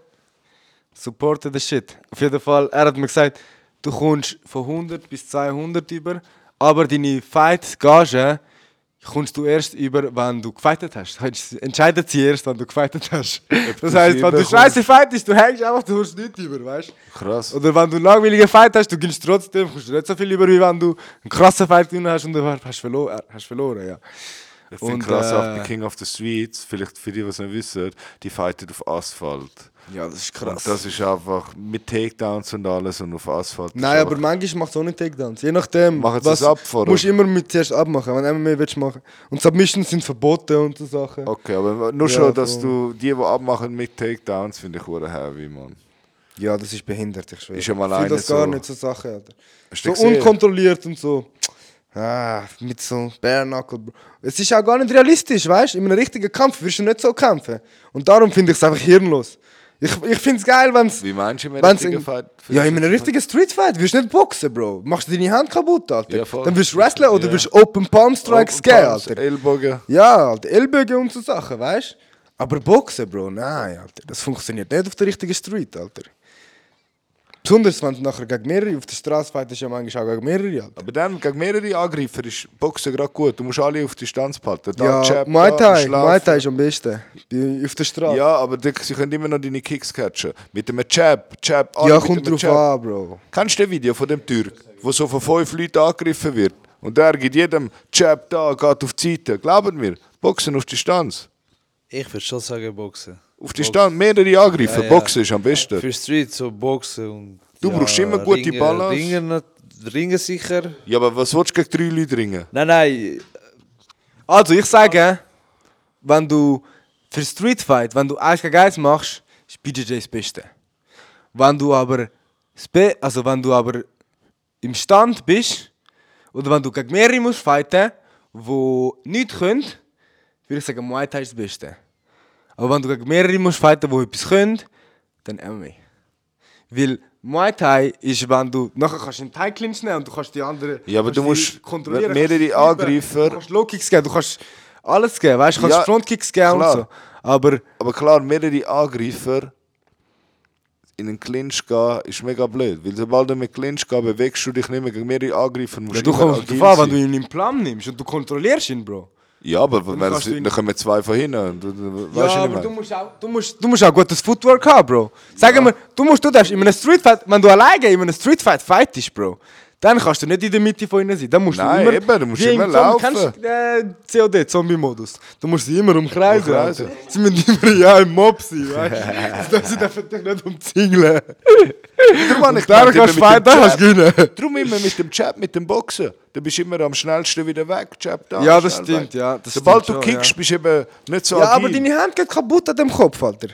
Speaker 2: Supporte the shit. Auf jeden Fall, er hat mir gesagt, du kommst von 100 bis 200 über, aber deine Fight-Gage kommst du erst über, wenn du gefightet hast. Das entscheidet sie erst, wenn du gefightet hast. Das
Speaker 1: du sie
Speaker 2: heißt, wenn du
Speaker 1: überkommst.
Speaker 2: scheiße fightest, du hängst einfach, du kommst nicht über, weißt du?
Speaker 1: Krass.
Speaker 2: Oder wenn du einen langweiligen Fight hast, du gewinnst trotzdem, kommst du nicht so viel über, wie wenn du einen krassen Fight gewonnen hast und du hast verloren, hast verloren ja.
Speaker 1: Ich finde
Speaker 2: Und,
Speaker 1: krass, auch
Speaker 2: äh,
Speaker 1: die King of the Streets, vielleicht für die, die es nicht wissen, die fighten auf Asphalt.
Speaker 2: Ja, das ist
Speaker 1: Und das ist einfach mit Takedowns und alles und auf Asphalt. Also, ist
Speaker 2: Nein, aber
Speaker 1: einfach-
Speaker 2: manchmal macht es auch nicht Takedowns. Je nachdem.
Speaker 1: Machen sie es ab vorher?
Speaker 2: Musst du immer mit zuerst abmachen, wenn du MMA willst machen. Und Submissions sind verboten und so Sachen.
Speaker 1: Okay, aber nur
Speaker 2: Ja,
Speaker 1: schon, dass
Speaker 2: voll.
Speaker 1: du die, die abmachen mit Takedowns, finde ich hure heavy, Mann.
Speaker 2: Ja, das ist behindert, ich schwöre.
Speaker 1: Ist ja mal
Speaker 2: Ich fühl
Speaker 1: einer
Speaker 2: das gar
Speaker 1: so-
Speaker 2: nicht so Sachen, Alter.
Speaker 1: Hast
Speaker 2: So
Speaker 1: du gesehen?
Speaker 2: unkontrolliert und so. Ah, mit so Bärnackel. Bro. Es ist auch gar nicht realistisch, weißt du? In einem richtigen Kampf wirst du nicht so kämpfen. Und darum finde ich es einfach hirnlos. Ich, ich finde es geil, wenn es.
Speaker 1: Wie meinst du, wenn
Speaker 2: Wenn's
Speaker 1: richtigen
Speaker 2: in-
Speaker 1: Fight?
Speaker 2: Ja, in einem richtigen Streetfight wirst du nicht boxen, Bro. Machst du deine Hand kaputt, Alter.
Speaker 1: Ja, voll.
Speaker 2: Dann wirst du wrestlen oder
Speaker 1: Ja.
Speaker 2: wirst du Open Palm Strikes geben, Alter.
Speaker 1: Ellbogen.
Speaker 2: Ja, Alter, Ellbogen und so Sachen, weißt du? Aber Boxen, Bro, nein, Alter. Das funktioniert nicht auf der richtigen Street, Alter. Besonders wenn du nachher gegen mehrere auf der Straße fightest, ja manchmal auch gegen mehrere, Alter.
Speaker 1: Aber dann, gegen mehrere Angreifer ist Boxen gerade gut. Du musst alle auf Distanz behalten. Da
Speaker 2: Ja,
Speaker 1: Jab, da
Speaker 2: Muay Thai,
Speaker 1: Schlag.
Speaker 2: Muai Thai ist am besten. Bei- Auf der Straße. Ja,
Speaker 1: Ja, aber die- sie können immer noch deine Kicks catchen. Mit einem Jab, Jab, alle mit
Speaker 2: kommt
Speaker 1: einem
Speaker 2: drauf
Speaker 1: Jab.
Speaker 2: an, Bro.
Speaker 1: Kennst du das Video von dem Türk, wo so von fünf Leuten angegriffen wird? Und der gibt jedem Jab da, geht auf die Seite. Glauben mir, Boxen auf Distanz.
Speaker 4: Ich würde schon sagen Boxen.
Speaker 1: Auf Distanz, mehrere Angriffe.
Speaker 4: Ja, ja.
Speaker 1: Boxen ist am besten.
Speaker 4: Für Street so Boxen und...
Speaker 1: Du brauchst immer gute
Speaker 4: Ringen-
Speaker 1: Balance.
Speaker 4: Ringen, nat- Ringen sicher.
Speaker 1: Ja, aber was willst du gegen drei Leute ringen?
Speaker 4: Nein, nein.
Speaker 2: Also, ich sage, wenn du für Streetfight, wenn du 1 gegen 1 machst, ist BJJ das Beste. Wenn du aber, spe also wenn du aber im Stand bist, oder wenn du gegen mehrere musst fighten, die nichts können, würde ich sagen, Muay Thai ist das Beste. Aber wenn du gegen mehrere musst fighten, die etwas können, dann MMA. Weil Muay Thai ist, wenn du nachher kannst du einen Thai Clinch nehmen und du kannst die anderen
Speaker 1: Ja, aber
Speaker 2: kannst
Speaker 1: du
Speaker 2: die
Speaker 1: musst
Speaker 2: kontrollieren,
Speaker 1: mehrere
Speaker 2: kannst die snipen,
Speaker 1: Angreifer-
Speaker 2: Du kannst Low Kicks geben, du kannst alles geben, weißt du, kannst
Speaker 1: Ja,
Speaker 2: Frontkicks geben
Speaker 1: klar.
Speaker 2: und so. Aber
Speaker 1: Aber klar, mehrere Angreifer in einen Clinch gehen ist mega blöd. Weil sobald du mit Clinch gehst, bewegst du dich nicht mehr gegen mehrere Angreifer. Musst
Speaker 2: Ja, du
Speaker 1: immer
Speaker 2: kommst
Speaker 1: agil
Speaker 2: drauf an, wenn
Speaker 1: sein.
Speaker 2: du ihn im Plan nimmst und du kontrollierst ihn, Bro.
Speaker 1: Ja, aber wenn
Speaker 2: kannst du
Speaker 1: wir,
Speaker 2: ihn-
Speaker 1: dann kommen zwei von hinten. Du, du, weißt du, was ich meine?
Speaker 2: musst auch, du, musst, du musst auch gutes Footwork haben, Bro. Sagen wir, du musst, du darfst in einem Streetfight, wenn du alleine in einem Streetfight fightest, Bro, dann kannst du nicht in der Mitte von ihnen sein. Dann musst
Speaker 1: Nein,
Speaker 2: du immer,
Speaker 1: eben, du musst
Speaker 2: wie
Speaker 1: immer
Speaker 2: im Zombie-
Speaker 1: laufen.
Speaker 2: Kennst du äh, COD, Zombie-Modus? Du musst sie immer umkreisen.
Speaker 1: Umkreisen.
Speaker 2: Alter. Sie müssen immer ja im Mob sein, weißt du? Sie dürfen dich nicht umzingeln.
Speaker 1: Darum habe ich
Speaker 2: Dann
Speaker 1: gedacht, eben
Speaker 2: kannst du
Speaker 1: mit dem
Speaker 2: fighten, dann kannst
Speaker 1: Jab-
Speaker 2: du gewinnen.
Speaker 1: Darum immer mit dem Jab, mit dem Boxen. Du bist immer am schnellsten wieder weg. Jab da,
Speaker 2: Ja, das
Speaker 1: schnell
Speaker 2: stimmt, ja, das
Speaker 1: Sobald
Speaker 2: stimmt
Speaker 1: du
Speaker 2: schon,
Speaker 1: kickst,
Speaker 2: ja.
Speaker 1: bist du eben nicht so
Speaker 2: Ja,
Speaker 1: agil.
Speaker 2: aber deine Hand geht kaputt an dem Kopf, Alter.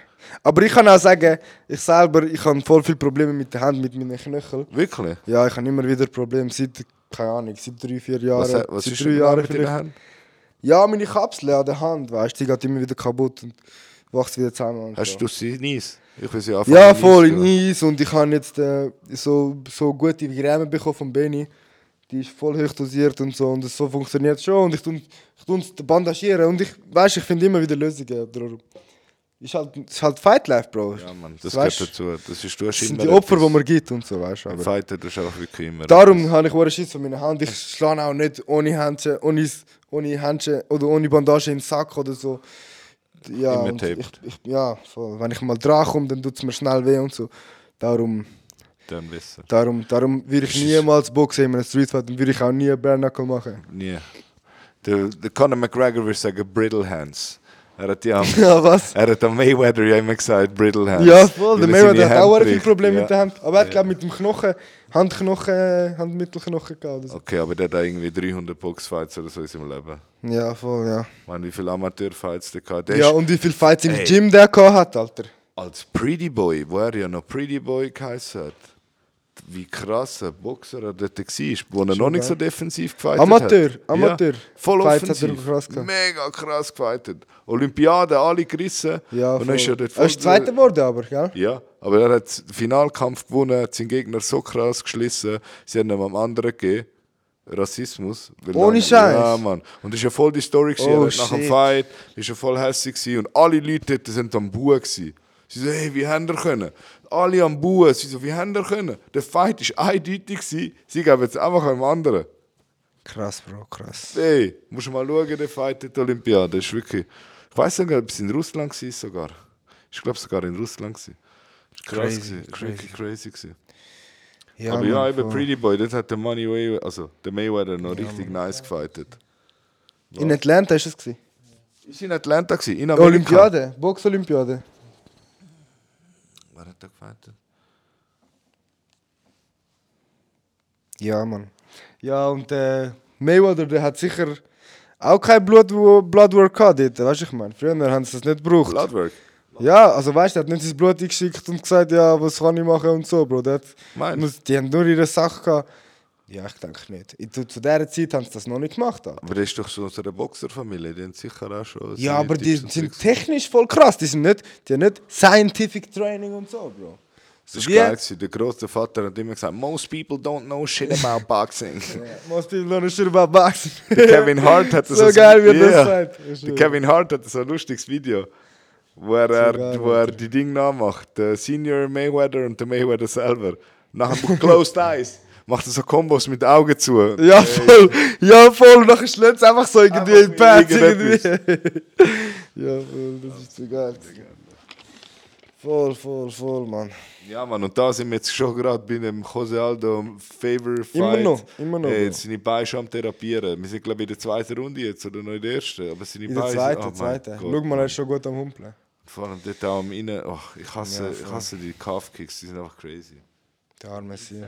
Speaker 2: Aber ich kann auch sagen, ich selber, ich habe voll viele Probleme mit der Hand, mit meinen Knöcheln.
Speaker 1: Wirklich?
Speaker 2: Ja, ich habe immer wieder Probleme seit, keine Ahnung, seit drei, vier Jahren.
Speaker 1: Was, äh, was
Speaker 2: seit
Speaker 1: ist
Speaker 2: drei
Speaker 1: denn
Speaker 2: Jahren
Speaker 1: mit deiner
Speaker 2: vielleicht.
Speaker 1: Hand?
Speaker 2: Ja, meine Kapsel an der Hand, weißt du, die geht immer wieder kaputt und wächst wieder zusammen. Und
Speaker 1: Hast
Speaker 2: so.
Speaker 1: du sie nies? Ich will sie anfangen.
Speaker 2: Ja,
Speaker 1: nies
Speaker 2: voll
Speaker 1: zu
Speaker 2: in
Speaker 1: tun.
Speaker 2: Eis und ich habe jetzt äh, so, so gute Creme bekommen von Benny. Die ist voll hochdosiert und so und so funktioniert schon und ich tun ich tun's bandagieren und ich weiß ich finde immer wieder Lösungen. Darum. Ist halt, ist halt Fight Life, Bro.
Speaker 1: Ja, Mann, das
Speaker 2: Weißt,
Speaker 1: gehört dazu. Das ist du hast
Speaker 2: Das sind
Speaker 1: immer
Speaker 2: die Opfer, die
Speaker 1: etwas.
Speaker 2: man gibt und so, weißt du.
Speaker 1: Im
Speaker 2: aber-
Speaker 1: Fighter, das ist einfach wirklich immer.
Speaker 2: Darum habe ich hohen Schiss von meiner Hand. Ich schlage auch nicht ohne Händchen, ohne, ohne Händchen oder ohne Bandage in den Sack oder so. Ja,
Speaker 1: Immer
Speaker 2: und
Speaker 1: taped.
Speaker 2: ich, ich, ja voll. wenn ich mal dran komme, dann tut es mir schnell weh und so. Darum,
Speaker 1: Dann wissen.
Speaker 2: darum, darum würde ich niemals boxen in einem Streetfight und würde ich auch nie einen Bare Knuckle machen.
Speaker 1: Nie. Der, der Conor McGregor würde sagen Brittle Hands. Er hat ja am,
Speaker 2: Ja, was?
Speaker 1: er hat am Mayweather ja immer gesagt Brittle Hands.
Speaker 2: Ja, voll.
Speaker 1: Weil er
Speaker 2: Der
Speaker 1: seine
Speaker 2: Mayweather hat
Speaker 1: Hand
Speaker 2: auch
Speaker 1: bricht.
Speaker 2: viel Probleme
Speaker 1: Ja.
Speaker 2: mit der Hand. Aber er hat, glaube mit dem Knochen, Handknochen, Handmittelknochen gehabt. Oder so.
Speaker 1: Okay, aber der hat auch irgendwie 300 Boxfights oder so in seinem Leben.
Speaker 2: Ja, voll, ja.
Speaker 1: Ich meine, wie viele Amateurfights der hatte. Der
Speaker 2: Ja,
Speaker 1: ist
Speaker 2: und wie viele Fights im
Speaker 1: Ey.
Speaker 2: Gym der gehabt hat, Alter.
Speaker 1: als Pretty Boy, wo er ja noch Pretty Boy geheißen hat, wie krass ein Boxer er dort war, wo er noch nicht so defensiv gefeitet
Speaker 2: Amateur,
Speaker 1: hat.
Speaker 2: Amateur.
Speaker 1: Ja, voll
Speaker 2: Fights hat er
Speaker 1: offensiv.
Speaker 2: krass gehabt.
Speaker 1: Mega krass gefeitet. Olympiade, alle gerissen.
Speaker 2: Ja,
Speaker 1: und dann ist
Speaker 2: voll.
Speaker 1: er dort
Speaker 2: Er ist Zweiter geworden, aber, gell?
Speaker 1: Ja, aber er hat den Finalkampf gewonnen, hat seinen Gegner so krass geschlissen, sie haben ihm am anderen gegeben. Rassismus. weil
Speaker 2: Ohne
Speaker 1: dann-
Speaker 2: Scheiß.
Speaker 1: Ja, Mann. Und das war ja voll die Story. gewesen.
Speaker 2: Oh,
Speaker 1: er hat nach dem
Speaker 2: shit.
Speaker 1: Fight ist ja voll hässlich gewesen. und alle Leute dort sind am Buhen. gewesen. Sie so, hey, wie haben wir können? Alle am Buhen. Sie so, wie haben wir können? Der Fight war eindeutig. Gewesen. Sie geben jetzt einfach einem anderen.
Speaker 2: Krass, Bro, krass.
Speaker 1: Hey, musst du mal schauen, der Fight in der Olympiade. Das ist wirklich. Ich weiß nicht, ob es in Russland war sogar. Ich glaube sogar in Russland. war. Das war krass.
Speaker 2: Crazy,
Speaker 1: Crazy, crazy. crazy gewesen.
Speaker 2: Ja,
Speaker 1: Aber ja,
Speaker 2: Mann,
Speaker 1: eben
Speaker 2: voll.
Speaker 1: Pretty Boy, das hat der Money Way, also der Mayweather noch richtig nice gefightet.
Speaker 2: In Atlanta ist es gewesen.
Speaker 1: Ist in Atlanta gewesen, in Amerika.
Speaker 2: Olympiade, Box-Olympiade.
Speaker 1: Wer hat da gefightet?
Speaker 2: Ja, Mann. Ja, und äh, Mayweather, der hat sicher auch kein Blood Bloodwork gehabt dort, weißt du, ich meine. Früher haben sie das nicht gebraucht.
Speaker 1: Bloodwork.
Speaker 2: Ja, also weißt du, der hat nicht sein Blut eingeschickt und gesagt, ja, was kann ich machen und so, Bro. Der hat,
Speaker 1: Meinst
Speaker 2: nur- die haben nur ihre Sache gehabt. Ja, ich denke nicht. Ich- Zu zu dieser Zeit haben sie das noch nicht gemacht. Alter.
Speaker 1: Aber das ist doch so unsere Boxerfamilie, die haben sicher auch schon.
Speaker 2: Ja,
Speaker 1: seine
Speaker 2: aber die
Speaker 1: Tipps und
Speaker 2: sind
Speaker 1: Tricks.
Speaker 2: technisch voll krass. Die sind nicht, die haben nicht Scientific Training und so, Bro.
Speaker 1: Das ist
Speaker 2: wie-
Speaker 1: geil gewesen. Der große Vater hat immer gesagt: Most people don't know shit about boxing.
Speaker 2: Most people don't know shit about boxing.
Speaker 1: Der Kevin Hart hat das
Speaker 2: So
Speaker 1: als-
Speaker 2: geil, wie er das
Speaker 1: Ja.
Speaker 2: sagt.
Speaker 1: Der Kevin Hart hat so ein lustiges Video, wo er,
Speaker 2: geil,
Speaker 1: wo er die Dinge nachmacht. Der Senior Mayweather und der Mayweather selber. Nachher mit Closed Eyes macht er so Kombos mit Augen zu.
Speaker 2: Ja, voll. Ja, voll. Und dann schlägt es einfach so irgendwie in den
Speaker 1: Einfach
Speaker 2: Pad.
Speaker 1: irgendetwas.
Speaker 2: irgendwie. ja, voll. Das ist so geil. Voll, voll, voll, Mann.
Speaker 1: Ja, Mann, und da sind wir jetzt schon gerade bei dem Jose Aldo Favor Fight.
Speaker 2: Immer noch, immer noch,
Speaker 1: Äh, jetzt sind die Beine schon am Therapieren. Wir sind, glaube ich, in der zweiten Runde jetzt oder noch in der ersten. Aber seine
Speaker 2: In der
Speaker 1: Beine sind-
Speaker 2: zweiten,
Speaker 1: oh mein
Speaker 2: zweiten.
Speaker 1: Gott,
Speaker 2: Schau mal, er
Speaker 1: Mann.
Speaker 2: ist schon gut am Humpeln.
Speaker 1: Vor allem dort auch am Innen. Ach, ich, hasse,
Speaker 2: Ja,
Speaker 1: ich
Speaker 2: voll.
Speaker 1: hasse die Calf-Kicks, die sind einfach crazy.
Speaker 2: Der arme Sieg.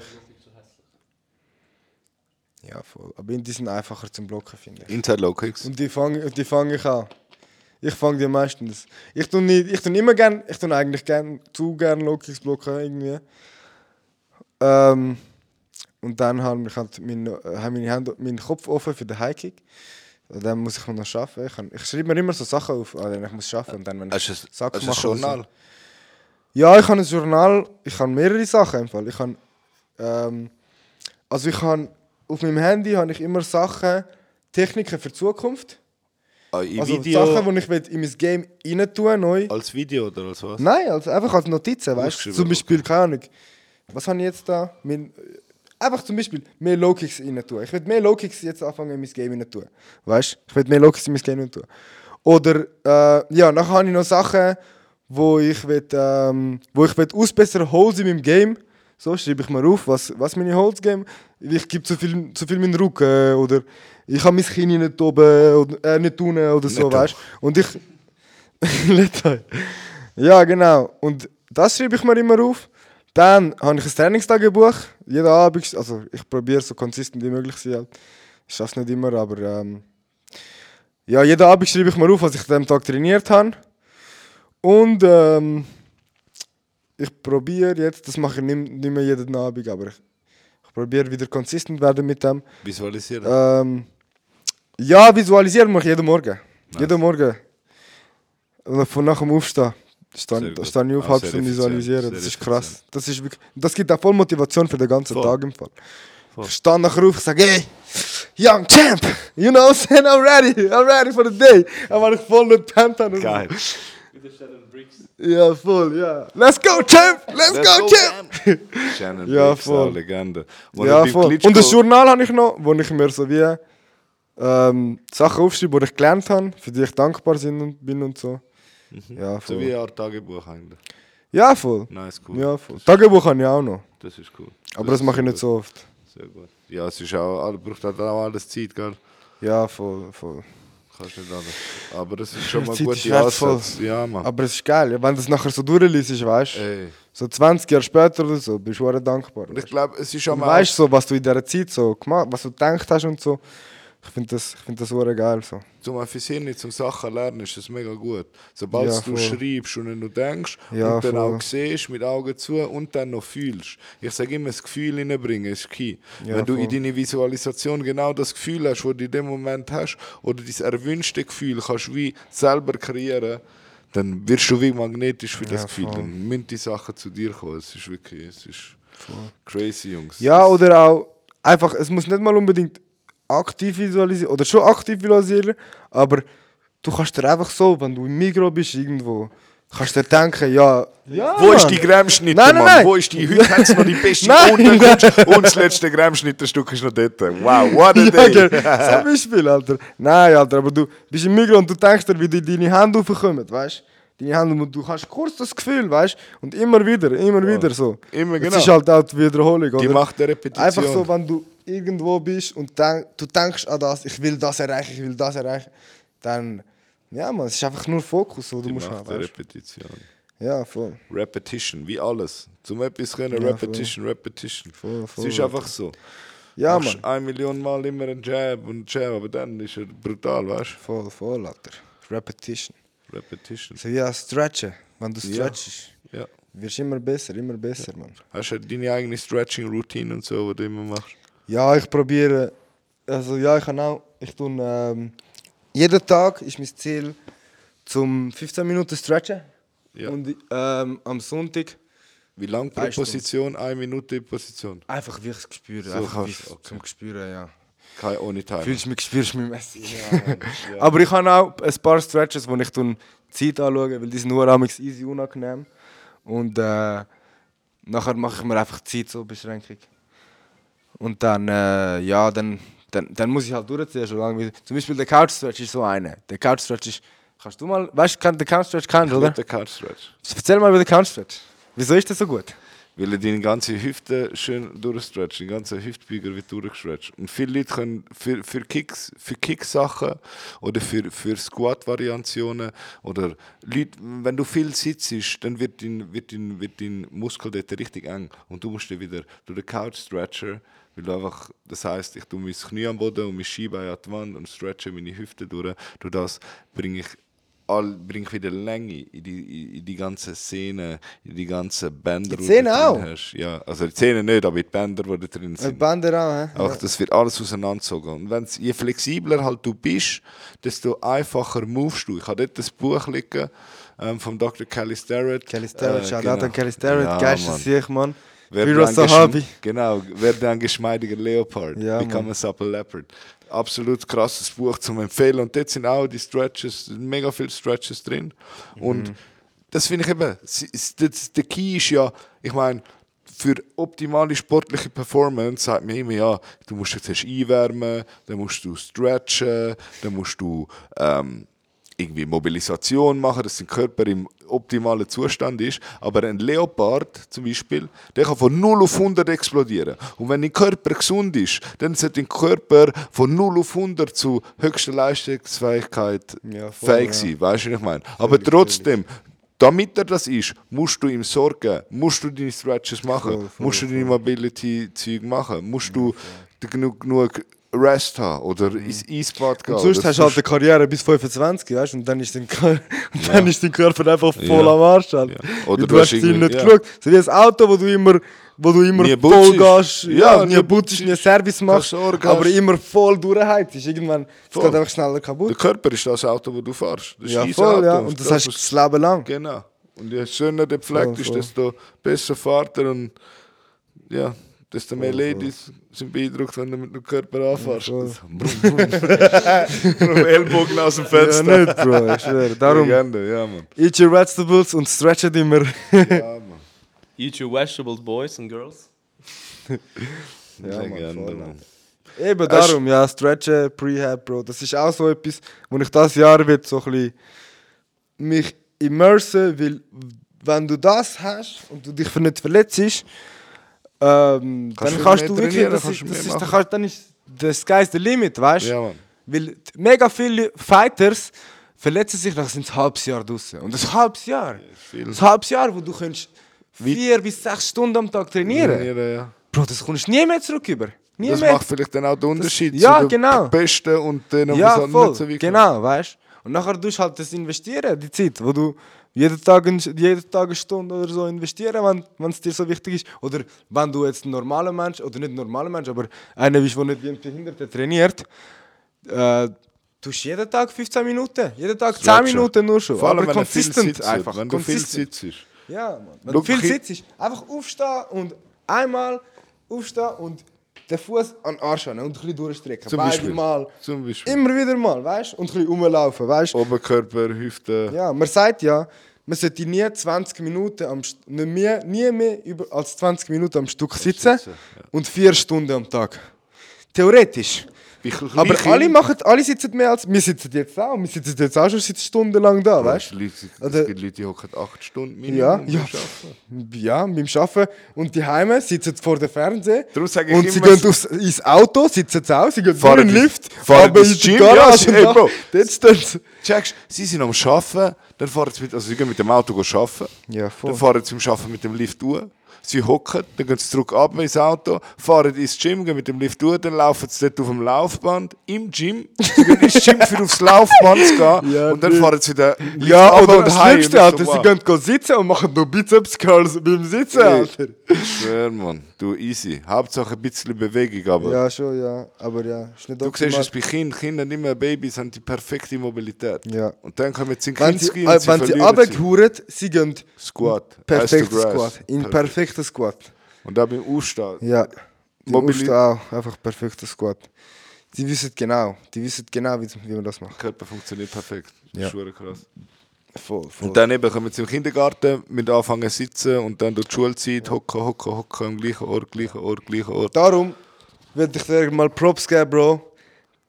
Speaker 2: Ja, voll. Aber die sind einfacher zum Blocken, finde ich.
Speaker 1: Inside Low Kicks.
Speaker 2: Und die fange die fang ich an. Ich fange die meistens. Ich tue nicht, ich tue immer gern, ich tue eigentlich gern zu gern Lokis blocken irgendwie. Ähm, und dann habe ich halt mein, äh, hab meine Hände, meinen Kopf offen für den Highkick. Dann muss ich noch schaffen. Ich, kann- ich schreibe mir immer so Sachen auf, an denen ich muss schaffen. Und dann, wenn ich
Speaker 1: Hast du ein-
Speaker 2: Sachen
Speaker 1: hast du ein
Speaker 2: mache oder so-
Speaker 1: Journal?
Speaker 2: ja, ich habe ein Journal. Ich habe mehrere Sachen im Fall. Ich habe, ähm, also ich habe auf meinem Handy habe ich immer Sachen, Techniken für die Zukunft.
Speaker 1: Ah, in
Speaker 2: Also
Speaker 1: Video, Also-
Speaker 2: Sachen, die ich will in mein Game rein tun, neu.
Speaker 1: als Video oder als was?
Speaker 2: Nein, also einfach als Notizen, weißt du?
Speaker 1: Ausgeschrieben,
Speaker 2: Zum Beispiel, keine Ahnung. Was habe ich jetzt da? Mein, einfach zum Beispiel mehr Low-Kicks rein tun. Ich will mehr Low-Kicks jetzt anfangen in mein Game rein tun. Weißt du? Ich will mehr Low-Kicks in mein Game rein tun. Oder, äh, ja, nachher habe ich noch Sachen, wo ich will, ähm, wo ich will ausbessern Holes in meinem Game. So schreibe ich mir auf, was, was meine Holes geben. Ich gebe zu viel, zu viel meinen Rücken äh, oder ich habe mein Kinn nicht oben, oder, äh, nicht unten oder so,
Speaker 1: Nicht
Speaker 2: weißt du? Und ich... Litauen. Ja, genau. Und das schreibe ich mir immer auf. Dann habe ich ein Trainingstagebuch. Jeden Abend, also ich probiere so konsistent wie möglich zu sein. halt. Ich schaffe es nicht immer, aber ähm, ja, jeden Abend schreibe ich mir auf, was ich an dem Tag trainiert habe. Und ähm, ich probiere jetzt, das mache ich nicht, nicht mehr jeden Abend, aber ich, ich probiere wieder konsistent werden mit dem.
Speaker 1: Visualisieren.
Speaker 2: Ähm, ja, visualisieren mache ich jeden Morgen. Jeden Morgen. Und von nach dem Aufstehen.
Speaker 1: Sehr
Speaker 2: Stehe,
Speaker 1: gut.
Speaker 2: stehe ich auf,
Speaker 1: Auch
Speaker 2: halb
Speaker 1: sehr
Speaker 2: Stunde
Speaker 1: effizient,
Speaker 2: visualisieren.
Speaker 1: sehr
Speaker 2: Das ist krass. Das, ist wirklich, das gibt auch voll Motivation für den ganzen
Speaker 1: Voll.
Speaker 2: Tag im Fall.
Speaker 1: Voll.
Speaker 2: Ich stehe nachher auf, ich sage, hey, young champ, you know what I'm saying, I'm ready, I'm ready for the day. Aber weil ich voll nicht gepennt habe. und so.
Speaker 1: Geil.
Speaker 2: Ja, voll, ja. Let's go, champ, let's, go, champ.
Speaker 1: Shannon
Speaker 2: Ja,
Speaker 1: ja, voll.
Speaker 2: voll.
Speaker 1: Legende.
Speaker 2: ja,
Speaker 1: beim
Speaker 2: voll.
Speaker 1: Klitschko-
Speaker 2: Und das Journal habe ich noch, wo ich mir so wie ähm, Sachen aufschreibe, die ich gelernt habe, für die ich dankbar sind und bin und so. Ja,
Speaker 1: Mhm. So wie
Speaker 2: voll.
Speaker 1: eine Art Tagebuch eigentlich.
Speaker 2: Ja, voll.
Speaker 1: Nice, cool.
Speaker 2: Ja, voll. Tagebuch habe ich auch noch,
Speaker 1: Das ist cool.
Speaker 2: aber das mache ich nicht so oft.
Speaker 1: Sehr gut. Ja, es ist auch, braucht halt auch alles Zeit, gell?
Speaker 2: Ja, voll, voll.
Speaker 1: Kannst nicht anders. Aber das ist schon
Speaker 2: Die
Speaker 1: mal
Speaker 2: Zeit
Speaker 1: gute
Speaker 2: ist wertvoll.
Speaker 1: Ansätze. Ja, Mann.
Speaker 2: Aber es ist geil, ja, wenn du es nachher so durchliest, weißt du,
Speaker 1: Ey.
Speaker 2: so 20 Jahre später oder so, bist du auch dankbar.
Speaker 1: Und ich
Speaker 2: Weißt?
Speaker 1: glaube, es ist auch
Speaker 2: Du
Speaker 1: mal.
Speaker 2: weißt so, was du in dieser Zeit so gemacht was du gedacht hast und so. Ich finde das, ich find das hure geil. So.
Speaker 1: Zum Effizienz, zum Sachen lernen, ist das mega gut. Sobald
Speaker 2: Ja,
Speaker 1: du
Speaker 2: voll.
Speaker 1: schreibst und nicht nur denkst
Speaker 2: Ja,
Speaker 1: und dann
Speaker 2: voll.
Speaker 1: auch siehst, mit Augen zu und dann noch fühlst. Ich sage immer, das Gefühl reinbringen ist key.
Speaker 2: Ja,
Speaker 1: Wenn du in
Speaker 2: voll.
Speaker 1: deine Visualisation genau das Gefühl hast, das du in dem Moment hast, oder das erwünschte Gefühl kannst du wie selber kreieren, dann wirst du wie magnetisch für das Gefühl.
Speaker 2: voll.
Speaker 1: Dann müssen die Sachen zu dir kommen. Es ist wirklich, es ist crazy, Jungs.
Speaker 2: Ja,
Speaker 1: Das-
Speaker 2: oder auch einfach, es muss nicht mal unbedingt aktiv visualisieren, oder schon aktiv visualisieren, aber du kannst dir einfach so, wenn du im Migro bist irgendwo, kannst dir denken, ja, ja
Speaker 1: Wo ist
Speaker 2: Ah, Mann.
Speaker 1: die Gremschnitte,
Speaker 2: Nein, nein,
Speaker 1: Mann?
Speaker 2: nein.
Speaker 1: Wo ist die? Heute hat's noch die beste
Speaker 2: Nein.
Speaker 1: Notenkunst und das letzte Gremschnittenstück ist noch dort. Wow, what a
Speaker 2: Ja,
Speaker 1: day.
Speaker 2: gell. Zum Beispiel, Alter. Nein, Alter, aber du bist im Migro und du denkst dir, wie die deine Hände aufkommen, weißt du? Deine Hände, und du hast kurz das Gefühl, weißt du? Und immer wieder, immer wieder so.
Speaker 1: Immer,
Speaker 2: Es
Speaker 1: genau.
Speaker 2: ist halt auch die Wiederholung,
Speaker 1: Die
Speaker 2: oder?
Speaker 1: macht eine Repetition.
Speaker 2: Einfach so, wenn du irgendwo bist und denk, du denkst an das, ich will das erreichen, ich will das erreichen, dann, ja man, es ist einfach nur Fokus, den du
Speaker 1: die
Speaker 2: musst haben,
Speaker 1: macht eine
Speaker 2: weißt
Speaker 1: Repetition.
Speaker 2: du? Ja, voll.
Speaker 1: Repetition, wie alles. Zum etwas können,
Speaker 2: Ja,
Speaker 1: Repetition, Repetition.
Speaker 2: Voll, voll,
Speaker 1: es ist einfach so.
Speaker 2: Ja,
Speaker 1: Machst
Speaker 2: man.
Speaker 1: ein Million Mal immer einen Jab und Jab, aber dann ist er brutal, weißt
Speaker 2: Voll, voll, Alter. Repetition.
Speaker 1: du? Repetition.
Speaker 2: So ja, stretchen. Wenn du stretchst,
Speaker 1: Ja.
Speaker 2: wirst du immer besser, immer besser, man.
Speaker 1: Hast du halt deine eigene Stretching-Routine und so, die du immer machst?
Speaker 2: Ja, ich probiere. Also ja, ich kann auch. Ich tue. Ähm, jeden Tag ist mein Ziel zum 15 Minuten stretchen.
Speaker 1: Ja.
Speaker 2: Und ähm, am Sonntag
Speaker 1: Wie lange pro
Speaker 2: Eine Stunde.
Speaker 1: Position? Eine Minute pro Position.
Speaker 2: einfach wie ich es spüre.
Speaker 1: So
Speaker 2: einfach wie
Speaker 1: kannst-
Speaker 2: ich zum Spüren, ja.
Speaker 1: Kein ohne Timer.
Speaker 2: Fühlst du mich, spürst du mich mäßig.
Speaker 1: Ja.
Speaker 2: Aber ich habe auch ein paar Stretches, wo ich dann die Zeit anschaue, weil die sind nur amigs easy unangenehm. Und äh, nachher mache ich mir einfach die Zeit so Beschränkung. Und dann, äh, ja, dann, dann, dann muss ich halt durchziehen, so lange wie. Zum Beispiel der Couchstretch ist so einer. Der Couchstretch ist. Kannst du mal. Weißt du, den Couchstretch kennst, oder?
Speaker 1: Mit der Couch-Stretch.
Speaker 2: Erzähl mal über den Couchstretch. Wieso ist das so gut?
Speaker 1: Weil er deine ganze Hüfte schön durchstretcht, den ganzen Hüftbeuger wird durchgestretcht. Und viele Leute können für, für Kicks, für Kicksachen oder für, für Squat-Variationen oder Leute, wenn du viel sitzt, dann wird dein, wird dein, wird dein Muskel dort richtig eng. Und du musst dann wieder durch den Couch-Stretcher, weil du einfach, das heißt, ich tue mein Knie am Boden und mein Skibein an die Wand und stretche meine Hüfte durch. Durch das bringe ich all, bringt wieder Länge in die, in- in die ganze Szene, in die ganzen Bänder,
Speaker 2: Die Szene
Speaker 1: du
Speaker 2: auch?
Speaker 1: hast. Ja, also die Szene nicht, aber die Bänder, die da drin sind.
Speaker 2: Bänder auch, Äh, hä?
Speaker 1: Auch das wird alles auseinandergezogen. Und wenn's, je flexibler halt du bist, desto einfacher movest du. Ich habe dort das Buch liegen ähm, vom Dr. Kelly Starrett.
Speaker 2: Kelly Starrett,
Speaker 1: Äh,
Speaker 2: Shoutout
Speaker 1: genau.
Speaker 2: an Kelly Starrett,
Speaker 1: Ja,
Speaker 2: geilstes
Speaker 1: Mann.
Speaker 2: Sieg, Mann.
Speaker 1: Wer
Speaker 2: Wie Ross
Speaker 1: ein gesch-
Speaker 2: Sahabi.
Speaker 1: Genau, werde ein geschmeidiger Leopard.
Speaker 2: Ja,
Speaker 1: Become
Speaker 2: Mann.
Speaker 1: a supple leopard. Absolut krasses Buch zum Empfehlen. Und dort sind auch die Stretches, mega viele Stretches drin. Und
Speaker 2: Mhm.
Speaker 1: das finde ich eben, sie- s- das- der Key ist ja, ich meine, für optimale sportliche Performance sagt man immer, ja, du musst jetzt erst einwärmen, dann musst du stretchen, dann musst du ähm, irgendwie Mobilisation machen, dass dein Körper im optimalen Zustand ist. Aber ein Leopard zum Beispiel, der kann von 0 auf 100 explodieren. Und wenn dein Körper gesund ist, dann sollte dein Körper von 0 auf 100 zu höchster Leistungsfähigkeit
Speaker 2: Ja, voll,
Speaker 1: fähig
Speaker 2: ja.
Speaker 1: sein. Weißt du, was ich meine? Aber trotzdem, damit er das ist, musst du ihm sorgen, musst du deine Stretches machen, musst du deine Mobility-Zeug machen, musst du genug, genug Rest haben oder ins Eisbad gehen.
Speaker 2: Mhm. Und sonst
Speaker 1: oder
Speaker 2: hast du halt eine Karriere bis 25, weißt du? Und dann ist dein, Kör und dann ist dein Körper einfach voll
Speaker 1: Ja.
Speaker 2: am Arsch. Halt.
Speaker 1: Oder
Speaker 2: Weil
Speaker 1: du
Speaker 2: du hast
Speaker 1: hast
Speaker 2: Ziel
Speaker 1: irgendwie-
Speaker 2: nicht
Speaker 1: ja.
Speaker 2: geschaut. So wie ein Auto, wo du immer, wo du immer
Speaker 1: Nie
Speaker 2: voll
Speaker 1: putzt.
Speaker 2: gehst, ja,
Speaker 1: Ja,
Speaker 2: nie
Speaker 1: nie
Speaker 2: putzt, nie
Speaker 1: putzt,
Speaker 2: Service machst,
Speaker 1: Sorge
Speaker 2: aber
Speaker 1: hast.
Speaker 2: immer voll durchheizt. Irgendwann es
Speaker 1: Voll.
Speaker 2: geht einfach schneller
Speaker 1: Der
Speaker 2: kaputt.
Speaker 1: Körper ist das Auto, wo du fährst. Das ist
Speaker 2: Ja,
Speaker 1: dein
Speaker 2: voll,
Speaker 1: Auto.
Speaker 2: ja. Und das hast du das Leben lang.
Speaker 1: Genau. Und je schöner der
Speaker 2: Voll,
Speaker 1: gepflegt ist, desto
Speaker 2: voll.
Speaker 1: besser fährt er und ja, desto mehr Ladies sind beeindruckt, wenn du mit dem Körper anfährst.
Speaker 2: voll.
Speaker 1: Das- Brumm, brumm. Brumm, Ellbogen aus dem
Speaker 2: Ja,
Speaker 1: Fenster.
Speaker 2: nicht, Bro, ich schwöre. Darum,
Speaker 1: Legende, ja, Mann.
Speaker 2: eat your vegetables und stretchet immer.
Speaker 1: Ja, Mann.
Speaker 3: Eat your vegetables, boys and girls.
Speaker 2: Ja, Mann,
Speaker 1: Legende,
Speaker 2: voll,
Speaker 1: Mann.
Speaker 2: Eben darum, ja, stretchen, Prehab, Bro. Das ist auch so etwas, wo ich das Jahr wird so ein bisschen mich immersen, weil wenn du das hast und du dich für nicht verletzt, ähm,
Speaker 1: Kannst
Speaker 2: dann
Speaker 1: du
Speaker 2: kannst
Speaker 1: mehr
Speaker 2: du wirklich,
Speaker 1: trainieren,
Speaker 2: das
Speaker 1: kannst
Speaker 2: ist,
Speaker 1: du
Speaker 2: das
Speaker 1: mehr
Speaker 2: ist, dann,
Speaker 1: machen.
Speaker 2: kannst, dann ist the sky's the limit, weißt du?
Speaker 1: Ja, Mann.
Speaker 2: Weil die- mega viele Fighters verletzen sich, dann sind ein halbes Jahr draußen. Und ein halbes Jahr,
Speaker 1: viel.
Speaker 2: ein halbes Jahr, wo du kannst vier bis sechs Stunden am Tag trainieren.
Speaker 1: Trainieren, ja.
Speaker 2: Bro, das kommst du nie mehr zurück über. Nie
Speaker 1: Das
Speaker 2: mehr.
Speaker 1: macht vielleicht dann auch den Unterschied
Speaker 2: ja,
Speaker 1: zu den
Speaker 2: genau.
Speaker 1: Besten und denen, die
Speaker 2: Ja,
Speaker 1: es
Speaker 2: voll.
Speaker 1: halt nicht so weit kommen.
Speaker 2: genau, weißt du? Und nachher tust du halt das investieren, die Zeit, wo du jeden Tag, ein- jeden Tag eine Stunde oder so investieren, wenn es dir so wichtig ist. Oder wenn du jetzt ein normaler Mensch, oder nicht ein normaler Mensch, aber einer bist, der nicht wie ein Behinderter trainiert, äh, tust du jeden Tag 15 Minuten, jeden Tag 10
Speaker 1: Stretchen.
Speaker 2: Minuten nur schon.
Speaker 1: Vor allem,
Speaker 2: aber
Speaker 1: wenn du viel
Speaker 2: consistent
Speaker 1: sitzt.
Speaker 2: einfach.
Speaker 1: Wenn du viel
Speaker 2: consistent.
Speaker 1: sitzt.
Speaker 2: Ja, Mann. Wenn
Speaker 1: Schau,
Speaker 2: du viel
Speaker 1: ich-
Speaker 2: sitzt, einfach aufstehen und einmal aufstehen und den Fuß an den Arsch haben und ein bisschen durchstrecken.
Speaker 1: Zum
Speaker 2: Beide
Speaker 1: Beispiel.
Speaker 2: Mal.
Speaker 1: Zum Beispiel.
Speaker 2: Immer wieder mal, weißt du? Und ein bisschen rumlaufen, weißt
Speaker 1: Oh.
Speaker 2: du?
Speaker 1: Oberkörper, Hüfte.
Speaker 2: Ja, man sagt ja, man sollte nie 20 Minuten am St- nicht mehr, nie mehr über als 20 Minuten am Stück sitzen und 4 Stunden am Tag. Theoretisch.
Speaker 1: Bei kleinen
Speaker 2: Aber
Speaker 1: Kindern-
Speaker 2: alle, machen, alle sitzen mehr als. Wir sitzen jetzt auch. Wir sitzen jetzt auch schon seit stundenlang da, weißt du?
Speaker 1: Leute, es
Speaker 2: Oder-
Speaker 1: gibt Leute, die hocken 8 Stunden
Speaker 2: Ja,
Speaker 1: Minimum.
Speaker 2: ja. Ja, beim Arbeiten. Und die Heime sitzen vor dem Fernseher.
Speaker 1: Darum sage ich
Speaker 2: und sie
Speaker 1: immer,
Speaker 2: gehen
Speaker 1: es-
Speaker 2: aufs, ins Auto, sitzen auch, sie gehen
Speaker 1: Fahren
Speaker 2: durch den
Speaker 1: ins-
Speaker 2: Lift,
Speaker 1: fahren
Speaker 2: aber
Speaker 1: ins
Speaker 2: in die
Speaker 1: Gym,
Speaker 2: Garage
Speaker 1: ja,
Speaker 2: und
Speaker 1: ey,
Speaker 2: da-
Speaker 1: Bro.
Speaker 2: dort stehen sie.
Speaker 1: Checkst sie sind am Arbeiten, dann fahren sie mit, also sie gehen mit dem Auto arbeiten,
Speaker 2: Ja, voll.
Speaker 1: dann fahren sie zum Arbeiten mit dem Lift durch, sie hocken, dann gehen sie zurück ab ins Auto, fahren ins Gym, gehen mit dem Lift durch, dann laufen sie dort auf dem Laufband, im Gym, sie gehen ins Gym für aufs Laufband zu gehen
Speaker 2: Ja,
Speaker 1: und dann
Speaker 2: nicht.
Speaker 1: fahren sie den Lift
Speaker 2: Ja,
Speaker 1: runter
Speaker 2: oder
Speaker 1: und
Speaker 2: das
Speaker 1: heim.
Speaker 2: Schlimmste,
Speaker 1: Ich
Speaker 2: Alter,
Speaker 1: so,
Speaker 2: sie
Speaker 1: wow.
Speaker 2: gehen go sitzen und machen nur Bizeps Curls beim Sitzen, Alter.
Speaker 1: Ich schwör, Mann, du easy. Hauptsache ein bisschen Bewegung, aber...
Speaker 2: Ja, schon, ja. Aber ja, ist nicht
Speaker 1: Du siehst es bei Kindern, Kinder nicht mehr Babys, haben die perfekte Mobilität.
Speaker 2: Ja.
Speaker 1: Und dann kommen sie in
Speaker 2: Wenn sie,
Speaker 1: Kinski
Speaker 2: äh,
Speaker 1: und sie
Speaker 2: wenn sie
Speaker 1: verlieren sie.
Speaker 2: runtergehauen, sie gehen
Speaker 1: Squat.
Speaker 2: perfektes
Speaker 1: Eyes to grass.
Speaker 2: Squat. In
Speaker 1: Per-
Speaker 2: perfekten Squat.
Speaker 1: Und dann beim Aufstehen.
Speaker 2: Ja. Die
Speaker 1: Mobili-
Speaker 2: Aufstehen auch, einfach perfektes Squat. Die wissen genau, die wissen genau, wie, wie man das macht.
Speaker 1: Der Körper funktioniert perfekt. Das
Speaker 2: Ja.
Speaker 1: ist verdammt krass.
Speaker 2: Voll, voll.
Speaker 1: Und dann eben kommen sie im Kindergarten, mit anfangen zu sitzen und dann durch die Schulzeit hocken, hocken, hocken, am gleichen Ort, gleichen Ort, gleichen Ort.
Speaker 2: Darum würde ich dir mal Props geben, Bro.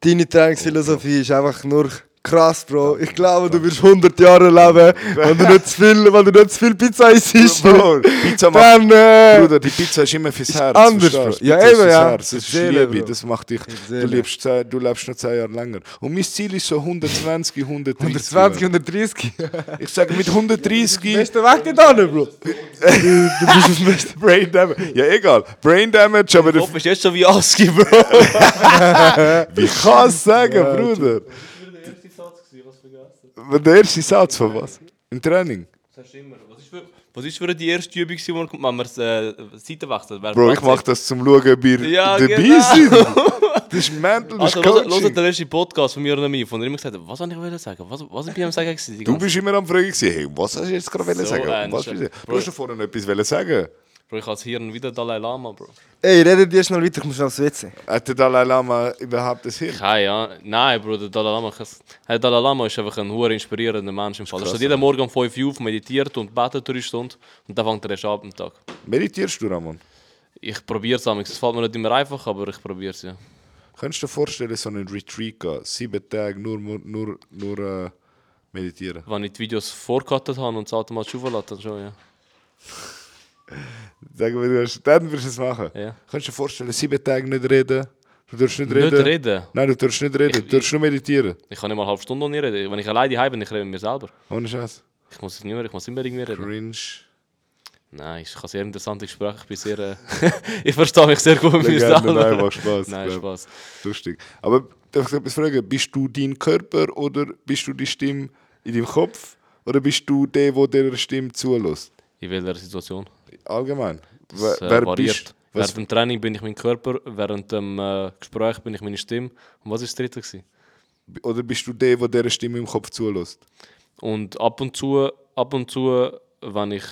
Speaker 2: Deine Trainingsphilosophie ist einfach nur krass, Bro. Ich glaube, du wirst 100 Jahre leben, wenn du nicht zu viel, wenn du nicht zu viel Pizza isst.
Speaker 1: Bro, Pizza macht,
Speaker 2: Dann, äh,
Speaker 1: Bruder, die Pizza ist immer fürs Herz.
Speaker 2: anders,
Speaker 1: verstehst du?
Speaker 2: Bro. Ja,
Speaker 1: Pizza ist
Speaker 2: eben,
Speaker 1: fürs
Speaker 2: ja.
Speaker 1: Herz. Das ist
Speaker 2: Seele,
Speaker 1: Liebe,
Speaker 2: Bro.
Speaker 1: das macht dich, du
Speaker 2: Seele.
Speaker 1: lebst, zehn- du lebst noch 10 Jahre länger. Und mein Ziel ist so 120, 130.
Speaker 2: 120, 130.
Speaker 1: Ich sage mit 130
Speaker 2: Bist du weg da nicht, Bro? du bist das Beste.
Speaker 1: Brain Damage. Ja, egal. Brain Damage, aber
Speaker 3: Der
Speaker 1: der
Speaker 3: Kopf ist jetzt schon wie Aski, Bro.
Speaker 1: wie kann es sagen, Bruder? Aber Der erste Satz von was? Im Training?
Speaker 3: Was ist für- Was ist für die erste Übung, die man kommt, wenn man äh, Seite wechselt? Wer-
Speaker 1: Bro, ich mache das zum Schauen, ob ihr
Speaker 3: Ja,
Speaker 1: dabei
Speaker 3: genau.
Speaker 1: sind. Das ist mental, das
Speaker 3: Also,
Speaker 1: ist
Speaker 3: Ah, los
Speaker 1: Coaching.
Speaker 3: den letzten Podcast von mir und mir, von dem ich gesagt habe, was soll ich wollte sagen? Was, was ich bei ihm sagen gewesen? die
Speaker 1: Du
Speaker 3: ganze-
Speaker 1: bist immer am Fragen, gewesen, hey, was hast du jetzt gerade
Speaker 3: So
Speaker 1: sagen?
Speaker 3: ein
Speaker 1: Was
Speaker 3: Sch-
Speaker 1: willst du? du
Speaker 3: Bro.
Speaker 1: hast ja vorhin etwas wollen sagen.
Speaker 3: Bro, ich als Hirn wieder Dalai Lama, Bro.
Speaker 2: Ey, redet ihr schnell weiter, ich muss schnell aufs WC.
Speaker 1: Hat der Dalai Lama überhaupt das Hirn?
Speaker 3: Keine Ahnung. Nein, Bro, der Dalai Lama, der Dalai Lama ist einfach ein hoher inspirierender Mensch im Fall. Er steht jeden Morgen um 5 Uhr auf, meditiert und betet drei Stunden und dann fängt er erst ab am Tag.
Speaker 1: Meditierst du, Ramon?
Speaker 3: Ich probiere es Es fällt mir nicht immer einfach, aber ich probiere es, ja.
Speaker 1: Könntest du dir vorstellen, so einen Retreat gehen? Sieben Tage nur, nur, nur, nur äh, meditieren.
Speaker 3: Wenn ich die Videos vorgekattet habe und es automatisch aufgeladen habe, schon, ja.
Speaker 1: Sagen wir, du hast- dann wirst du es machen.
Speaker 3: Ja.
Speaker 1: Könntest du dir vorstellen, sieben Tage nicht reden? Du darfst nicht reden.
Speaker 3: Nicht reden.
Speaker 1: Nein, du darfst nicht reden.
Speaker 3: Ich-
Speaker 1: du darfst nur meditieren.
Speaker 3: Ich kann nicht mal eine halbe Stunde ohne reden. Wenn ich alleine daheim bin, ich rede mit mir selber.
Speaker 1: Ohne Scheiß.
Speaker 3: Ich muss, nicht mehr, ich muss immer irgendwie reden.
Speaker 1: Cringe.
Speaker 3: Nein, ich habe sehr interessante Gespräche. Ich bin sehr... Äh, ich verstehe mich sehr gut mit mir
Speaker 1: Legende,
Speaker 3: selber.
Speaker 1: nein, macht Spaß.
Speaker 3: Nein,
Speaker 1: glaub.
Speaker 3: Spaß.
Speaker 1: Lustig. Aber darf ich etwas fragen? Bist du dein Körper oder bist du die Stimme in deinem Kopf? Oder bist du der, der dieser Stimme zulässt?
Speaker 3: In welcher Situation?
Speaker 1: Allgemein.
Speaker 3: Das,
Speaker 1: Wer-
Speaker 3: äh,
Speaker 1: wer
Speaker 3: variiert.
Speaker 1: bist was,
Speaker 3: Während dem Training bin ich mein Körper, während dem äh, Gespräch bin ich meine Stimme. Und was war das dritte? Gewesen?
Speaker 1: Oder bist du der, der dieser Stimme im Kopf zulässt?
Speaker 3: Und ab und zu, ab und zu, wenn ich,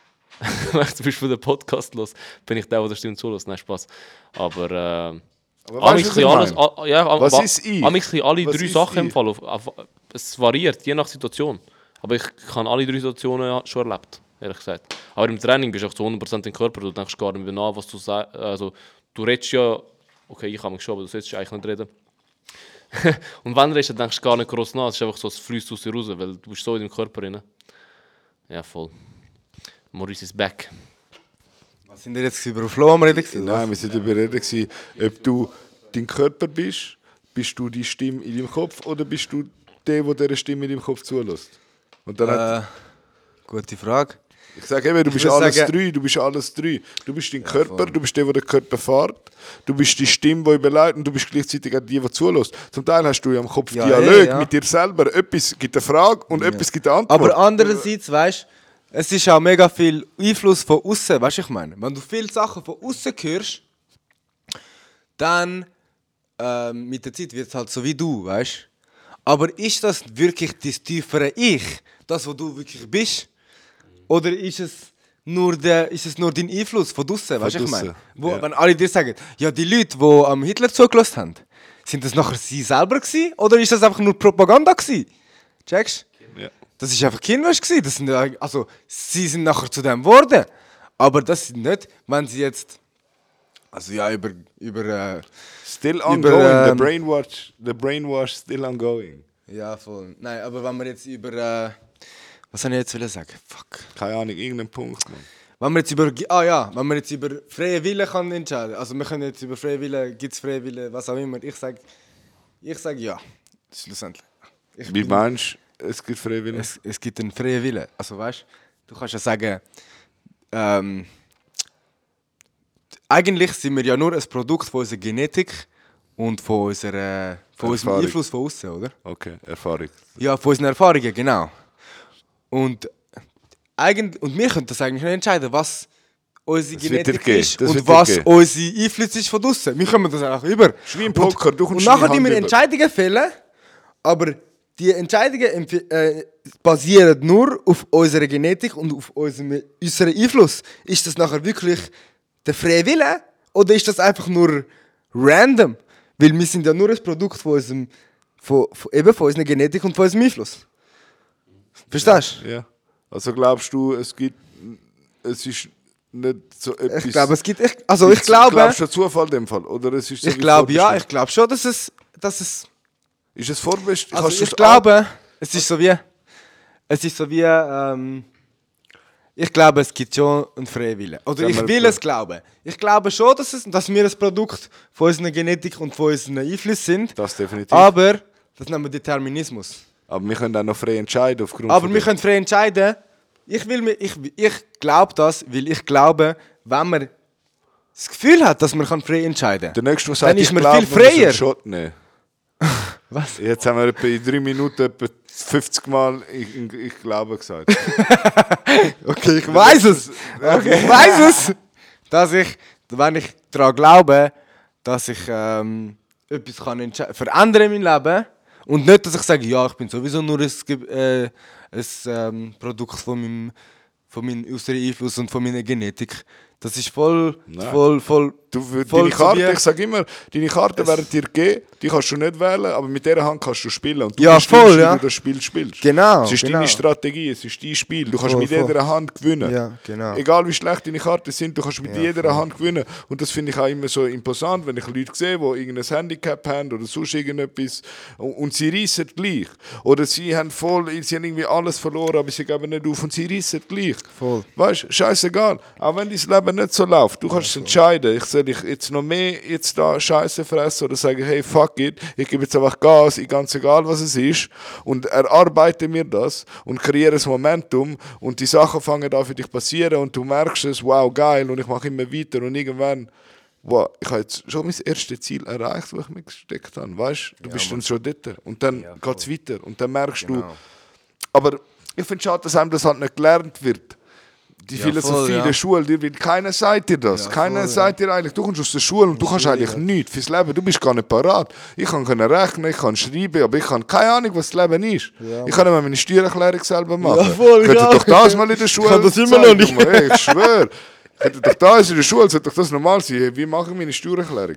Speaker 3: wenn ich zum Beispiel den Podcast los, bin ich der, der der Stimme zulässt. Nein, Spaß. Aber, äh,
Speaker 1: Aber
Speaker 3: Aber
Speaker 1: weißt du, was ich
Speaker 3: alles,
Speaker 1: meine?
Speaker 3: a- ja, am-
Speaker 1: Was
Speaker 3: wa-
Speaker 1: ist ich?
Speaker 3: am ich ein alle
Speaker 1: Was
Speaker 3: drei
Speaker 1: ist
Speaker 3: Sachen im
Speaker 1: ich?
Speaker 3: Fall. Auf, auf, es variiert, je nach Situation. Aber ich habe alle drei Situationen ja schon erlebt, ehrlich gesagt. Aber im Training bist du auch zu 100% im Körper, du denkst gar nicht mehr nach, was du sagst. Also, du redest ja, okay, ich habe mich schon, aber du solltest eigentlich nicht reden. Und wenn du redest, dann denkst du gar nicht groß nach, es ist einfach so, es fließt aus dir raus, weil du bist so in deinem Körper drin. Ja, voll. Maurice is back.
Speaker 2: Was sind ihr jetzt über Flow am Reden? gewesen,
Speaker 1: Nein, wir sind darüber reden, gewesen, ob du dein Körper bist, bist du die Stimme in deinem Kopf oder bist du der, der dieser Stimme in deinem Kopf zulässt? Und dann hat,
Speaker 2: was? Äh, gute Frage.
Speaker 1: ich sage eben, du bist
Speaker 2: würd
Speaker 1: alles
Speaker 2: sagen-
Speaker 1: drei, du bist alles drei. Du bist dein Körper, du bist der, der den Körper fährt, du bist die Stimme, die überleitet und du bist gleichzeitig auch die, die zulässt. Zum Teil hast du ja am Kopf
Speaker 2: Ja,
Speaker 1: Dialog
Speaker 2: eh, ja.
Speaker 1: mit dir selber. Etwas gibt eine Frage und etwas gibt eine Antwort.
Speaker 2: Aber andererseits, weißt du, es ist auch mega viel Einfluss von außen, weißt du, ich meine. Wenn du viele Sachen von außen hörst, dann ähm, mit der Zeit wird es halt so wie du, weißt du. Aber ist das wirklich dein tiefere Ich, das, wo du wirklich bist? Oder ist es nur, der, ist es nur dein Einfluss von außen, weißt du, ich
Speaker 1: draussen,
Speaker 2: meine? Wo,
Speaker 1: ja.
Speaker 2: Wenn alle dir sagen, ja, die Leute, die am Hitler zugelassen haben, sind das nachher sie selber gewesen? Oder ist das einfach nur Propaganda gewesen? Checkst du?
Speaker 1: ja.
Speaker 2: Das war einfach Kinderwäsche. gewesen. Das sind, ja eigentlich- also, sie sind nachher zu dem geworden. Aber das sind nicht, wenn sie jetzt. Also ja, über. über äh,
Speaker 1: Still ongoing, the
Speaker 2: ähm,
Speaker 1: brainwash, the brainwash still ongoing.
Speaker 2: äh, ja, voll. Nein, aber wenn wir jetzt über. Äh, was soll ich jetzt will sagen? Fuck.
Speaker 1: Keine Ahnung, irgendein Punkt, Mann.
Speaker 2: Wenn wir jetzt über. Ah ja, wenn wir jetzt über freie Wille kann entscheiden. Also wir können jetzt über freie Wille, gibt es freie Wille, was auch immer. Ich sage. Ich sage ja. Schlussendlich. Ich
Speaker 1: Wie
Speaker 2: bin-
Speaker 1: meinst du, es gibt Freiwillige?
Speaker 2: es, es gibt einen freien Willen. Also weißt du, kannst ja sagen, ähm, eigentlich sind wir ja nur ein Produkt von unserer Genetik und von, unserer, von unserem
Speaker 1: Erfahrung.
Speaker 2: Einfluss von außen, oder?
Speaker 1: Okay, Erfahrung.
Speaker 2: Ja, von unseren Erfahrungen, genau. Und, eigentlich, und wir können das eigentlich nicht entscheiden, was unsere
Speaker 1: Das wird dir
Speaker 2: Genetik
Speaker 1: geben,
Speaker 2: ist
Speaker 1: das
Speaker 2: und
Speaker 1: wird dir
Speaker 2: was
Speaker 1: geben.
Speaker 2: unsere Einfluss ist von außen. Wir kommen das einfach über.
Speaker 1: wie im Poker, du
Speaker 2: und, und
Speaker 1: kommst
Speaker 2: nachher
Speaker 1: nie
Speaker 2: die wir
Speaker 1: Hand über.
Speaker 2: Entscheidungen fällen, aber die Entscheidungen empf- äh, basieren nur auf unserer Genetik und auf unserem, unserem Einfluss. Ist das nachher wirklich der freie Wille oder ist das einfach nur random? Weil wir sind ja nur ein Produkt von, unserem, von, von, eben von unserer Genetik und von unserem Einfluss. Verstehst du?
Speaker 1: Ja. Also glaubst du, es gibt. Es ist nicht so etwas.
Speaker 2: Ich glaube, es gibt. Ich, also, ich
Speaker 1: Gibt's-
Speaker 2: glaube.
Speaker 1: Glaubst du an Zufall in dem Fall? Oder es ist so
Speaker 2: Ich
Speaker 1: wie
Speaker 2: glaube, ja,
Speaker 1: vorbestimmt?
Speaker 2: ich glaube schon, dass es. Dass es
Speaker 1: Ist es vorbestimmt?
Speaker 2: Also
Speaker 1: Kannst du
Speaker 2: ich
Speaker 1: es
Speaker 2: glaube, es ist so wie, es ist so wie, ähm, ich glaube, es gibt schon einen freien Willen. Oder
Speaker 1: Sagen
Speaker 2: ich
Speaker 1: wir
Speaker 2: will
Speaker 1: so.
Speaker 2: es glauben. Ich glaube schon, dass, es, dass wir ein Produkt von unserer Genetik und von unserem Einfluss sind.
Speaker 1: Das definitiv. Aber,
Speaker 2: aber das nennen wir Determinismus.
Speaker 1: wir können auch noch frei entscheiden aufgrund
Speaker 2: Aber
Speaker 1: von
Speaker 2: wir
Speaker 1: dem.
Speaker 2: können frei entscheiden. Ich, will mir, ich, ich glaube das, weil ich glaube, wenn man das Gefühl hat, dass man kann frei
Speaker 1: Der
Speaker 2: entscheiden kann.
Speaker 1: nächste, der
Speaker 2: Dann
Speaker 1: sagt,
Speaker 2: ist
Speaker 1: ich
Speaker 2: man
Speaker 1: glaube,
Speaker 2: viel
Speaker 1: wir müssen
Speaker 2: freier.
Speaker 1: einen Shot nehmen.
Speaker 2: Was?
Speaker 1: Jetzt haben wir etwa in drei Minuten etwa 50 Mal ich, ich, ich glaube gesagt.
Speaker 2: Okay, ich weiß es. Ich weiß es. Dass ich, wenn ich daran glaube, dass ich ähm, etwas kann entsche- verändern in meinem Leben und nicht, dass ich sage, ja, ich bin sowieso nur ein, Ge- äh, ein ähm, Produkt von meinem, von meinem äußeren Einfluss und von meiner Genetik. Das ist voll,
Speaker 1: Nein.
Speaker 2: voll, voll.
Speaker 1: Du, deine
Speaker 2: voll
Speaker 1: Karte,
Speaker 2: zu mir.
Speaker 1: ich sage immer, deine Karte werden dir gegeben, die kannst du nicht wählen, aber mit dieser Hand kannst du spielen. Und du
Speaker 2: Ja,
Speaker 1: bestimmst,
Speaker 2: voll,
Speaker 1: wie
Speaker 2: ja.
Speaker 1: du das Spiel spielst.
Speaker 2: Genau,
Speaker 1: Es ist
Speaker 2: genau.
Speaker 1: deine Strategie, es ist dein Spiel. Du kannst
Speaker 2: Voll,
Speaker 1: mit
Speaker 2: voll.
Speaker 1: jeder Hand gewinnen.
Speaker 2: Ja, genau.
Speaker 1: Egal wie schlecht deine Karten sind, du kannst mit jeder Hand gewinnen. Und das finde ich auch immer so imposant, wenn ich Leute sehe, die irgendein Handicap haben oder sonst irgendetwas. Und und sie reissen gleich. Oder sie haben voll, sie haben irgendwie alles verloren, aber sie geben nicht auf und sie reissen gleich.
Speaker 2: Voll.
Speaker 1: Weißt du, scheißegal. Auch wenn dein Leben nicht so läuft, du kannst es entscheiden. Ich soll ich jetzt noch mehr jetzt da Scheiße fressen oder sagen, hey, fuck it, ich gebe jetzt einfach Gas, ich- ganz egal was es ist. Und erarbeite mir das und kreiere ein Momentum und die Sachen fangen an für dich passieren und du merkst es, wow, geil, und ich mache immer weiter und irgendwann. Wow, ich habe jetzt schon mein erstes Ziel erreicht, das ich mir gesteckt habe. Weißt du, du bist dann schon dort. Und dann geht es weiter. Und dann merkst du, aber ich finde schade, dass einem das halt nicht gelernt wird. Die
Speaker 2: Ja,
Speaker 1: Philosophie
Speaker 2: voll, ja.
Speaker 1: der Schule, dir wird, keiner sagt dir das. keiner sagt dir eigentlich, du kommst aus der Schule und du kannst eigentlich nichts fürs Leben. Du bist gar nicht parat. Ich kann können rechnen, ich kann schreiben, aber ich habe keine Ahnung, was das Leben ist. ich kann nicht mal meine Steuererklärung selber machen.
Speaker 2: Ja, voll,
Speaker 1: Könntet
Speaker 2: ja.
Speaker 1: doch das mal in der Schule.
Speaker 2: kann das immer noch
Speaker 1: zeigen,
Speaker 2: nicht.
Speaker 1: Mann. Ey, ich schwöre. Könntet doch das in der Schule, sollte doch das normal sein. Hey, Wie mache ich meine Steuererklärung?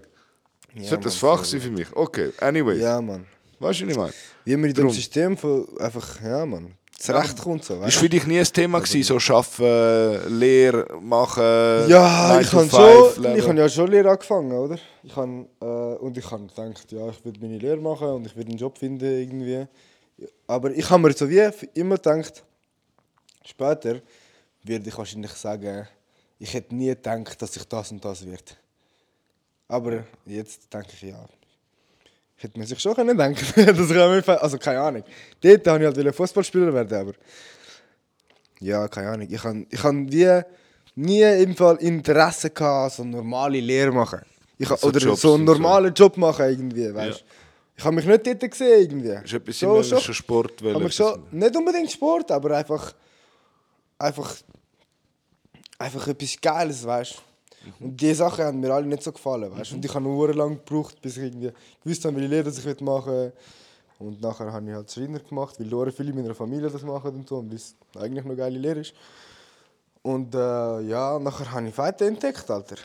Speaker 1: sollte das Fach sein für mich? Okay, anyway.
Speaker 2: Ja, Mann.
Speaker 1: Weißt du, was ich meine?
Speaker 2: Wie man in dem System von einfach, ja, Mann, zurechtkommt so,
Speaker 1: Ist
Speaker 2: weißt
Speaker 1: für dich nie ein Thema
Speaker 2: Also
Speaker 1: gewesen, so arbeiten, Lehre machen?
Speaker 2: Ja,
Speaker 1: 9
Speaker 2: ich
Speaker 1: äh, to
Speaker 2: habe
Speaker 1: 5
Speaker 2: schon,
Speaker 1: Lehre?
Speaker 2: ich habe ja schon Lehre angefangen, oder? Ich habe, äh, und ich habe gedacht, ja, ich würde meine Lehre machen und ich würde einen Job finden irgendwie. Aber ich habe mir so wie immer gedacht, später werde ich wahrscheinlich sagen, ich hätte nie gedacht, dass ich das und das werde. Aber jetzt denke ich, ja, hätte man sich schon können denken dass ich auf jeden Fall, also keine Ahnung. Dort wollte ich halt Fußballspieler werden, aber... Ja, keine Ahnung. Ich habe ich han wie nie im Fall Interesse gehabt, so normale Lehre machen. Ich, ha-
Speaker 1: So
Speaker 2: oder
Speaker 1: Jobs
Speaker 2: so einen
Speaker 1: und so.
Speaker 2: normalen Job machen irgendwie, weißt
Speaker 1: Ja.
Speaker 2: Ich habe mich nicht dort gesehen irgendwie.
Speaker 1: Ist etwas
Speaker 2: So
Speaker 1: so, im
Speaker 2: schon.
Speaker 1: schon Sport wollen.
Speaker 2: Aber schon, nicht unbedingt Sport, aber einfach. Einfach. Einfach etwas Geiles, weißt du? Und diese Sachen haben mir alle nicht so gefallen, weißt du? Und ich habe nur lange gebraucht, bis ich irgendwie gewusst habe, welche Lehre das ich machen möchte. Und nachher habe ich halt Schreiner gemacht, weil Lore viele in meiner Familie das machen und so, und weil es eigentlich noch geile Lehre ist. Und äh, ja, nachher habe ich weiter entdeckt, Alter.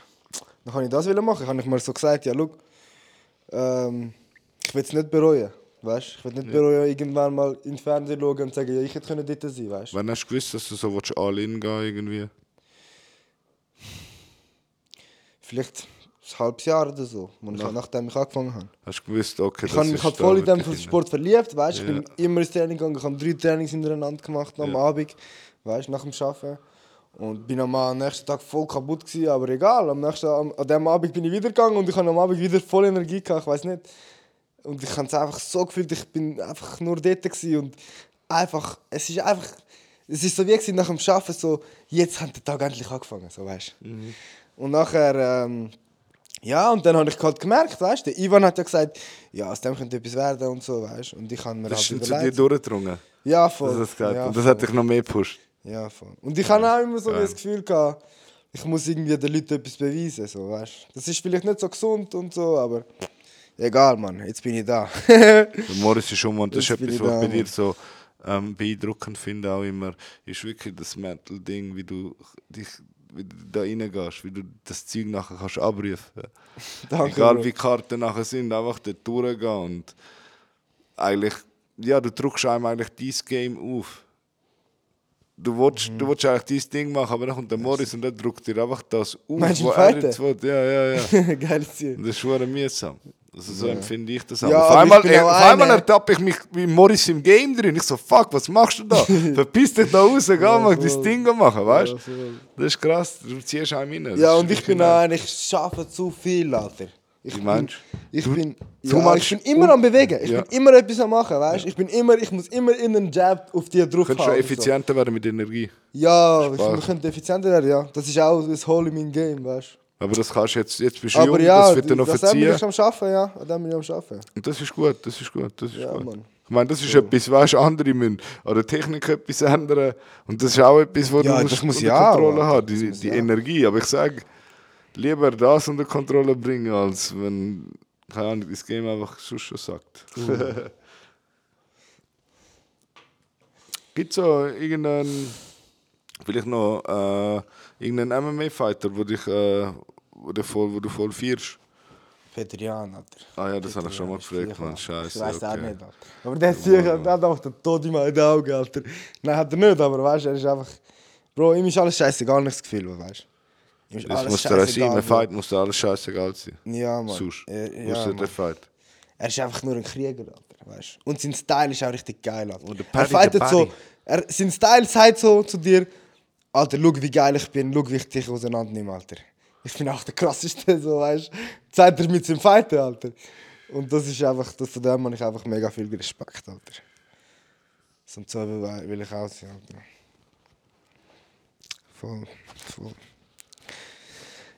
Speaker 2: Dann habe ich das wollen machen. Habe ich mir so gesagt, ja, schau, ähm, ich will es nicht bereuen. Weißt? Ich will nicht bereuen, irgendwann mal in den Fernseher schauen und sagen, ja, ich hätte können dort sein weißt?
Speaker 1: Wann hast du gewusst, dass du so willst, all in gehen irgendwie?
Speaker 2: Vielleicht ein halbes Jahr oder so, und ich, nachdem ich angefangen habe.
Speaker 1: Hast du gewusst, okay,
Speaker 2: Ich habe mich
Speaker 1: ist
Speaker 2: halt
Speaker 1: da
Speaker 2: voll in den
Speaker 1: wirklich
Speaker 2: Sport verliebt, weißt? Ich bin immer ins Training gegangen, ich habe drei Trainings hintereinander gemacht am Abend, weißt? nach dem Arbeiten. Und bin am am nächsten Tag voll kaputt gewesen, aber egal, am nächsten, am, an dem Abend bin ich wieder gegangen und ich habe am Abend wieder voll Energie gehabt, ich weiß nicht. Und ich habe es einfach so gefühlt, ich bin einfach nur dort gewesen und einfach, es ist einfach, es ist so wie gewesen, nach dem Arbeiten so, jetzt hat der Tag endlich angefangen, so weißt.
Speaker 1: Mhm.
Speaker 2: Und nachher, ähm, ja, und dann habe ich halt gemerkt, weißt der Ivan hat ja gesagt, ja, aus dem könnte etwas werden und so, weißt Und ich habe mir
Speaker 1: Das ist
Speaker 2: halt
Speaker 1: dann zu dir
Speaker 2: überlegt.
Speaker 1: durchgedrungen.
Speaker 2: Ja,
Speaker 1: Das
Speaker 2: voll.
Speaker 1: hast du gesagt.
Speaker 2: ja,
Speaker 1: Und das
Speaker 2: voll.
Speaker 1: hat dich noch mehr gepusht.
Speaker 2: Ja, voll. Und ich habe auch immer so das Gefühl gehabt, ich muss irgendwie den Leuten etwas beweisen, so, weißt Das ist vielleicht nicht so gesund und so, aber egal, Mann, jetzt bin ich da.
Speaker 1: Der Morris ist um und das ist
Speaker 2: Jetzt bin
Speaker 1: etwas,
Speaker 2: ich
Speaker 1: was ich bei
Speaker 2: da,
Speaker 1: dir
Speaker 2: Mann.
Speaker 1: so ähm, beeindruckend finde, auch immer, ist wirklich das Metal-Ding, wie du dich wie du da reingehst, wie du das Zeug nachher kannst abrufen
Speaker 2: Danke,
Speaker 1: Egal
Speaker 2: Bro.
Speaker 1: wie die Karten nachher sind, einfach dort durchgehen und eigentlich, ja, du drückst einem eigentlich dieses Game auf. Du willst,
Speaker 2: Mhm.
Speaker 1: du willst eigentlich dein Ding machen, aber dann kommt der Morris und der drückt dir einfach das auf,
Speaker 2: Meinst du
Speaker 1: was er
Speaker 2: Fighter?
Speaker 1: jetzt will. Ja, ja, ja.
Speaker 2: Geiles Ziel.
Speaker 1: Und Das ist schon mühsam. Also so empfinde ich das auch.
Speaker 2: Ja,
Speaker 1: auf
Speaker 2: aber ich
Speaker 1: einmal,
Speaker 2: bin auch
Speaker 1: auf
Speaker 2: einer.
Speaker 1: einmal ertappe ich mich wie Morris im Game drin. Ich so, fuck, was machst du da? Verpiss dich da raus, geh mal dein Ding machen, weißt du? das ist krass, du ziehst einem rein. Das
Speaker 2: Ja,
Speaker 1: ist
Speaker 2: und ich
Speaker 1: wirklich
Speaker 2: bin
Speaker 1: nice.
Speaker 2: auch eigentlich, ich arbeite zu viel, Alter. Ich
Speaker 1: Wie meinst du?
Speaker 2: Ich bin,
Speaker 1: du
Speaker 2: ja, ich
Speaker 1: meinst-
Speaker 2: bin immer am Bewegen. Ich
Speaker 1: Ja.
Speaker 2: bin immer etwas am Machen, weißt Ich bin immer, ich muss immer in den Jab auf die drauf
Speaker 1: Du könntest schon effizienter werden mit Energie.
Speaker 2: So. Ja, ich,
Speaker 1: Spaß.
Speaker 2: wir könnten effizienter werden, ja. Das ist auch das Hole in meinem Game, weißt
Speaker 1: Aber das kannst du jetzt, jetzt bist du
Speaker 2: du.
Speaker 1: jung,
Speaker 2: Aber ja,
Speaker 1: das wird dir noch
Speaker 2: das bin
Speaker 1: verziehen.
Speaker 2: ich am Schaffen, ja. An dem bin ich am Schaffen.
Speaker 1: Und das ist gut, das ist gut, das ist
Speaker 2: Ja,
Speaker 1: gut.
Speaker 2: Mann.
Speaker 1: Ich meine, das ist etwas, weißt du, andere müssen an der Technik etwas ändern. Und das ist auch etwas, wo
Speaker 2: Ja,
Speaker 1: du
Speaker 2: das
Speaker 1: musst
Speaker 2: muss
Speaker 1: unter
Speaker 2: ich auch,
Speaker 1: Kontrolle
Speaker 2: Mann.
Speaker 1: haben, die, die Energie. Aber ich sage, lieber das unter Kontrolle bringen, als wenn, keine Ahnung, das Game einfach sonst schon sagt. Gibt es so irgendeinen Vielleicht noch äh, irgendeinen MMA-Fighter, wo, dich, äh, wo, du voll- wo du voll feierst.
Speaker 2: Petrian, Alter.
Speaker 1: Ah ja, das habe ich schon mal
Speaker 2: ist
Speaker 1: gefragt,
Speaker 2: sicher,
Speaker 1: Mann.
Speaker 2: Alter.
Speaker 1: Scheiße,
Speaker 2: Ich weiß auch
Speaker 1: okay.
Speaker 2: nicht, Alter. Aber der ist sicher, der hat auch den Tod in meinen Augen, Alter. Nein, hat er nicht, aber weißt du, er ist einfach. Bro, ihm ist alles scheiße, gar nichts Gefühl, weißt du? Ihm ist
Speaker 1: Das
Speaker 2: alles
Speaker 1: muss der sein.
Speaker 2: scheißegal,
Speaker 1: Im
Speaker 2: Bro.
Speaker 1: Fight muss dir alles scheißegal sein.
Speaker 2: Ja, Mann.
Speaker 1: Sonst.
Speaker 2: Er, ja,
Speaker 1: Außer
Speaker 2: Mann.
Speaker 1: der Fight.
Speaker 2: er ist einfach nur ein Krieger, Alter, weißt du? Und sein Style ist auch richtig geil, Alter.
Speaker 1: Und der
Speaker 2: er
Speaker 1: Paddy, der
Speaker 2: fightet so.
Speaker 1: Paddy.
Speaker 2: Er, sein Style sagt so zu dir: Alter, schau, wie geil ich bin, schau, wie ich dich auseinandernehme, Alter. Ich bin auch der krasseste, so, weißt du? Zeigt er mit seinem Fighten, Alter. Und das ist einfach, das zu dem habe ich einfach mega viel Respekt, Alter. So und so will will ich aussehen, Alter. Voll, voll.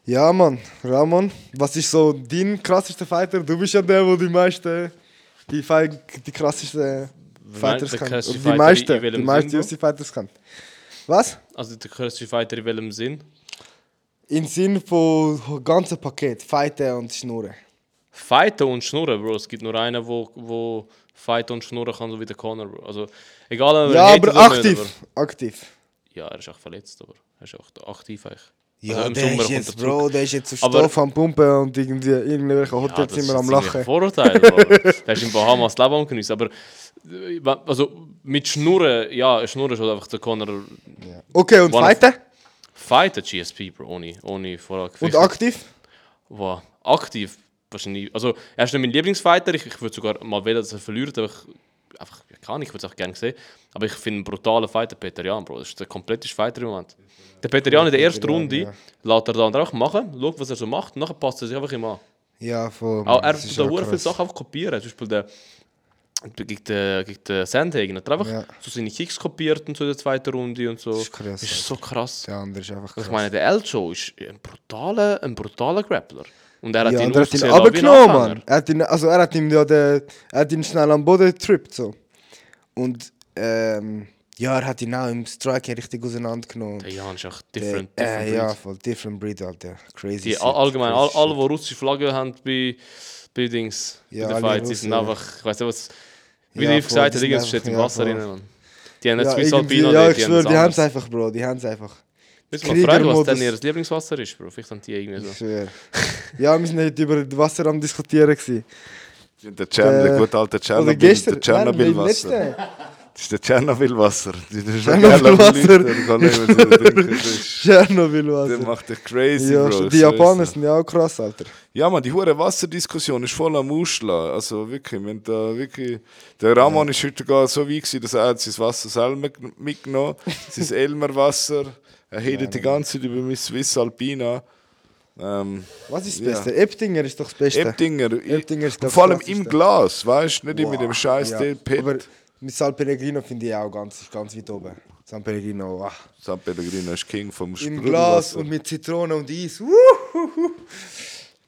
Speaker 2: Ja, Mann, Ramon, was ist so dein krassester Fighter? Du bist ja der, wo die meisten, die, Fight, die krassesten Fighters
Speaker 3: der
Speaker 2: kennt.
Speaker 3: krasseste
Speaker 2: Oder Die
Speaker 3: Fighter in
Speaker 2: meisten, die
Speaker 3: welchem
Speaker 2: meisten
Speaker 3: Sinn,
Speaker 2: UFC Fighters kennt. Was?
Speaker 3: Also der größte Fighter in welchem Sinn?
Speaker 2: Im Sinn von ganzen Paket, Fighten und Schnurren.
Speaker 3: Fighten und Schnurren, Bro. Es gibt nur einen, wo, wo fighten und schnurren kann, so wie der Conor, Bro. Also egal, ob er
Speaker 2: Ja,
Speaker 3: hatet
Speaker 2: aber
Speaker 3: oder nicht,
Speaker 2: aktiv,
Speaker 3: aber-
Speaker 2: aktiv.
Speaker 3: ja, er ist auch verletzt, aber er ist auch aktiv eigentlich.
Speaker 2: Ja,
Speaker 3: Also im
Speaker 2: der
Speaker 3: Sommer
Speaker 2: ist
Speaker 3: kommt er
Speaker 2: jetzt,
Speaker 3: zurück.
Speaker 2: Bro, der ist jetzt auf
Speaker 3: Aber-
Speaker 2: Stoff am Pumpen und irgendwie irgendwelche
Speaker 3: Ja, das ist
Speaker 2: Hotelzimmer am
Speaker 3: jetzt ziemlich
Speaker 2: Lachen.
Speaker 3: Vorurteil, Bro. der ist in Bahamas das Leben am geniessen, aber äh, wa- also mit Schnurren, ja, Schnurren ist halt einfach der Conor
Speaker 2: Okay, und
Speaker 3: One of-
Speaker 2: Fighten?
Speaker 3: fightet GSP, Bro, ohne, ohne Vorlage.
Speaker 2: Und aktiv?
Speaker 3: wow, aktiv wahrscheinlich. Also er ist nicht mein Lieblingsfighter. Ich, ich würde sogar mal wählen, dass er verliert, aber ich einfach ja, kann ich würde es auch gerne sehen. Aber ich finde einen brutalen Fighter Peter Jan, Bro. Das ist der komplette Fighter im Moment. Der Peter Jan in der ersten Runde lässt er dann einfach machen, schaut, was er so macht, und nachher passt er sich einfach immer an.
Speaker 2: Ja, voll.
Speaker 3: Auch er
Speaker 2: das
Speaker 3: tut
Speaker 2: ist
Speaker 3: da
Speaker 2: auch
Speaker 3: hure viele
Speaker 2: krass.
Speaker 3: Sachen einfach kopieren. Zum Beispiel der gegen den, gegen den Sandhagen hat er einfach
Speaker 2: Ja.
Speaker 3: so seine Kicks kopiert und so in der zweiten Runde und so.
Speaker 2: Das ist krass,
Speaker 3: ist so krass.
Speaker 2: Der andere ist einfach krass.
Speaker 3: Ich meine, der Elcho ist ein brutaler, ein brutaler Grappler. Und er hat
Speaker 2: ja,
Speaker 3: ihn
Speaker 2: und er hat ihn
Speaker 3: offiziell auch wie ein
Speaker 2: abgenommen,
Speaker 3: Anfänger.
Speaker 2: Mann. Er hat ihn, also er hat ihm ja den, er hat ihn schnell am Boden getrippt, so. Und, ähm, ja, er hat ihn auch im Strike richtig auseinandergenommen.
Speaker 3: Der Jan ist auch
Speaker 2: Der-
Speaker 3: different,
Speaker 2: äh,
Speaker 3: different
Speaker 2: Ja,
Speaker 3: breed.
Speaker 2: voll, different breed, Alter. Crazy
Speaker 3: Die
Speaker 2: shit,
Speaker 3: all, allgemein, all,
Speaker 2: crazy
Speaker 3: alle,
Speaker 2: shit.
Speaker 3: die russische Flagge haben bei, bei Dings,
Speaker 2: Ja,
Speaker 3: bei den
Speaker 2: alle
Speaker 3: Fights, die sind
Speaker 2: Russen, ja.
Speaker 3: einfach, ich weiß nicht was, wie
Speaker 2: Ja,
Speaker 3: du eben
Speaker 2: voll,
Speaker 3: gesagt
Speaker 2: die
Speaker 3: hast,
Speaker 2: sind
Speaker 3: irgendwas
Speaker 2: einfach-
Speaker 3: steht im
Speaker 2: ja,
Speaker 3: Wasser
Speaker 2: voll.
Speaker 3: rein. Mann. Die haben nicht
Speaker 2: ja,
Speaker 3: Swiss
Speaker 2: irgendwie-
Speaker 3: Alpino,
Speaker 2: Ja,
Speaker 3: dort,
Speaker 2: ich schwöre, die haben
Speaker 3: haben
Speaker 2: es einfach, Bro. Die haben es einfach.
Speaker 3: Müssen wir mal fragen, was
Speaker 2: Kriegermodus.
Speaker 3: denn ihr Lieblingswasser ist, Bro. Vielleicht haben die irgendwie
Speaker 2: Ich
Speaker 3: so.
Speaker 2: schwöre. ja, wir sind heute über das Wasser am diskutieren. Gewesen.
Speaker 1: Der, Cern, der
Speaker 2: Äh,
Speaker 1: gute alte
Speaker 2: Oder
Speaker 1: Tschernobyl.
Speaker 2: gestern.
Speaker 1: Der Tschernobyl-Wasser.
Speaker 2: letzten.
Speaker 1: Das ist der Tschernobyl-Wasser.
Speaker 2: Tschernobyl-Wasser.
Speaker 1: Tschernobyl-Wasser. Der
Speaker 2: Tschernobyl-Wasser.
Speaker 1: macht dich crazy,
Speaker 2: Ja,
Speaker 1: Bro.
Speaker 2: die
Speaker 1: So ist
Speaker 2: Japaner
Speaker 1: es.
Speaker 2: sind ja auch krass, Alter.
Speaker 1: Ja, man, die hure Wasserdiskussion ist voll am Ausschlagen. Also wirklich, wenn da wirklich. Der Ramon ist heute gar so weit gewesen, dass er hat sein Wasser selber gn- mitgenommen sein Elmerwasser. Er redet die ganze Zeit über mein Swiss Alpina. Ähm,
Speaker 2: Was ist das
Speaker 1: Ja.
Speaker 2: Beste? Eptinger ist doch das Beste.
Speaker 1: Ebdinger, ich-
Speaker 2: Ebdinger ist, glaub,
Speaker 1: vor allem
Speaker 2: das
Speaker 1: im
Speaker 2: Klassischste.
Speaker 1: Glas, weißt du, nicht mit dem
Speaker 2: Wow,
Speaker 1: scheiß ja.
Speaker 2: Aber
Speaker 1: Pet.
Speaker 2: mit San Pellegrino finde ich auch ganz, ist ganz weit oben. San Pellegrino, wow.
Speaker 1: San Pellegrino ist King vom also.
Speaker 2: Im Glas
Speaker 1: Sprudelwasser.
Speaker 2: und mit Zitrone und Eis. Uh!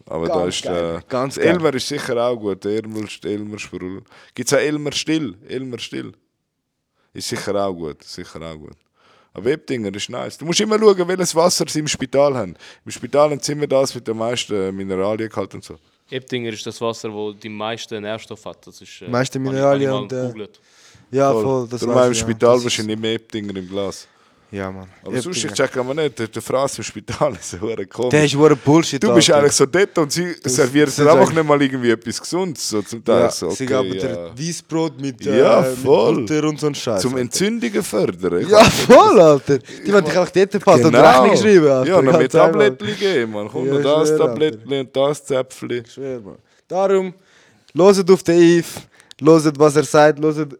Speaker 1: Aber da
Speaker 2: ganz
Speaker 1: ist
Speaker 2: geil,
Speaker 1: äh,
Speaker 2: ganz
Speaker 1: ganz
Speaker 2: geil.
Speaker 1: Elmer ist sicher auch gut. Der Elmer, Elmer Sprudel. Gibt es auch Elmer Still? Elmer Still. Ist sicher auch gut. Sicher auch gut. Aber Webdinger ist nice. Du musst immer schauen, welches Wasser sie im Spital haben. Im Spital haben sie immer das mit den meisten Mineralien gehalten und so.
Speaker 3: Ebtinger ist das Wasser, wo die meisten Nährstoffe hat. Das ist, äh,
Speaker 2: Meiste
Speaker 3: habe ich-
Speaker 2: Mineralien
Speaker 3: habe ich mal
Speaker 2: und, äh,
Speaker 3: gegoogelt.
Speaker 2: Ja, voll. Das
Speaker 1: Darum
Speaker 2: weiß
Speaker 1: haben im
Speaker 2: ich, ja.
Speaker 1: Spital
Speaker 2: Das-
Speaker 1: wahrscheinlich mehr Webdinger im Glas.
Speaker 2: Ja, Mann.
Speaker 1: Aber sonst, ich
Speaker 2: Ebtinger.
Speaker 1: check aber nicht. Der, der Fraß im Spital ist ein komisch.
Speaker 2: Der ist hure Bullshit,
Speaker 1: Du bist
Speaker 2: Alter.
Speaker 1: eigentlich so dort und sie servieren
Speaker 2: sind
Speaker 1: dir einfach
Speaker 2: eigentlich-
Speaker 1: nicht mal irgendwie etwas Gesundes, so zum Teil.
Speaker 2: ja,
Speaker 1: so,
Speaker 2: sie
Speaker 1: okay,
Speaker 2: geben
Speaker 1: ja.
Speaker 2: dir Weißbrot mit, äh,
Speaker 1: Ja,
Speaker 2: mit
Speaker 1: voll.
Speaker 2: Butter und so ein Scheiß.
Speaker 1: Zum
Speaker 2: Alter.
Speaker 1: Entzündungen fördern. Ich
Speaker 2: Ja, voll, Alter. Die wollen dich einfach dort passen und Rechnung schreiben, Alter.
Speaker 1: Genau. Ja, noch
Speaker 2: Ganz
Speaker 1: mit
Speaker 2: einfach.
Speaker 1: Tablettchen geben, man. Komm,
Speaker 2: Ja,
Speaker 1: noch das
Speaker 2: schwer, Alter.
Speaker 1: Tablettchen und das Zäpfchen.
Speaker 2: Ich schwöre, Mann. Darum, loset auf den Eve, loset, was er sagt, loset,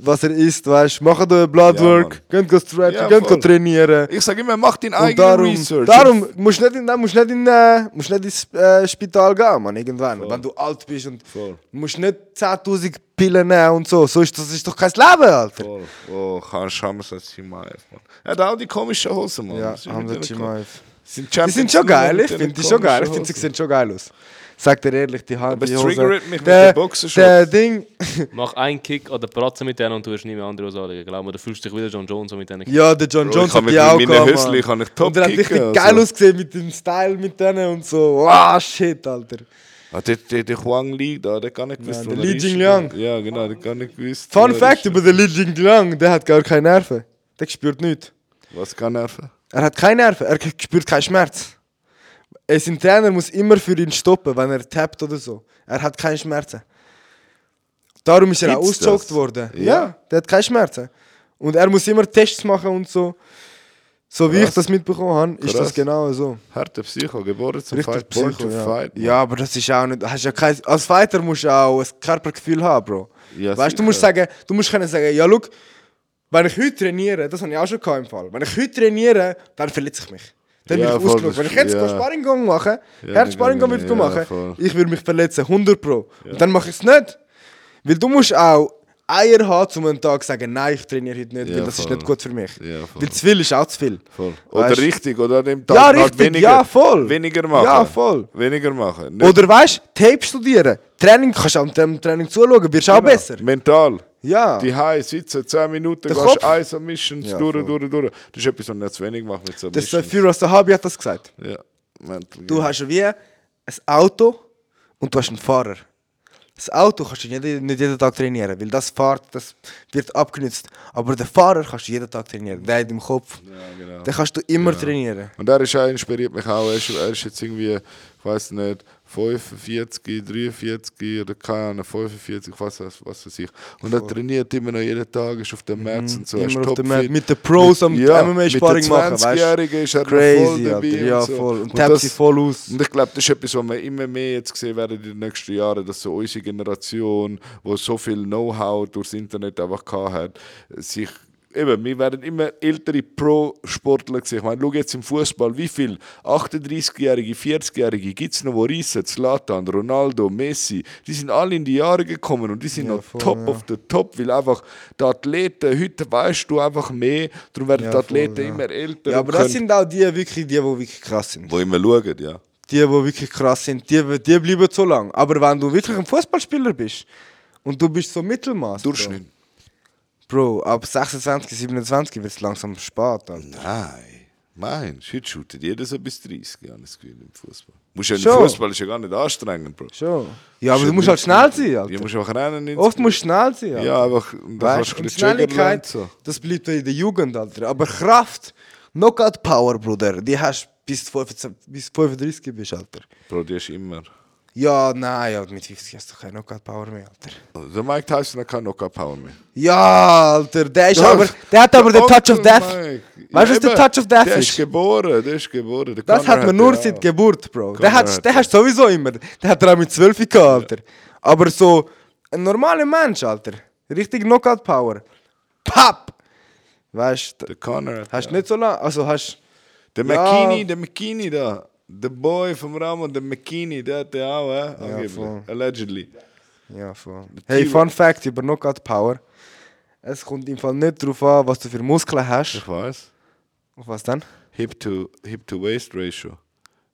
Speaker 2: was er isst, weißt du. Macht euer Bloodwork,
Speaker 1: Ja,
Speaker 2: geht go stretchen,
Speaker 1: Ja,
Speaker 2: geht go
Speaker 1: voll.
Speaker 2: trainieren.
Speaker 1: Ich sag immer, mach deinen
Speaker 2: Und
Speaker 1: eigenen
Speaker 2: darum,
Speaker 1: Research.
Speaker 2: darum musst du nicht, in, musst nicht, in, äh, musst nicht ins äh, Spital gehen, Mann, irgendwann, wenn du alt bist und
Speaker 1: Voll.
Speaker 2: musst nicht 10.000 Pillen nehmen und so. so ist, das ist doch kein Leben, Alter.
Speaker 1: Voll. Oh, Hans Hammer als Chimaev, man. Er hat auch die komischen Hosen, man.
Speaker 2: Ja,
Speaker 1: Was ist mit
Speaker 2: haben wir
Speaker 1: denen
Speaker 2: Chimaev.
Speaker 1: gekommen? Sind
Speaker 2: Die
Speaker 1: Champions
Speaker 2: sind schon
Speaker 1: League
Speaker 2: geil,
Speaker 1: mit
Speaker 2: ich
Speaker 1: diesen
Speaker 2: finde die schon geil. Ich finde,
Speaker 1: komischen
Speaker 2: sie sehen schon geil aus. Sag dir ehrlich, die Hand,
Speaker 1: Aber es
Speaker 2: die Hose.
Speaker 1: triggert mich mit
Speaker 2: der,
Speaker 1: den Boxershorts.
Speaker 2: Der Ding,
Speaker 3: Mach einen Kick an der Pratze mit denen und du hast nicht mehr andere aus anlegen. Glaub mir, du fühlst dich wieder John Jones so mit denen.
Speaker 2: ja, der John
Speaker 1: Bro,
Speaker 2: Jones
Speaker 1: ich kann
Speaker 2: hat die
Speaker 1: mit
Speaker 2: auch
Speaker 1: meinen
Speaker 2: gehabt,
Speaker 1: Hösli
Speaker 2: Mann.
Speaker 1: kann ich top
Speaker 2: Und er hat richtig
Speaker 1: kicken,
Speaker 2: geil
Speaker 1: also.
Speaker 2: ausgesehen mit dem Style mit denen und so. Wow, shit, Alter.
Speaker 1: Ah, der, der, der Huang Li, da, der hat gar nicht gewusst,
Speaker 2: der
Speaker 1: wo
Speaker 2: Li
Speaker 1: er ist.
Speaker 2: Jingliang.
Speaker 1: Ja, genau, der hat gar nicht gewusst.
Speaker 2: Fun
Speaker 1: wo er
Speaker 2: Fact
Speaker 1: ist.
Speaker 2: über den Li Jingliang, der hat gar keine Nerven. Der spürt nichts.
Speaker 1: Was kann nerven?
Speaker 2: Er hat keine Nerven, er spürt keinen Schmerz. Äh, Sein Trainer muss immer für ihn stoppen, wenn er tappt oder so. Er hat keine Schmerzen. Darum ist er auch
Speaker 1: Gibt's
Speaker 2: ausgezockt
Speaker 1: das?
Speaker 2: worden.
Speaker 1: Ja.
Speaker 2: Ja. der hat keine Schmerzen. Und er muss immer Tests machen und so. So wie
Speaker 1: Krass.
Speaker 2: ich das mitbekommen habe, ist
Speaker 1: Krass.
Speaker 2: das genau so.
Speaker 1: Harter Psycho, geboren zum
Speaker 2: Richtig
Speaker 1: Fight, born
Speaker 2: Psycho,
Speaker 1: to
Speaker 2: ja.
Speaker 1: fight.
Speaker 2: ja, aber das ist auch nicht. Hast ja kein, als Fighter musst du auch ein Körpergefühl haben, Bro.
Speaker 1: Ja,
Speaker 2: weißt du, musst
Speaker 1: sicher.
Speaker 2: sagen, du musst können sagen, ja, schau, wenn ich heute trainiere, das habe ich auch schon gehabt im Fall. Wenn ich heute trainiere, dann verletze ich mich. Dann
Speaker 1: Ja,
Speaker 2: bin ich
Speaker 1: voll, das-
Speaker 2: ausgelockt. Wenn ich jetzt
Speaker 1: ja.
Speaker 2: ja. Sparringgang mache,
Speaker 1: Ja,
Speaker 2: ja,
Speaker 1: dann
Speaker 2: Sparringgang
Speaker 1: gehen
Speaker 2: würde ich
Speaker 1: wir- ja,
Speaker 2: machen,
Speaker 1: voll.
Speaker 2: ich würde mich verletzen, 100 Pro. Und dann mache ich es nicht. Weil du musst auch Eier haben, um einen Tag zu sagen, nein, ich trainiere heute nicht,
Speaker 1: Ja,
Speaker 2: weil das ist
Speaker 1: voll.
Speaker 2: nicht gut für mich.
Speaker 1: Ja, voll.
Speaker 2: weil zu viel ist auch zu viel.
Speaker 1: Voll. Oder
Speaker 2: Weißt-
Speaker 1: richtig, oder an dem Tag
Speaker 2: Ja,
Speaker 1: halt
Speaker 2: richtig,
Speaker 1: weniger,
Speaker 2: ja, voll.
Speaker 1: weniger machen.
Speaker 2: Ja, voll.
Speaker 1: Weniger machen. Nicht
Speaker 2: Oder weißt du, Tape studieren. Training kannst du am dem Training zuschauen, wirst auch
Speaker 1: genau.
Speaker 2: besser.
Speaker 1: Mental.
Speaker 2: Ja.
Speaker 1: Die High sitzen, 10 Minuten,
Speaker 2: Der
Speaker 1: gehst
Speaker 2: Kopf.
Speaker 1: Eis am Mischen,
Speaker 2: Ja,
Speaker 1: durch,
Speaker 2: voll.
Speaker 1: durch, durch. Das ist etwas, was ich jetzt wenig mache mit so
Speaker 2: Das ist der
Speaker 1: Missions.
Speaker 2: Firas Sahabi hat das gesagt.
Speaker 1: Ja. Mental,
Speaker 2: Du
Speaker 1: ja.
Speaker 2: hast wie ein Auto und du hast einen Fahrer. Das Auto kannst du jede- nicht jeden Tag trainieren, weil das fährt, das wird abgenützt. Aber den Fahrer kannst du jeden Tag trainieren. Der hat im Kopf.
Speaker 1: Ja, genau.
Speaker 2: Den kannst du immer trainieren.
Speaker 1: Und er ist auch, inspiriert mich auch. Er ist, er ist jetzt irgendwie, ich weiß nicht, 45, 43 oder keine Ahnung, 45, was, weiß- was weiß ich. Und er trainiert immer noch jeden Tag, ist auf dem März und so. er ist
Speaker 2: Mhm. Immer auf dem
Speaker 1: topfit.
Speaker 2: Mat- mit den Pros am MMA-Sparring machen,
Speaker 1: Mit
Speaker 2: weißt
Speaker 1: den
Speaker 2: du?
Speaker 1: 20-Jährigen ist er noch voll
Speaker 2: Crazy,
Speaker 1: dabei.
Speaker 2: Alter. Ja,
Speaker 1: und so.
Speaker 2: voll. Und
Speaker 1: Und
Speaker 2: tappt
Speaker 1: das-
Speaker 2: sie voll aus.
Speaker 1: und ich glaube, das ist etwas, was wir immer mehr jetzt sehen werden in den nächsten Jahren, dass so unsere Generation, wo so viel Know-how durchs Internet einfach gehabt hat, sich eben, wir werden immer ältere Pro-Sportler sehen. Ich meine, schau jetzt im Fußball, wie viel 38-Jährige, 40-Jährige gibt es noch, die reissen, Zlatan, Ronaldo, Messi, die sind alle in die Jahre gekommen und die sind
Speaker 2: Ja,
Speaker 1: noch
Speaker 2: voll,
Speaker 1: top
Speaker 2: ja.
Speaker 1: auf der Top, weil einfach die Athleten, heute weißt du einfach mehr, darum werden
Speaker 2: Ja,
Speaker 1: die Athleten
Speaker 2: voll, ja.
Speaker 1: immer älter.
Speaker 2: Ja,
Speaker 1: und
Speaker 2: aber das
Speaker 1: können-
Speaker 2: sind auch die, wirklich, die, die wirklich krass sind.
Speaker 1: wo immer schauen, ja.
Speaker 2: die, die wirklich krass sind, die, die bleiben so lang. Aber wenn du wirklich ein Fußballspieler bist und du bist so Mittelmaß.
Speaker 1: Durchschnitt.
Speaker 2: Bro, Bro ab 26, 27 wird es langsam spät. Alter.
Speaker 1: Nein. Meinst du, heute shootet jeder so bis 30 Jahre das Gefühl im Fußball. Musst ja im
Speaker 2: Schon.
Speaker 1: Fußball ist ja gar nicht anstrengend, Bro.
Speaker 2: Schon. Ja, aber
Speaker 1: Ist
Speaker 2: du
Speaker 1: ja
Speaker 2: musst halt
Speaker 1: nicht-
Speaker 2: schnell sein.
Speaker 1: Ja,
Speaker 2: Alter.
Speaker 1: musst einfach rennen. ins-
Speaker 2: Oft musst du schnell sein. Alter.
Speaker 1: Ja, einfach. Und dann
Speaker 2: weißt,
Speaker 1: kannst
Speaker 2: du,
Speaker 1: du ein
Speaker 2: und
Speaker 1: bisschen joggen lernen,
Speaker 2: Schnelligkeit,
Speaker 1: so.
Speaker 2: das bleibt in der Jugend, Alter. Aber Kraft, Knockout Power, Bruder, die hast du bis, 15 bis 35 bist, Alter.
Speaker 1: Bro, die ist immer.
Speaker 2: Ja, nein, Alter, mit 50 hast du keine Knockout Power mehr, Alter.
Speaker 1: Der Also, Mike Tyson hat keinen Knockout-Power mehr.
Speaker 2: Ja, Alter, der ist
Speaker 1: Ja,
Speaker 2: aber. Der hat aber den
Speaker 1: Onkel
Speaker 2: Touch of Death.
Speaker 1: Mike.
Speaker 2: Weißt du,
Speaker 1: Ja,
Speaker 2: was der
Speaker 1: eben.
Speaker 2: Touch of Death
Speaker 1: Der ist
Speaker 2: ist?
Speaker 1: geboren, der ist geboren. Der
Speaker 2: Das
Speaker 1: Conor
Speaker 2: hat man nur
Speaker 1: den
Speaker 2: seit
Speaker 1: auch.
Speaker 2: Geburt, Bro. Der
Speaker 1: hat
Speaker 2: hat, der hast du sowieso immer. Der hat er auch mit 12 gehabt, Alter. Aber so ein normaler Mensch, Alter. Richtig Knockout Power. Papp! Weißt du,
Speaker 1: Der Conor hat
Speaker 2: hast
Speaker 1: den auch.
Speaker 2: nicht so lange. Also hast.
Speaker 1: Der
Speaker 2: Ja.
Speaker 1: McKinney, der McKinney da. Der Boy vom Ramon, der McKinney, der hat den auch, eh? Angeblich.
Speaker 2: voll.
Speaker 1: Allegedly.
Speaker 2: Ja, voll. Hey,
Speaker 1: T-Rex.
Speaker 2: Fun Fact über Knockout Power. Es kommt im Fall nicht darauf an, was du für Muskeln hast.
Speaker 1: Ich weiß.
Speaker 2: Auf was denn?
Speaker 1: Hip to Hip to Waist Ratio.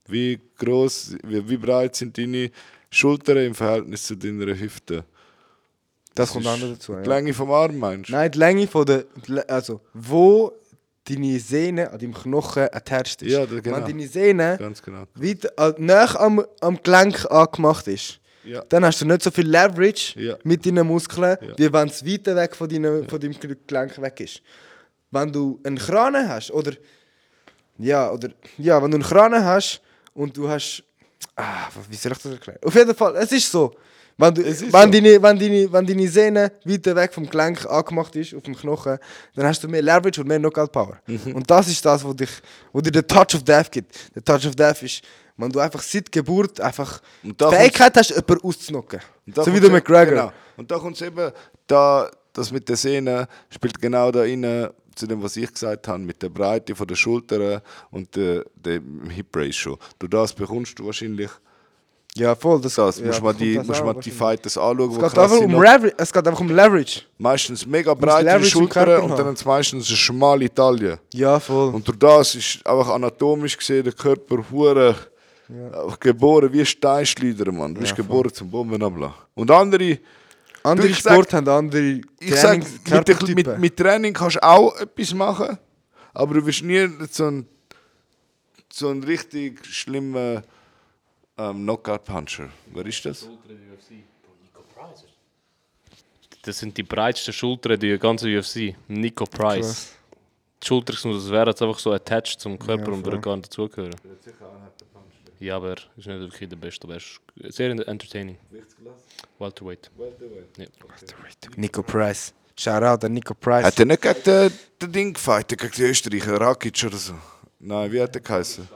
Speaker 1: Wie groß, wie, wie breit sind deine Schultern im Verhältnis zu deiner Hüfte?
Speaker 2: Das, kommt
Speaker 1: ist
Speaker 2: auch noch dazu.
Speaker 1: Die
Speaker 2: ja.
Speaker 1: Länge vom Arm meinst du?
Speaker 2: Nein, die Länge von der. die Lä- Also, wo deine Sehne an deinem Knochen eh, attached ist.
Speaker 1: Ja, da- genau.
Speaker 2: Wenn deine Sehne
Speaker 1: Ganz genau.
Speaker 2: weit, äh, nah am, am Gelenk angemacht ist,
Speaker 1: Ja.
Speaker 2: dann hast du nicht so viel Leverage
Speaker 1: Ja.
Speaker 2: mit deinen Muskeln,
Speaker 1: Ja.
Speaker 2: wie wenn es weiter weg von, deinen, von deinem Gel- Gelenk weg ist. Wenn du einen Kranen hast, oder. Ja, oder. Ja, wenn du einen Kranen hast und du hast. Ah, wie soll ich das erklären? Auf jeden Fall, es ist so. Wenn, du,
Speaker 1: Es ist so.
Speaker 2: wenn, deine, wenn, deine, wenn deine Sehne weiter weg vom Gelenk angemacht ist, auf dem Knochen, dann hast du mehr Leverage und mehr Knockout Power.
Speaker 1: Mhm.
Speaker 2: Und das ist das, was dich, wo dir der Touch of Death gibt. Der Touch of Death ist, wenn du einfach seit Geburt einfach die
Speaker 1: Und da
Speaker 2: Fähigkeit hast, jemanden auszunocken.
Speaker 1: Und da
Speaker 2: So wie
Speaker 1: kommt's
Speaker 2: der
Speaker 1: e-
Speaker 2: McGregor.
Speaker 1: Genau. Und da kommt es eben, da, das mit der Sehne spielt genau da rein, zu dem, was ich gesagt habe, mit der Breite von der Schultern und der, dem Hip Ratio. Durch das bekommst du wahrscheinlich
Speaker 2: Ja, voll. Das,
Speaker 1: das.
Speaker 2: ja,
Speaker 1: musst du mal
Speaker 2: kommt
Speaker 1: die,
Speaker 2: das
Speaker 1: musst
Speaker 2: auch
Speaker 1: mal die
Speaker 2: wahrscheinlich.
Speaker 1: Fighters anschauen,
Speaker 2: es
Speaker 1: wo
Speaker 2: geht,
Speaker 1: krass
Speaker 2: einfach
Speaker 1: sind.
Speaker 2: um Leverage, es geht einfach um Leverage.
Speaker 1: Meistens mega breite
Speaker 2: Leverage im
Speaker 1: Schultern
Speaker 2: Körper
Speaker 1: und
Speaker 2: haben.
Speaker 1: dann haben sie meistens eine schmale Taille.
Speaker 2: Ja, voll.
Speaker 1: Und durch das ist einfach anatomisch gesehen der Körper hure einfach geboren wie Steinschleuder, Mann. Du bist geboren zum Bomben ablassen. Und andere,
Speaker 2: andere
Speaker 1: ich sag-
Speaker 2: Sport haben andere
Speaker 1: ich sag,
Speaker 2: Trainings-
Speaker 1: mit, der- mit,
Speaker 2: Körpertypen.
Speaker 1: mit Training kannst du auch etwas machen, aber du wirst nie so ein, so ein richtig schlimmer ähm, Knockout-Puncher. Wer ist das?
Speaker 3: Das sind die breitsten Schultern der ganzen UFC. Nico Price. die Schulter genommen, das wäre jetzt einfach so attached zum Körper und würde gar nicht dazugehören. Ja, aber ist nicht wirklich der Beste, aber er ist sehr entertaining. Welterweight.
Speaker 2: Nico Price. Shoutout an Nico Price.
Speaker 1: Hat er nicht gegen den, den Ding gefightet, gegen die Österreicher, Rakic oder so? Nein, wie hat der geheißen?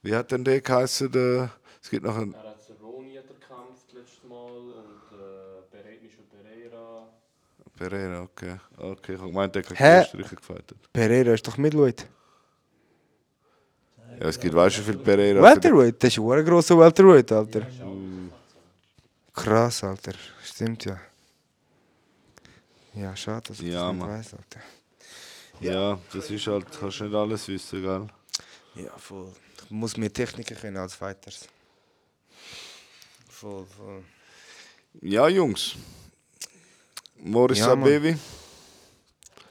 Speaker 1: Wie hat denn der geheißen? Der, es gibt noch einen.
Speaker 3: Er hat Cerrone gekämpft letztes Mal und äh, Michel Pereira.
Speaker 1: Pereira, okay. Okay, ich meinte, der hat gegen
Speaker 2: Hä?
Speaker 1: die Österreicher gefightet.
Speaker 2: Pereira ist doch Middleweight.
Speaker 1: Ja, es gibt weißt du, wie viel Pereira.
Speaker 2: Welterweight? Das ist ein verdammt grosser Welterweight, Alter. Krass, Alter. Stimmt ja. Ja, schade, dass ich
Speaker 1: Ja,
Speaker 2: das nicht
Speaker 1: Mann.
Speaker 2: weiss, Alter.
Speaker 1: Ja, das ist halt, kannst nicht alles wissen, gell?
Speaker 2: Ja, voll. Ich muss mehr Techniker können als Fighters. Voll, voll.
Speaker 1: Ja, Jungs. Morris
Speaker 2: Ja, Mann.
Speaker 1: Abevi.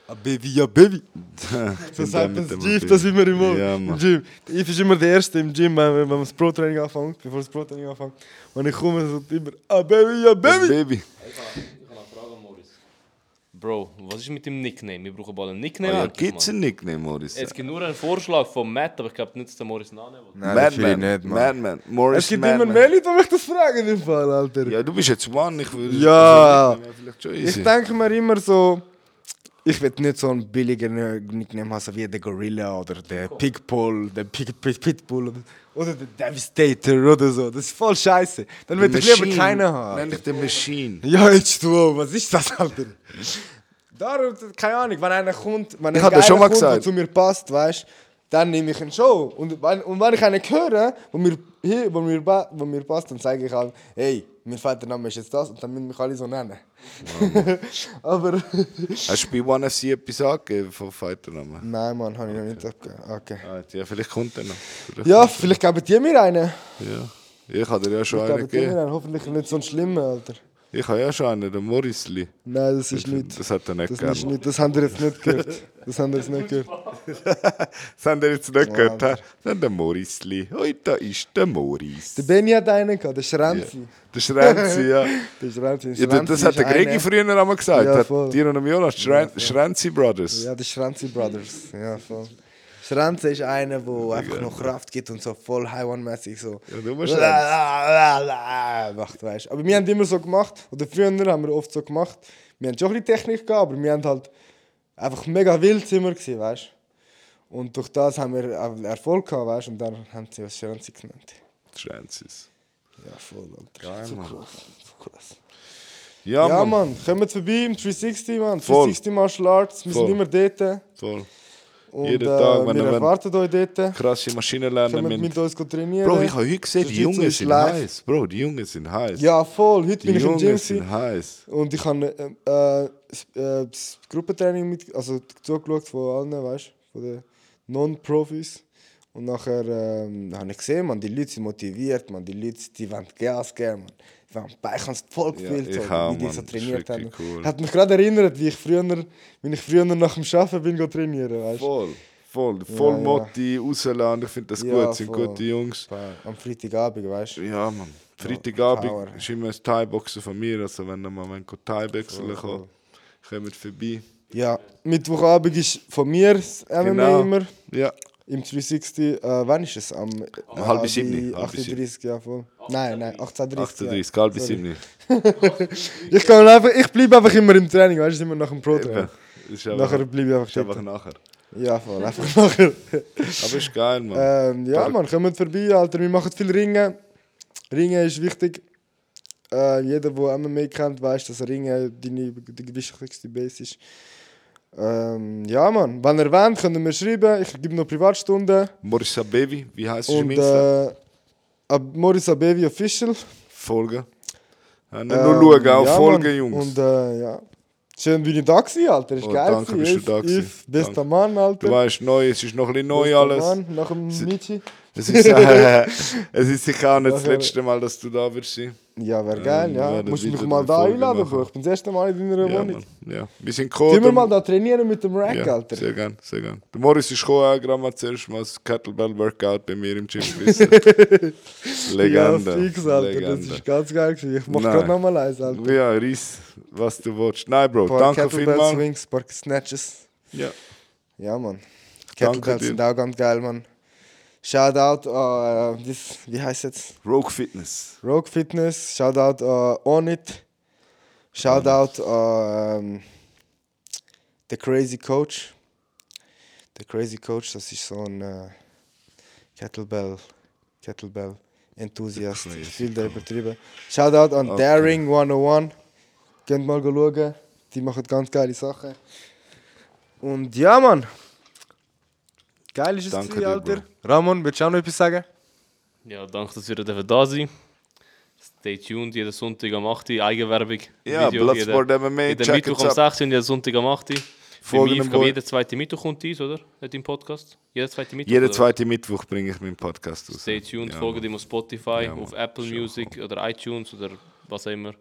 Speaker 2: A Baby, ja Baby. So
Speaker 1: Bin
Speaker 2: sagt
Speaker 1: dann
Speaker 2: das
Speaker 1: mit dem
Speaker 2: Jeff,
Speaker 1: Abevi.
Speaker 2: das immer im,
Speaker 1: Ja,
Speaker 2: im
Speaker 1: Mann.
Speaker 2: Gym. Der Yves ist immer der Erste im Gym, wenn, wenn man das Pro-Training anfängt, bevor das Pro-Training anfängt. Und ich komme, sagt immer, A Baby, ja
Speaker 1: Baby.
Speaker 2: Baby.
Speaker 3: Ich habe eine Frage an Morris. Bro, was ist mit dem Nickname? Wir brauchen bald einen
Speaker 1: Ah,
Speaker 3: Nickname.
Speaker 1: ja,
Speaker 3: endlich
Speaker 1: gibt's
Speaker 3: mal.
Speaker 1: einen Nickname, Morris?
Speaker 3: Es gibt nur einen Vorschlag von Matt, aber ich glaube nicht, dass der Morris einen annehmen will.
Speaker 2: Nein,
Speaker 1: Madman. Madman. Morris
Speaker 2: Es gibt immer
Speaker 1: Madman.
Speaker 2: mehr Leute, die mich das fragen, im Fall, Alter.
Speaker 1: Ja, du bist jetzt One, ich würde.
Speaker 2: Ja.
Speaker 1: Das wäre Vielleicht schon
Speaker 2: Ich
Speaker 1: easy.
Speaker 2: denke mir immer so, ich will nicht so einen billigen äh, Nickname haben so wie der Gorilla oder der Pigbull, der Pig, Pig, Pitbull oder, oder der Devastator oder so. Das ist voll scheiße. Dann will ich lieber keinen haben.
Speaker 1: Nenn dich den Machine.
Speaker 2: Ja, jetzt du, auch. was ist das, Alter? Darum, keine Ahnung, wenn einer kommt, wenn
Speaker 1: Ich
Speaker 2: ein
Speaker 1: hab das
Speaker 2: geiler
Speaker 1: schon mal
Speaker 2: kommt, der
Speaker 1: gesagt.
Speaker 2: zu mir passt, weißt dann nehme ich ihn schon. Und wenn, und wenn ich einen höre, wo mir, hier, wo, mir, ba- wo mir passt, dann sage ich halt, hey, mein Vatername ist jetzt das und dann müssen mich alle so nennen. Aber.
Speaker 1: Hast du bei One FC etwas angegeben von Fighternamen?
Speaker 2: Nein, Mann, habe ich noch nicht abgegeben. Okay.
Speaker 1: Ah, ja, vielleicht kommt er noch. Vielleicht
Speaker 2: Ja, vielleicht geben die mir einen.
Speaker 1: kommt er. ja. Ich habe dir ja schon
Speaker 2: Vielleicht
Speaker 1: einen
Speaker 2: geben die mir
Speaker 1: gegeben.
Speaker 2: einen. Hoffentlich nicht so einen schlimmen, Alter.
Speaker 1: Ich habe ja schon einen, den Morrisli.
Speaker 2: Nein, das ist nicht.
Speaker 1: Das hat er nicht
Speaker 2: Das
Speaker 1: gern.
Speaker 2: ist nicht. Das haben wir jetzt nicht gehört. Das haben wir jetzt nicht gehört.
Speaker 1: Das haben wir jetzt nicht gehört.
Speaker 2: Alter.
Speaker 1: hä? Dann der Morrisli. Heute ist der Morris.
Speaker 2: Der Benny hat einen gehabt, der Schranzi.
Speaker 1: Der Schrenzi, ja.
Speaker 2: Der Schranzi.
Speaker 1: ja das- das hat der Gregi früher einmal gesagt.
Speaker 2: Ja,
Speaker 1: hat
Speaker 2: voll.
Speaker 1: Dir und dem Jonas, Schren Schrenzi Brothers.
Speaker 2: Ja, der Schranzi Brothers. Ja, voll. Schranze ist einer, der einfach noch Kraft gibt und so voll Haiwan-mäßig so.
Speaker 1: Ja, du musst
Speaker 2: la, la, la, macht, weißt. Aber wir haben immer so gemacht, oder früher haben wir oft so gemacht, wir haben schon ein bisschen Technik gehabt, aber wir haben halt einfach mega wild immer gewesen, weißt. Und durch das haben wir auch Erfolg gehabt, weißt. Und dann haben sie uns Schranze genannt.
Speaker 1: Schrenzis.
Speaker 2: Ja, voll, Alter. Geil, so krass, so krass.
Speaker 1: Ja,
Speaker 2: Ja,
Speaker 1: Mann.
Speaker 2: Mann, kommen wir vorbei im 360, Mann.
Speaker 1: Voll.
Speaker 2: 360 Martial Arts, wir
Speaker 1: Voll.
Speaker 2: sind immer dort.
Speaker 1: Voll.
Speaker 2: Und,
Speaker 1: Jeden
Speaker 2: äh,
Speaker 1: Tag, wenn
Speaker 2: wir
Speaker 1: er- wenn-
Speaker 2: erwarten euch dort.
Speaker 1: Krasse Maschinen lernen.
Speaker 2: Kommt
Speaker 1: müssen.
Speaker 2: mit uns trainieren.
Speaker 1: Bro, ich habe heute gesehen, die
Speaker 2: Jiu-Jitsu
Speaker 1: Jungen
Speaker 2: ist
Speaker 1: sind
Speaker 2: live.
Speaker 1: heiß. Bro, die Jungen sind heiß.
Speaker 2: Ja, voll. Heute
Speaker 1: die
Speaker 2: bin ich im
Speaker 1: Jungen
Speaker 2: Gym.
Speaker 1: sind
Speaker 2: gewesen
Speaker 1: heiß.
Speaker 2: Und ich habe ähm, äh, s- äh, das Gruppentraining mit, also zugeschaut von allen, weißt du, von den Non-Profis. Und nachher ähm, habe ich gesehen, man, die Leute sind motiviert, man, die Leute die wollen Gas geben. Man. Die wollen bei, ich habe es voll
Speaker 1: Ja,
Speaker 2: gefühlt,
Speaker 1: ich
Speaker 2: so,
Speaker 1: auch,
Speaker 2: wie die
Speaker 1: Mann.
Speaker 2: so
Speaker 1: Das ist
Speaker 2: trainiert haben.
Speaker 1: wirklich cool.
Speaker 2: Hat mich gerade erinnert, wie ich früher, wenn ich früher nach dem Arbeiten bin, go trainieren, weißt du.
Speaker 1: Voll, voll, voll
Speaker 2: ja.
Speaker 1: Motti, rauslassen. Ich finde das
Speaker 2: Ja,
Speaker 1: gut. Sind
Speaker 2: voll.
Speaker 1: gute Jungs.
Speaker 2: Am Freitagabend, weißt du.
Speaker 1: Ja, Mann. Freitagabend
Speaker 2: Power.
Speaker 1: ist immer ein Thai-Boxen von mir. Also, wenn ihr mal wollt, go Thai-Wechseln kommen, kommt vorbei.
Speaker 2: Ja, Mittwochabend ist von mir das MMA
Speaker 1: Genau.
Speaker 2: immer.
Speaker 1: Ja,
Speaker 2: Im 360, äh, wann ist es? Am
Speaker 1: Um halb sieben, halb
Speaker 2: 18.30 ja voll. Nein, nein, 18.30
Speaker 1: 38,
Speaker 2: ja.
Speaker 1: halb bis
Speaker 2: Sorry.
Speaker 1: 7.
Speaker 2: Ich, kann einfach, ich bleibe einfach immer im Training, weißt du, immer nach dem Pro-Training.
Speaker 1: Ist
Speaker 2: Nachher
Speaker 1: einfach,
Speaker 2: bleibe ich
Speaker 1: ist
Speaker 2: einfach
Speaker 1: einfach
Speaker 2: dort.
Speaker 1: nachher.
Speaker 2: Ja, voll, einfach nachher.
Speaker 1: Aber ist geil, Mann.
Speaker 2: Ähm, ja,
Speaker 1: Park.
Speaker 2: man, kommt vorbei, Alter, wir machen viel Ringen. Ringen ist wichtig. Äh, jeder, der MMA kennt, weiß, dass Ringen deine die wichtigste Base ist. Ähm, ja, man, wenn ihr wollt, könnt ihr mir schreiben. Ich gebe noch Privatstunden.
Speaker 1: Morissa Baby, wie heißt es im
Speaker 2: Und
Speaker 1: Insta?
Speaker 2: äh, Ab- Morris Abevi Official.
Speaker 1: Folgen. Ja, nicht nur schauen, auch
Speaker 2: ähm, ja,
Speaker 1: folgen,
Speaker 2: Mann.
Speaker 1: Jungs.
Speaker 2: Und äh, ja. Schön bin ich da gewesen, Alter. Ist
Speaker 1: Oh,
Speaker 2: geil.
Speaker 1: danke, bist
Speaker 2: gewesen.
Speaker 1: du da
Speaker 2: Yves,
Speaker 1: gewesen.
Speaker 2: Yves, Bester
Speaker 1: Danke.
Speaker 2: Mann, Alter.
Speaker 1: Du weißt, neu, es ist noch ein bisschen neu
Speaker 2: Bester
Speaker 1: alles.
Speaker 2: Mann, nach dem Michi.
Speaker 1: Es ist, äh, es ist sicher auch nicht das
Speaker 2: Nachher-
Speaker 1: letzte Mal, dass du da wirst sein.
Speaker 2: Ja, wäre geil, ja.
Speaker 1: ja, das
Speaker 2: Musst du mich
Speaker 1: Video
Speaker 2: mal
Speaker 1: dann
Speaker 2: da
Speaker 1: Folge
Speaker 2: einladen,
Speaker 1: machen.
Speaker 2: Bro. Ich bin das erste Mal in deiner
Speaker 1: Ja,
Speaker 2: Wohnung.
Speaker 1: Mann. ja. Wir sind
Speaker 2: Gehen wir
Speaker 1: gekommen.
Speaker 2: mal da trainieren mit dem Rack,
Speaker 1: ja,
Speaker 2: Alter.
Speaker 1: Sehr gern, sehr gern. Der Morris ist gekommen, auch gerade mal zuerst mal das Kettlebell-Workout bei mir im Gym gewesen. Legende.
Speaker 2: Ja, fix, Alter.
Speaker 1: Legende.
Speaker 2: Das ist ganz geil gewesen. Ich mach
Speaker 1: Nein.
Speaker 2: gerade nochmal eins, Alter.
Speaker 1: ja, riss, was du willst. Nein, Bro,
Speaker 2: Ein paar
Speaker 1: danke
Speaker 2: Kettlebell
Speaker 1: vielmals.
Speaker 2: Swings, ein paar Snatches.
Speaker 1: Ja.
Speaker 2: Ja, Mann.
Speaker 1: Danke
Speaker 2: Kettlebells
Speaker 1: dir.
Speaker 2: sind auch ganz geil, Mann. Shoutout an, äh, das, wie heißt jetzt?
Speaker 1: Rogue Fitness.
Speaker 2: Rogue Fitness. uh, Shoutout an Onit. Shoutout an ähm, The Crazy Coach. The Crazy Coach, das ist so ein äh, Kettlebell, Kettlebell Enthusiast.
Speaker 1: The Crazy
Speaker 2: Viel da übertrieben. Shoutout an Daring 101. Könnt mal schauen. Die machen ganz geile Sachen. Und ja, Mann. Geil ist es,
Speaker 1: Danke
Speaker 2: gewesen,
Speaker 1: dir,
Speaker 2: Alter. Ramon, willst du auch noch etwas sagen?
Speaker 3: Ja, danke, dass ihr da sein Stay tuned, jeden Sonntag am 8. Uhr, Eigenwerbung.
Speaker 1: Ja, Bloodsport
Speaker 3: jeden-
Speaker 1: MMA,
Speaker 3: Jeden
Speaker 1: check
Speaker 3: Mittwoch am
Speaker 1: it up.
Speaker 3: 16. und jeden Sonntag am 8. Uhr. Für
Speaker 1: Folgen
Speaker 3: mich
Speaker 1: dem Boy.
Speaker 3: jeden zweiten Mittwoch kommt dies, oder? Nicht im Podcast? Jeden zweiten Mittwoch?
Speaker 1: Jeden
Speaker 3: oder?
Speaker 1: zweiten Mittwoch bringe ich meinen Podcast raus.
Speaker 3: Stay tuned,
Speaker 1: Ja,
Speaker 3: folgt ihm auf Spotify,
Speaker 1: Ja, Mann.
Speaker 3: auf Apple Music oder iTunes oder was auch immer.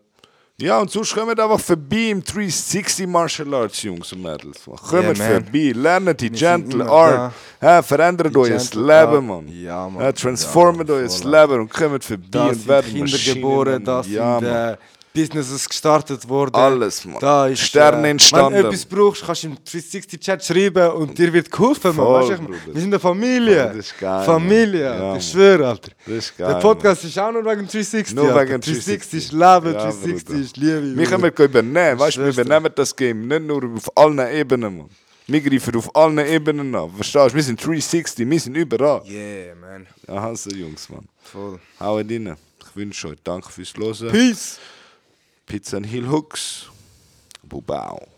Speaker 1: Ja, und sonst kommt einfach vorbei im 360 Martial Arts, Jungs und Mädels. Mann. Kommt
Speaker 2: man.
Speaker 1: vorbei, lernt die Gentle
Speaker 2: immer
Speaker 1: Art. Ja, verändert
Speaker 2: Die
Speaker 1: euer
Speaker 2: Gentle
Speaker 1: Leben,
Speaker 2: Art.
Speaker 1: Mann.
Speaker 2: Ja, Mann.
Speaker 1: Ja, transformt
Speaker 2: Ja,
Speaker 1: euer
Speaker 2: voll,
Speaker 1: Leben und kommt vorbei
Speaker 2: Da
Speaker 1: und
Speaker 2: sind
Speaker 1: werdet
Speaker 2: Kinder
Speaker 1: Maschinen,
Speaker 2: geboren,
Speaker 1: Mann.
Speaker 2: da
Speaker 1: ja,
Speaker 2: sind
Speaker 1: Mann.
Speaker 2: äh, Businesses gestartet worden.
Speaker 1: Alles, Mann.
Speaker 2: Da ist, äh,
Speaker 1: Sterne
Speaker 2: Wenn
Speaker 1: entstanden.
Speaker 2: du etwas brauchst, kannst du im 360-Chat schreiben und dir wird geholfen, Mann.
Speaker 1: Voll,
Speaker 2: Weißt du, ich meine,
Speaker 1: Bruder.
Speaker 2: wir sind eine Familie.
Speaker 1: Voll, das ist geil,
Speaker 2: Familie,
Speaker 1: Mann. Ja, Mann.
Speaker 2: ich schwöre, Alter.
Speaker 1: Das ist geil.
Speaker 2: Der Podcast ist auch nur wegen 360.
Speaker 1: Nur
Speaker 2: Alter.
Speaker 1: wegen
Speaker 2: 360
Speaker 1: 360.
Speaker 2: ist Leben,
Speaker 1: Ja,
Speaker 2: 360
Speaker 1: Bruder.
Speaker 2: ist Liebe.
Speaker 1: Wir
Speaker 2: Bruder.
Speaker 1: können wir übernehmen, weißt du, wir
Speaker 2: schwör's dir.
Speaker 1: übernehmen das Game nicht nur auf allen Ebenen, Mann. Wir greifen auf allen Ebenen an, verstehst du? Wir sind 360, wir sind überall.
Speaker 2: Yeah, man.
Speaker 1: Aha, so Jungs, Mann.
Speaker 2: Voll.
Speaker 1: Hauen rein. Ich wünsche euch Danke fürs Hören.
Speaker 2: Peace.
Speaker 1: Pizza and Heel Hooks. Bubau.